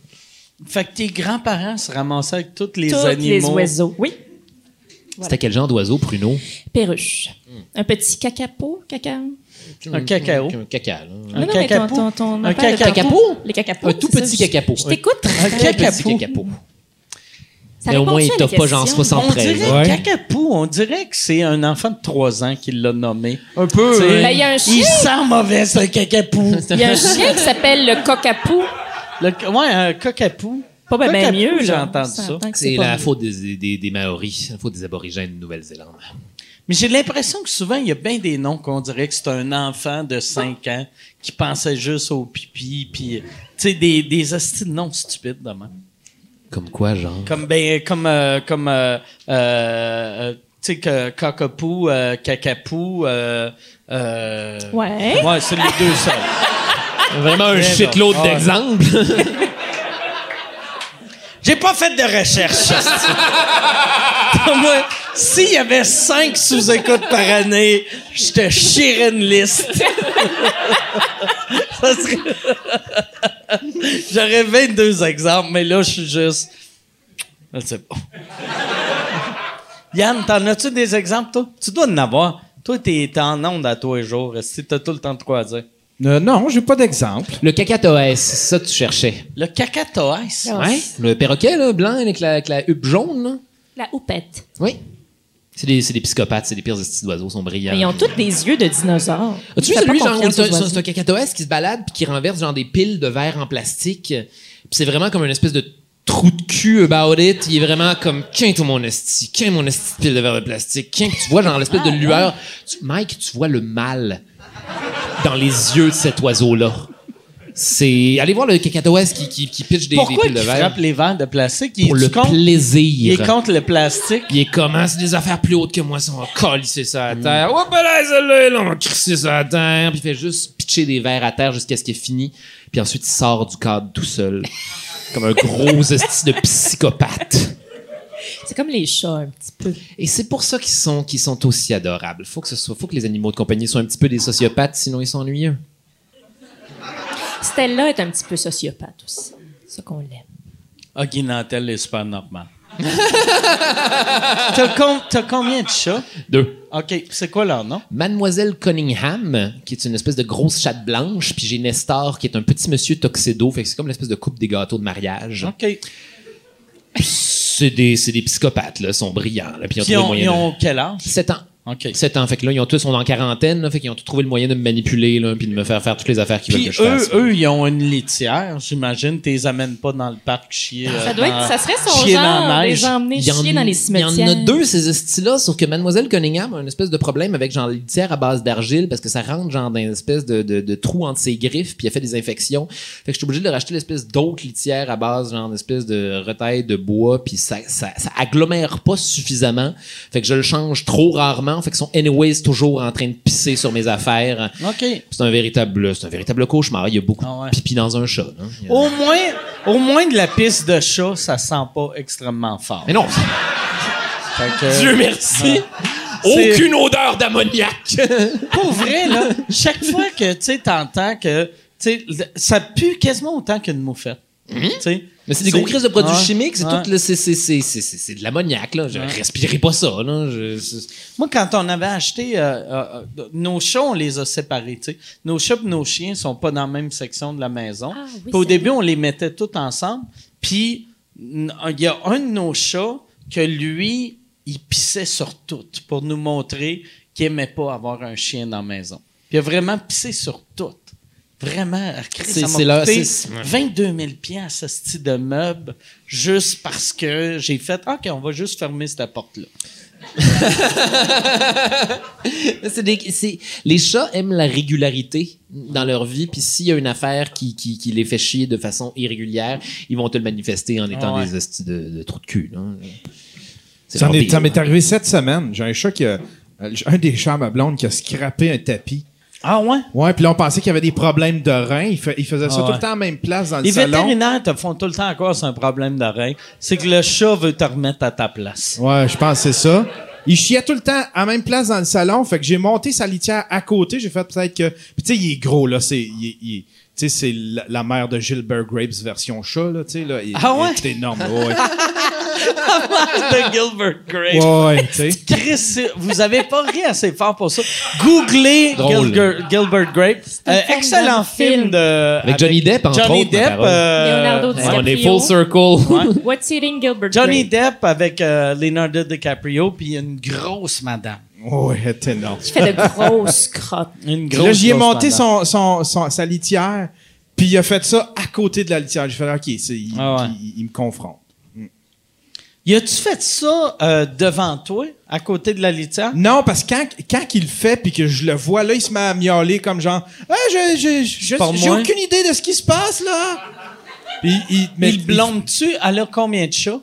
Fait que tes grands-parents se ramassaient avec tous les
Tous les
animaux.
oiseaux. Oui.
C'était quel genre d'oiseau, pruneau?
Perruche.
Hmm.
Un petit cacapo, caca.
Un cacao.
Un caca, là.
Un
Non, non, mais ton-
cacapo.
ton- ton
Un
affaire de
cacapo.
tantôt. Les cacapos.
Un tout
c'est ça,
petit
je-
cacapo.
Je t'écoute.
Un
Un
cacapo.
petit cacapo.
Ça
Mais au
répond-tu
moins,
à
il
mes
t'a pas genre
questions?
60.
On dirait
Ouais.
cacapou, on dirait que c'est un enfant de 3 ans qui l'a nommé.
Un peu.
Tu sais,
Ben, il y a un chien.
Il sent mauvais, ce cacapou.
Il y a un chien qui s'appelle le cocapou.
Le, ca- ouais, un cacapou.
Pas ben, ben
Cacapou,
mieux, là.
j'ai entendu ça.
entend que
C'est
pas
la
mieux.
faute des, des, des Maoris, la faute des aborigènes de Nouvelle-Zélande.
Mais j'ai l'impression que souvent, il y a bien des noms qu'on dirait que c'est un enfant de 5 ans qui pensait juste au pipi, puis, tu sais, des, des hosties de noms stupides, de même.
Comme quoi, genre?
Comme, ben, comme, euh, comme, euh, euh, euh, tu sais, que cacapou, euh, cacapou, euh, euh,
Ouais.
Ouais, c'est les deux seuls.
Vraiment un
Très bon.
shitload
Ah ouais.
d'exemples.
J'ai pas fait de recherche. Pour Moi, s'il y avait cinq sous-écoutes par année, je te chierais une liste. Ça serait- J'aurais 22 exemples, mais là, je suis juste... Ah, C'est bon. Yann, t'en as-tu des exemples, toi? Tu dois en avoir. Toi, t'es t'es en onde à tous les jours. Si t'as tout le temps de quoi dire.
Euh, non, j'ai pas d'exemple.
Le cacatoès, c'est ça que tu cherchais.
Le cacatoès.
Ouais? Le perroquet, là, blanc, avec la, avec la huppe jaune, là.
La houppette.
Oui. C'est des, c'est des psychopathes, c'est les pires petits oiseaux, ils sont brillants.
Mais ils ont tous des yeux de dinosaures.
As-tu vu
Je fais pas
celui, genre, où
confiance
c'est
aux
un-
oiseaux.
c'est un cacatoès qui se balade puis qui renverse, genre, des piles de verre en plastique? Puis c'est vraiment comme une espèce de trou de cul about it. Il est vraiment comme, quin tout mon esti, quin mon esti de pile de verre de plastique, quin que tu vois, genre, l'espèce
Ah,
de lueur. Tu- Mike, tu vois le mal dans les yeux de cet oiseau-là. C'est. Allez voir le cacatoès qui, qui, qui pitche des, des
Pourquoi
piles
il
de verre.
frappe les verres de plastique? Il
Pour
est-tu
le
contre?
plaisir.
Il est contre le plastique.
Il est comment? C'est des affaires plus hautes que moi, ça, on va colisser ça à terre. Hop là, celle-là, là, on va crisser ça à terre. Puis il fait juste pitcher des verres à terre jusqu'à ce qu'il est fini. Puis ensuite, il sort du cadre tout seul. comme un gros esti de psychopathe.
C'est comme les chats, un petit peu.
Et c'est pour ça qu'ils sont, qu'ils sont aussi adorables. Faut que ce soit, faut que les animaux de compagnie soient un petit peu des sociopathes, sinon ils sont ennuyeux.
Stella est un petit peu sociopathe aussi. C'est ça qu'on l'aime.
Guy Nantel est super normal. T'as com- t'as combien de chats?
Deux.
OK, c'est quoi leur nom?
Mademoiselle Cunningham, qui est une espèce de grosse chatte blanche, puis j'ai Nestor, qui est un petit monsieur toxédo, fait que c'est comme l'espèce de coupe des gâteaux de mariage.
OK. Puis
c'est des, c'est des psychopathes, là. Ils sont brillants, là. Puis ils ont
ils ont,
trouvé
ils
le moyen.
ont quel âge?
De... 7 ans.
OK.
7 ans. Fait que là, ils ont tous, sont en quarantaine, là. Fait qu'ils ont tous trouvé le moyen de me manipuler, là, puis de me faire faire toutes les affaires qu'ils veulent
Puis
que je
eux,
fasse.
eux, ils ont une litière, j'imagine. T'es les amènes pas dans le parc chier. euh,
Ça, doit être,
dans-
ça serait son
chier
genre
dans la
de
neige.
les emmener
Il y en-
chier dans les
il y
cimetières.
en a deux, ces estis-là, sauf que Mademoiselle Cunningham a une espèce de problème avec genre litière à base d'argile parce que ça rentre genre dans une espèce de, de, de trou entre ses griffes puis elle fait des infections. Fait que je suis obligé de racheter l'espèce d'autre litière à base genre d'espèce de retail de bois puis ça, ça, ça agglomère pas suffisamment. Fait que je le change trop rarement. Fait qu'ils sont anyways toujours en train de pisser sur mes affaires.
OK.
C'est un véritable, c'est un véritable cauchemar. Il y a beaucoup
Ah ouais.
de pipi dans un chat. hein. Il y a-
Au moins, au moins de la piste de chat, ça sent pas extrêmement fort.
Mais non,
Fait que-
Dieu merci.
C'est-
Euh, Aucune odeur d'ammoniac.
Pour vrai, là, chaque fois que tu sais, t'entends que tu sais, ça pue quasiment autant qu'une moufette. Tu sais.
Mmh. Mais c'est des gros crises de produits
Ouais,
chimiques, c'est
ouais.
tout le- c'est c'est- c'est- c'est- c'est- c'est de l'ammoniac là. Je
Ouais.
respirais pas ça là. Je- c'est-
Moi, quand on avait acheté euh, euh, euh, nos chats, on les a séparés. tu sais. Nos chats et nos chiens sont pas dans la même section de la maison.
Ah, oui,
Puis au
c'est
début, on les mettait tous ensemble. Puis n- euh, il y a un de nos chats que lui, il pissait sur tout pour nous montrer qu'il aimait pas avoir un chien dans la maison. Puis il a vraiment pissé sur tout. Vraiment, ah, Christ,
C'est-
ça
c'est
m'a
là-
coûté
c'est-
22 000 piastres, ce style de meuble, juste parce que j'ai fait « OK, on va juste fermer cette porte-là. »
C'est des- c'est- les chats aiment la régularité dans leur vie, puis s'il y a une affaire qui, qui, qui les fait chier de façon irrégulière, ils vont te le manifester en étant
ouais.
des hosties de, de trous de cul. là. C'est
Ça
leur
m'est,
deal.
ça m'est arrivé cette semaine. J'ai un chat qui a. euh, Un des chats à ma blonde qui a scrappé un tapis.
Ah ouais?
Ouais, puis là, on pensait qu'il y avait des problèmes de reins. Il, fa- il faisait ça
Ah
tout
ouais.
le temps à la même place dans le
Les
salon.
vétérinaires te font tout le temps encore c'est un problème de rein. C'est que le chat veut te remettre à ta place.
Ouais, je pense que c'est ça. Il chiait tout le temps à la même place dans le salon. Fait que j'ai monté sa litière à côté. J'ai fait peut-être que. Puis tu sais, il est gros, là. C'est, il, est- il est- tu sais, c'est la, la mère de Gilbert Grapes version chat, là, tu sais, là. Il,
Ah
il
ouais?
est énorme, ouais,
de
ouais.
Gilbert Grape.
Ouais, ouais, tu sais.
Chris, c'est- vous avez pas ri assez fort pour ça. Googlez
Drôle.
Gilger- Gilbert Grape.
un
Euh,
formidable
excellent film,
film.
de
Avec Johnny Depp, entre
Johnny
autres, ma
Depp.
parole.
euh,
Leonardo
Ouais, on est
DiCaprio.
full circle.
What's Eating Gilbert
Johnny
Grape?
Depp avec euh, Leonardo DiCaprio puis une grosse madame.
Ouais, ouais, elle est énorme.
qui fait de grosses crottes.
Une grosse.
Là, j'y ai
grosse
monté
madame.
son, son, son- sa litière, puis il a fait ça à côté de la litière. J'ai fait, OK, c'est, il,
Ah ouais.
il- il me confronte.
Y a-tu fait ça euh, devant toi, à côté de la litière?
Non, parce que quand, quand il le fait puis que je le vois, là, il se met à miauler comme genre Ah, je, je, je- je-
Parle
j'ai
moins.
aucune idée de ce qui se passe, là. Puis il, mais-
il blonde-tu? Elle a combien de chats?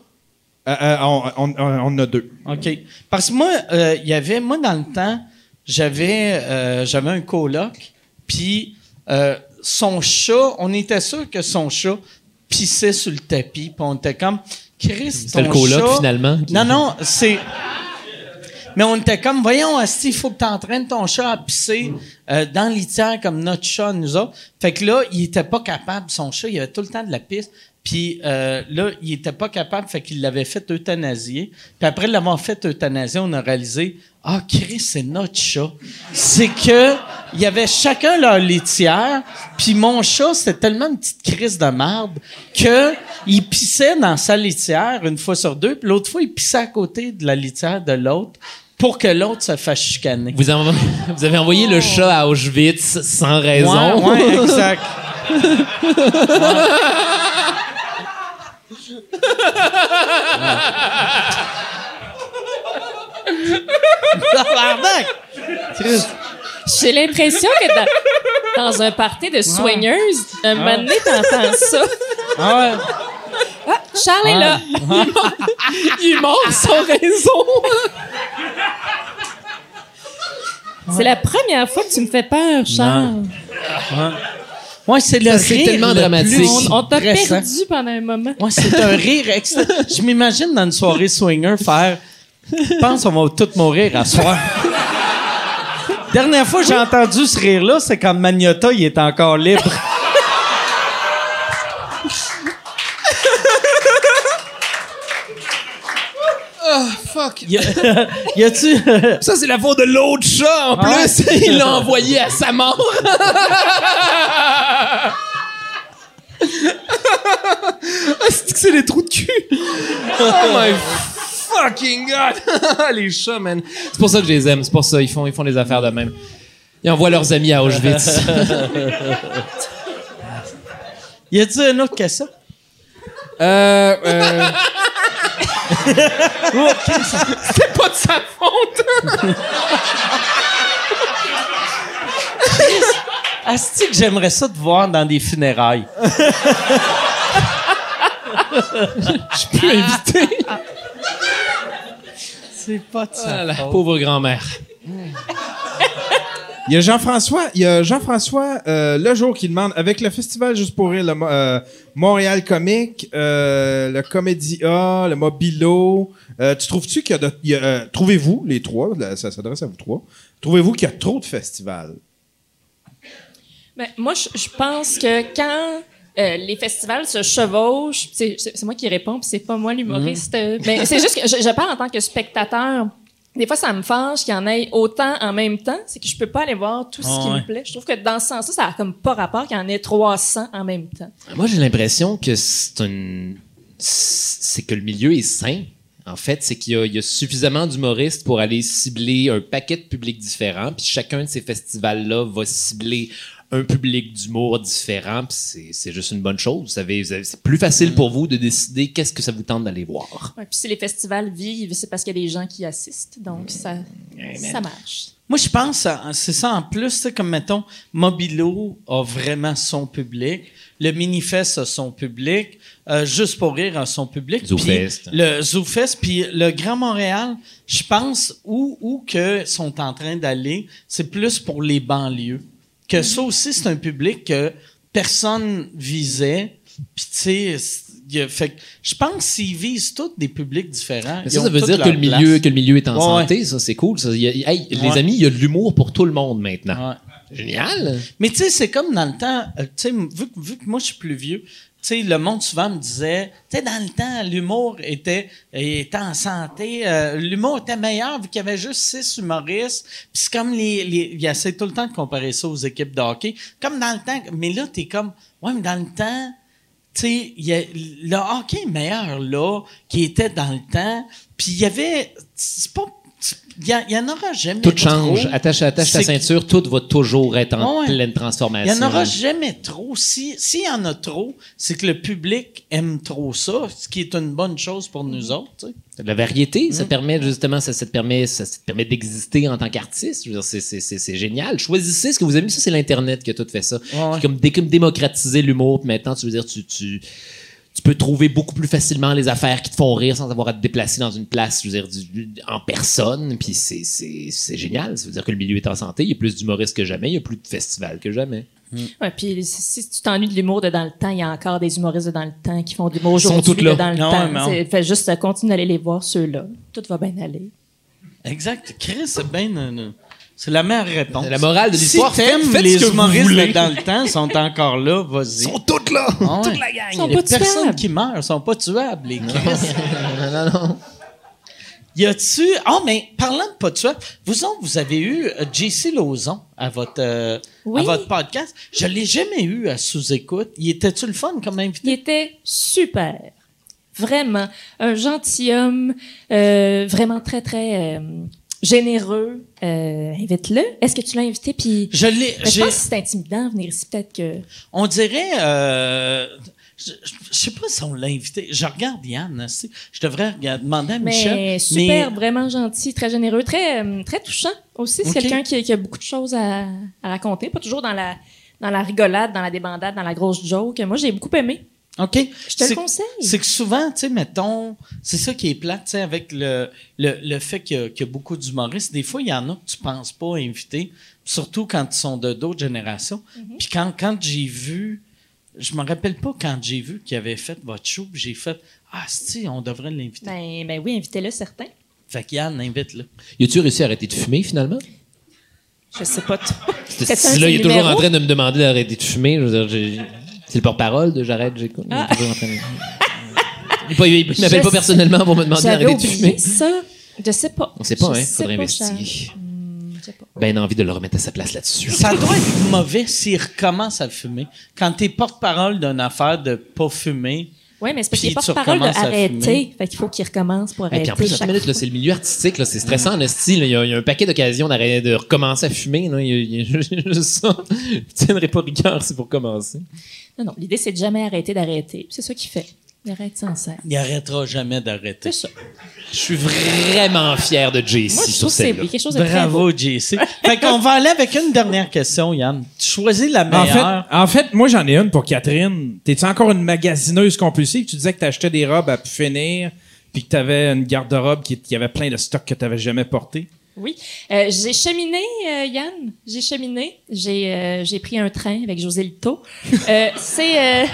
Euh, euh, on, on, on- on a deux.
OK. Parce que moi, euh, il y avait, moi, dans le temps, j'avais, euh, j'avais un coloc, puis euh, son chat, on était sûr que son chat pissait sur le tapis, puis on était comme, Chris,
C'était
ton
le coloc,
chat-
finalement, qui-
Non, non, c'est. Mais on était comme, voyons, Asti, il faut que tu entraînes ton chat à pisser euh, dans le litière comme notre chat, nous autres. Fait que là, il était pas capable, son chat, il avait tout le temps de la pisse. Puis euh, là, il était pas capable, fait qu'il l'avait fait euthanasier. Puis après l'avoir fait euthanasier, on a réalisé, ah, Chris, c'est notre chat. C'est que il y avait chacun leur litière, puis mon chat, c'était tellement une petite crise de merde que il pissait dans sa litière une fois sur deux, puis l'autre fois, il pissait à côté de la litière de l'autre pour que l'autre se fasse chicaner.
Vous, envo- vous avez envoyé le chat à Auschwitz sans raison.
Oh. Ouais, ouais, exact. Tabarnak!
J'ai l'impression que dans, dans un party de soigneuses, un moment donné, t'entends ça.
Ah ouais.
Ah, Charles est là. Il est mort sans raison. C'est la première fois que tu me fais peur, Charles.
Ouais, c'est le
Ça, c'est
rire
tellement
le
dramatique.
plus
On-
On t'a
stressant.
perdu pendant un moment.
Ouais, c'est un rire extra. Je m'imagine dans une soirée swinger faire Je pense qu'on va tous mourir à soir. Dernière fois que j'ai entendu ce rire-là, c'est quand Magnota, il est encore libre.
fuck.
Y a- y a-tu. euh,
Ça, c'est la faute de l'autre chat, en
Ah ouais?
plus. Il l'a envoyé à sa mort. Ah, c'est que c'est des trous de cul. Oh my fucking god. Les chats, man. C'est pour ça que je les aime. C'est pour ça. Ils font, ils font des affaires de même. Ils envoient leurs amis à Auschwitz.
y a-tu une autre question?
Euh, euh,
Oh, Chris,
c'est pas de sa faute.
Asti, que j'aimerais ça te voir dans des funérailles.
Je peux éviter.
C'est pas de ça.
Ah, la pauvre grand-mère.
Il y a Jean-François, il y a Jean-François euh, le jour qui demande avec le festival juste pour rire, le Mo- euh, Montréal Comique, euh, le Comédia, le Mobilo, euh, tu trouves-tu qu'il y a, de- il y a, euh, trouvez-vous les trois, là, ça s'adresse à vous trois, trouvez-vous qu'il y a trop de festivals
Ben, moi, je, je pense que quand euh, les festivals se chevauchent, c'est c'est- c'est moi qui réponds, puis c'est pas moi l'humoriste.
Mhm.
euh, Mais c'est juste que je, je parle en tant que spectateur. Des fois, ça me fâche qu'il y en ait autant en même temps. C'est que je peux pas aller voir tout ce
Ah
qui
ouais.
me plaît. Je trouve que dans ce sens-là, ça a comme pas rapport qu'il y en ait 300 en même temps.
Moi, j'ai l'impression que c'est une. C'est que le milieu est sain. En fait, c'est qu'il y, a- il y a suffisamment d'humoristes pour aller cibler un paquet de publics différents. Puis chacun de ces festivals-là va cibler un public d'humour différent. Puis c'est- c'est juste une bonne chose. Vous savez, vous avez- c'est plus facile pour vous de décider qu'est-ce que ça vous tente d'aller voir.
Ouais, puis si les festivals vivent, c'est parce qu'il y a des gens qui assistent. Donc, ça, ça marche.
Moi, je pense, à- c'est ça en plus, tu sais, comme mettons, Mobilo a vraiment son public, le Minifest a son public, euh, Juste pour rire a son public. puis
Zoofest.
Le Zoofest, puis le Grand Montréal, je pense, où, où que sont en train d'aller, c'est plus pour les banlieues. Que ça aussi, c'est un public que personne visait, puis tu sais, c'est- y a- fait que je pense qu'ils visent tous des publics différents.
Mais
Ils
ça,
ont
ça veut
tous
dire que
leur
le, milieu,
place.
que le milieu est en
Ouais, ouais.
santé. Ça, c'est cool. Ça, il y a- hey,
Ouais.
Les amis, il y a de l'humour pour tout le monde maintenant.
Ouais.
Génial.
Mais tu sais, c'est comme dans le temps, euh, tu sais, vu, que- vu que moi je suis plus vieux, tu sais, le monde souvent me disait, tu sais, dans le temps, l'humour était, était en santé, euh, l'humour était meilleur vu qu'il y avait juste six humoristes. Puis c'est comme les, les. Il essaie tout le temps de comparer ça aux équipes de hockey. Comme dans le temps, mais là, t'es comme, ouais, mais dans le temps, tu sais, il y a- le hockey est meilleur là, qui était dans le temps. Puis il y avait. C'est pas. Il y a- il y en aura jamais.
Tout change.
trop.
Attache, attache ta
C'est-
ceinture. Tout va toujours être en
Ouais.
pleine
Il
transformation.
n'y en aura jamais trop. Si- S'il y en a trop, c'est que le public aime trop ça, ce qui est une bonne chose pour nous autres. tu sais.
La variété,
Mm.
ça permet justement, ça, ça te permet, ça, ça te permet d'exister en tant qu'artiste. Je veux dire, c'est- c'est- C'est c'est génial. Choisissez ce que vous aimez. Ça, c'est l'Internet qui a tout fait ça. C'est comme, dé- comme démocratiser l'humour. Puis maintenant, tu veux dire, tu, tu, tu peux trouver beaucoup plus facilement les affaires qui te font rire sans avoir à te déplacer dans une place, je veux dire, du- du- en personne. Puis c'est- c'est c'est génial. Ça veut dire que le milieu est en santé. Il y a plus d'humoristes que jamais. Il y a plus de festivals que jamais.
Ouais, puis si, si tu t'ennuies de l'humour de dans le temps, il y a encore des humoristes de dans le temps qui font de l'humour
sont
aujourd'hui
toutes là.
de dans le
Non,
temps.
non.
C'est- Fait juste euh, continue d'aller les voir ceux-là. Tout va bien aller.
Exact. Chris, c'est bien. une- une- C'est la meilleure réponse.
La morale de l'histoire,
Si t'aimes,
faites- faites ce
les
que vous
humoristes
voulez. Ah
de dans le temps sont encore là, vas-y. Ils sont toutes là. Toute la gang.
Ils sont
Il y a
pas
personne
tuables.
qui meurt. Ils sont pas tuables, les Chris.
non, non.
Y a-tu. Ah, mais parlant de pas de soif, vous autres, vous avez eu euh, JC Lauzon à votre, euh,
Oui.
à votre podcast. Je l'ai jamais eu à sous-écoute. Il était-tu le fun comme invité?
Il était super. Vraiment. Un gentilhomme, euh, vraiment très, très euh, généreux. Euh, Invite-le. Est-ce que tu l'as invité? Puis,
Je l'ai.
Ben, je
j'ai-
pense que c'est intimidant venir ici. Peut-être que.
On dirait. euh, je, je- je sais pas si on l'a invité. Je regarde Yann. aussi. Je devrais regarder- demander à
Mais
Michel.
super,
mais-
vraiment gentil, très généreux, très, euh, très touchant aussi. C'est
Ok.
quelqu'un qui, qui a beaucoup de choses à, à raconter. Pas toujours dans la, dans la rigolade, dans la débandade, dans la grosse joke. Moi, j'ai beaucoup aimé.
OK.
Je te le
C'est-
conseille.
C'est que souvent, tu sais, mettons, c'est ça qui est plate, tu sais, avec le, le, le fait qu'il y, a- qu'il y a beaucoup d'humoristes. Des fois, il y en a que tu penses pas inviter, surtout quand ils sont de d'autres générations. Puis quand, quand j'ai vu, je me rappelle pas quand j'ai vu qu'il avait fait votre show, puis j'ai fait Ah, si, on devrait l'inviter.
Ben, ben oui, invitez-le, certain.
Fait que Yann, invite-le.
Y a-tu réussi à arrêter de fumer finalement?
Je sais pas trop.
Cet
C'est un
style-là, il est toujours
numéro.
en train de me demander d'arrêter de fumer. Je veux dire, j'ai- c'est le porte-parole de j'arrête, j'écoute. Il est toujours en train de- Il est pas- Il ne m'appelle
Ah. Je
pas
sais-
personnellement pour me demander
J'avais
d'arrêter de
oublié
fumer.
ça. Je sais pas.
On sait pas,
Je
hein.
sais
Faudrait
pas,
investiguer.
Charles. Hmm, je sais pas.
Ben, envie de le remettre à sa place là-dessus.
Ça doit être mauvais s'il recommence à fumer. Quand t'es porte-parole d'une affaire de pas fumer,
Oui, mais c'est parce
Puis
qu'il
tu
porte parole
recommences à
d'arrêter.
fumer.
Fait qu'il faut qu'il recommence pour
Et
arrêter.
puis en plus,
chaque
attends une minute, là, c'est le milieu artistique, là, c'est stressant
Mm.
en esti, là. Il y, a- il y a un paquet d'occasions d'arrêter de recommencer à fumer. Là. Il y a- il y a juste ça. Je tiendrai pas rigueur, c'est pour commencer.
Non, non, l'idée, c'est de jamais arrêter d'arrêter. Puis C'est ça qu'il fait. Il arrête sans cesse.
il arrêtera jamais d'arrêter.
C'est ça.
Je suis vraiment fier de JC
Moi, je
sur
trouve que c'est
celle-là.
quelque chose de très beau.
Bravo, JC. Fait qu'on va aller avec une dernière question, Yann. Tu choisis la
En
meilleure.
fait, en fait, moi, j'en ai une pour Catherine. T'es-tu encore une magasineuse compulsive? Tu disais que t'achetais des robes à pu finir, puis que t'avais une garde-robe qui, qui avait plein de stocks que t'avais jamais porté.
Oui. Euh, j'ai cheminé, euh, Yann. J'ai cheminé. J'ai, euh, j'ai pris un train avec José Lito. Euh, c'est, euh,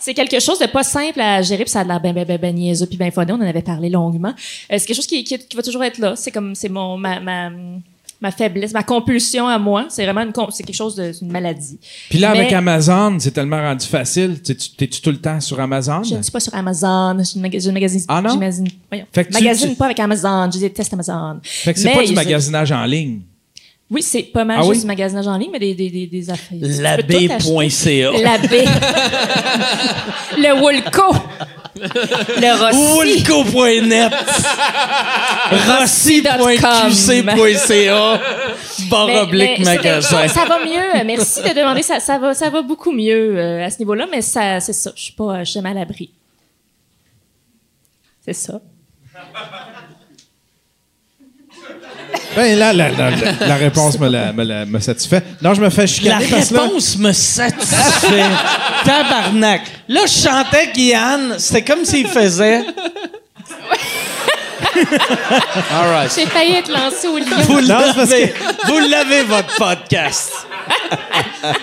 c'est quelque chose de pas simple à gérer, puis ça a l'air ben, ben, ben, ben niaiseux, puis ben phoné. On en avait parlé longuement. Euh, c'est quelque chose qui, qui, qui va toujours être là. C'est comme, c'est mon, ma, ma, ma faiblesse, ma compulsion à moi. C'est vraiment une, com- c'est quelque chose de, c'est une maladie.
Puis là,
Mais-
avec Amazon, c'est tellement rendu facile. Tu- tu- T'es-tu tout le temps sur Amazon?
Je ne suis pas sur Amazon. Je ne maga- je ne magasine,
Ah non?
je magasine- voyons.
Fait que tu-
magasine
tu-
pas avec Amazon. Je déteste Amazon.
Fait que c'est pas du
je-
magasinage en ligne.
Oui, c'est pas mal
Ah
juste
oui?
du magasinage en ligne, mais des, des, des, des affaires. Tu peux tout acheter.
Labé.ca.
La baie. le Woolco. Le Rossi.
Woolco.net. Rossi.qc.ca. Barre
Mais-
oblique
mais c'est quelque
magasin.
chose- Ça va mieux. Euh, Merci de demander. Ça, ça, va, ça va beaucoup mieux euh, à ce niveau-là, mais ça, c'est ça. Je suis pas, euh, je suis mal à l'abri. C'est ça.
Ben là, la, la- la- la réponse me, la- me la- me satisfait. Non, je me fais
La
chicaner parce que là,
réponse me satisfait. Tabarnak. Là, je chantais Guyane. C'était comme s'il faisait.
All right.
J'ai failli être lancée au lion.
Vous
Non, c'est parce
l'avez. Vous l'avez, votre podcast.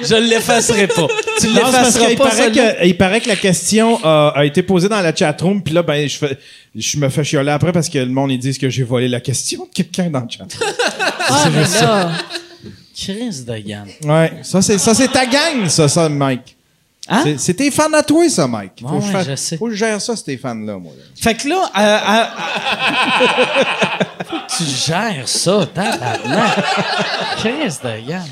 Je l'effacerai pas. Tu
Non, c'est parce
l'effaceras
qu'il
pas.
paraît,
celui-là.
que, il paraît que la question euh, a été posée dans la chatroom, puis là, ben, je, fais- je me fais chioler après parce que le monde, ils disent que j'ai volé la question de quelqu'un dans le chat.
Ah, mais là.
Chris de Yann.
Ouais. Ça, c'est, ça, c'est ta gang, ça, ça, Mike.
Hein?
C'est, c'est tes fans à toi, ça, Mike. Faut
Ouais,
que je, fasse-
je sais.
Faut que je gère ça, ces fans-là, moi. là.
Fait que là, euh, euh, faut que tu gères ça, tabarnak. Chris de Yann.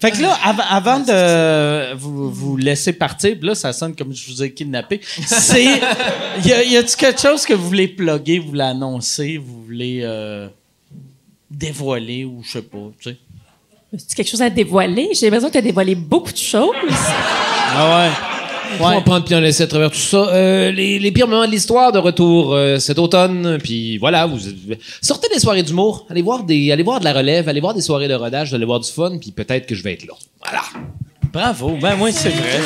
Fait que là, av- avant de euh, vous, vous laisser partir, puis là, ça sonne comme je vous ai kidnappé. C'est, y, a, y a-tu quelque chose que vous voulez plugger, vous voulez annoncer, vous voulez euh, dévoiler ou je sais pas, tu sais?
As-tu quelque chose à dévoiler? J'ai l'impression que tu as dévoilé beaucoup de choses.
Ah ouais.
On prend puis on laisse à travers tout ça. Euh, les, les pires moments de l'histoire de retour euh, cet automne. Puis voilà, vous sortez des soirées d'humour, allez voir des, allez voir de la relève, allez voir des soirées de rodage, allez voir du fun, puis peut-être que je vais être là. Voilà.
Bravo. Ben moi, c'est vrai.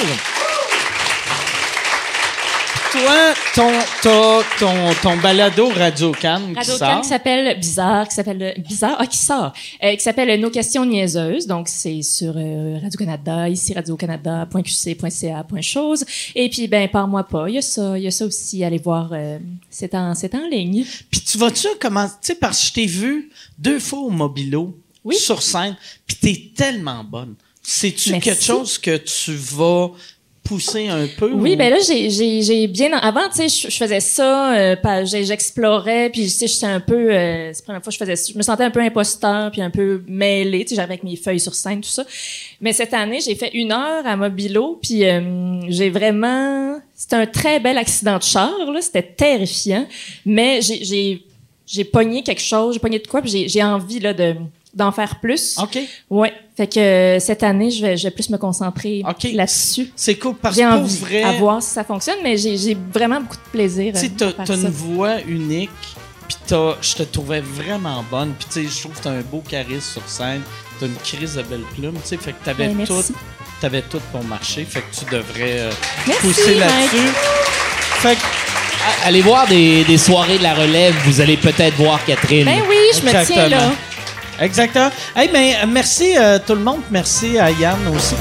Toi, ton, ton, ton, ton balado Radio Cannes qui
Radio
sort.
Cannes qui s'appelle Bizarre, qui s'appelle euh, Bizarre, ah, qui sort, euh, qui s'appelle Nos questions niaiseuses. Donc, c'est sur euh, Radio-Canada, ici radiocanada.qc.ca.chose. Et puis, ben, parle-moi pas. Il y a ça, il y a ça aussi. Allez voir, euh, c'est en, c'est en ligne.
Puis tu vas-tu commencer, tu sais, parce que je t'ai vu deux fois au Mobilo,
Oui.
sur scène, puis t'es tellement bonne. C'est-tu
Merci.
quelque chose que tu vas pousser un peu?
Oui,
ou-
ben là, j'ai- j'ai j'ai bien... Avant, tu sais, je- je faisais ça, euh, pas- j'ai- j'explorais, puis tu sais, j'étais un peu... euh, c'est la première fois que je faisais ça. Je me sentais un peu imposteur, puis un peu mêlée, tu sais, j'avais avec mes feuilles sur scène, tout ça. Mais cette année, j'ai fait une heure à Mobilo, puis euh, j'ai vraiment... C'était un très bel accident de char, là. C'était terrifiant. Mais j'ai- j'ai j'ai pogné quelque chose, j'ai pogné de quoi, puis j'ai- j'ai envie, là, de d'en faire plus.
OK.
Ouais, fait que euh, cette année, je vais, je vais plus me concentrer
Ok.
là-dessus.
C'est cool, parce
J'ai
que pour
envie
vrai,
à voir si ça fonctionne, mais j'ai j'ai vraiment beaucoup de plaisir.
tu sais,
euh,
t'as
à faire
t'as
ça.
une voix unique, puis t'as- je te trouvais vraiment bonne. Puis tu sais, je trouve que t'as un beau charisme sur scène, t'as une crise de belle plume, tu sais, fait que t'avais
Ben, merci.
tout, t'avais tout pour marcher, fait que tu devrais euh,
Merci,
pousser
Mike.
là-dessus. Fait que
A- Allez voir des, des soirées de la relève, vous allez peut-être voir Catherine.
Ben oui, je me tiens là.
euh, Exactement. Exactement. Hey, ben, merci euh, tout le monde. Merci à Yann aussi.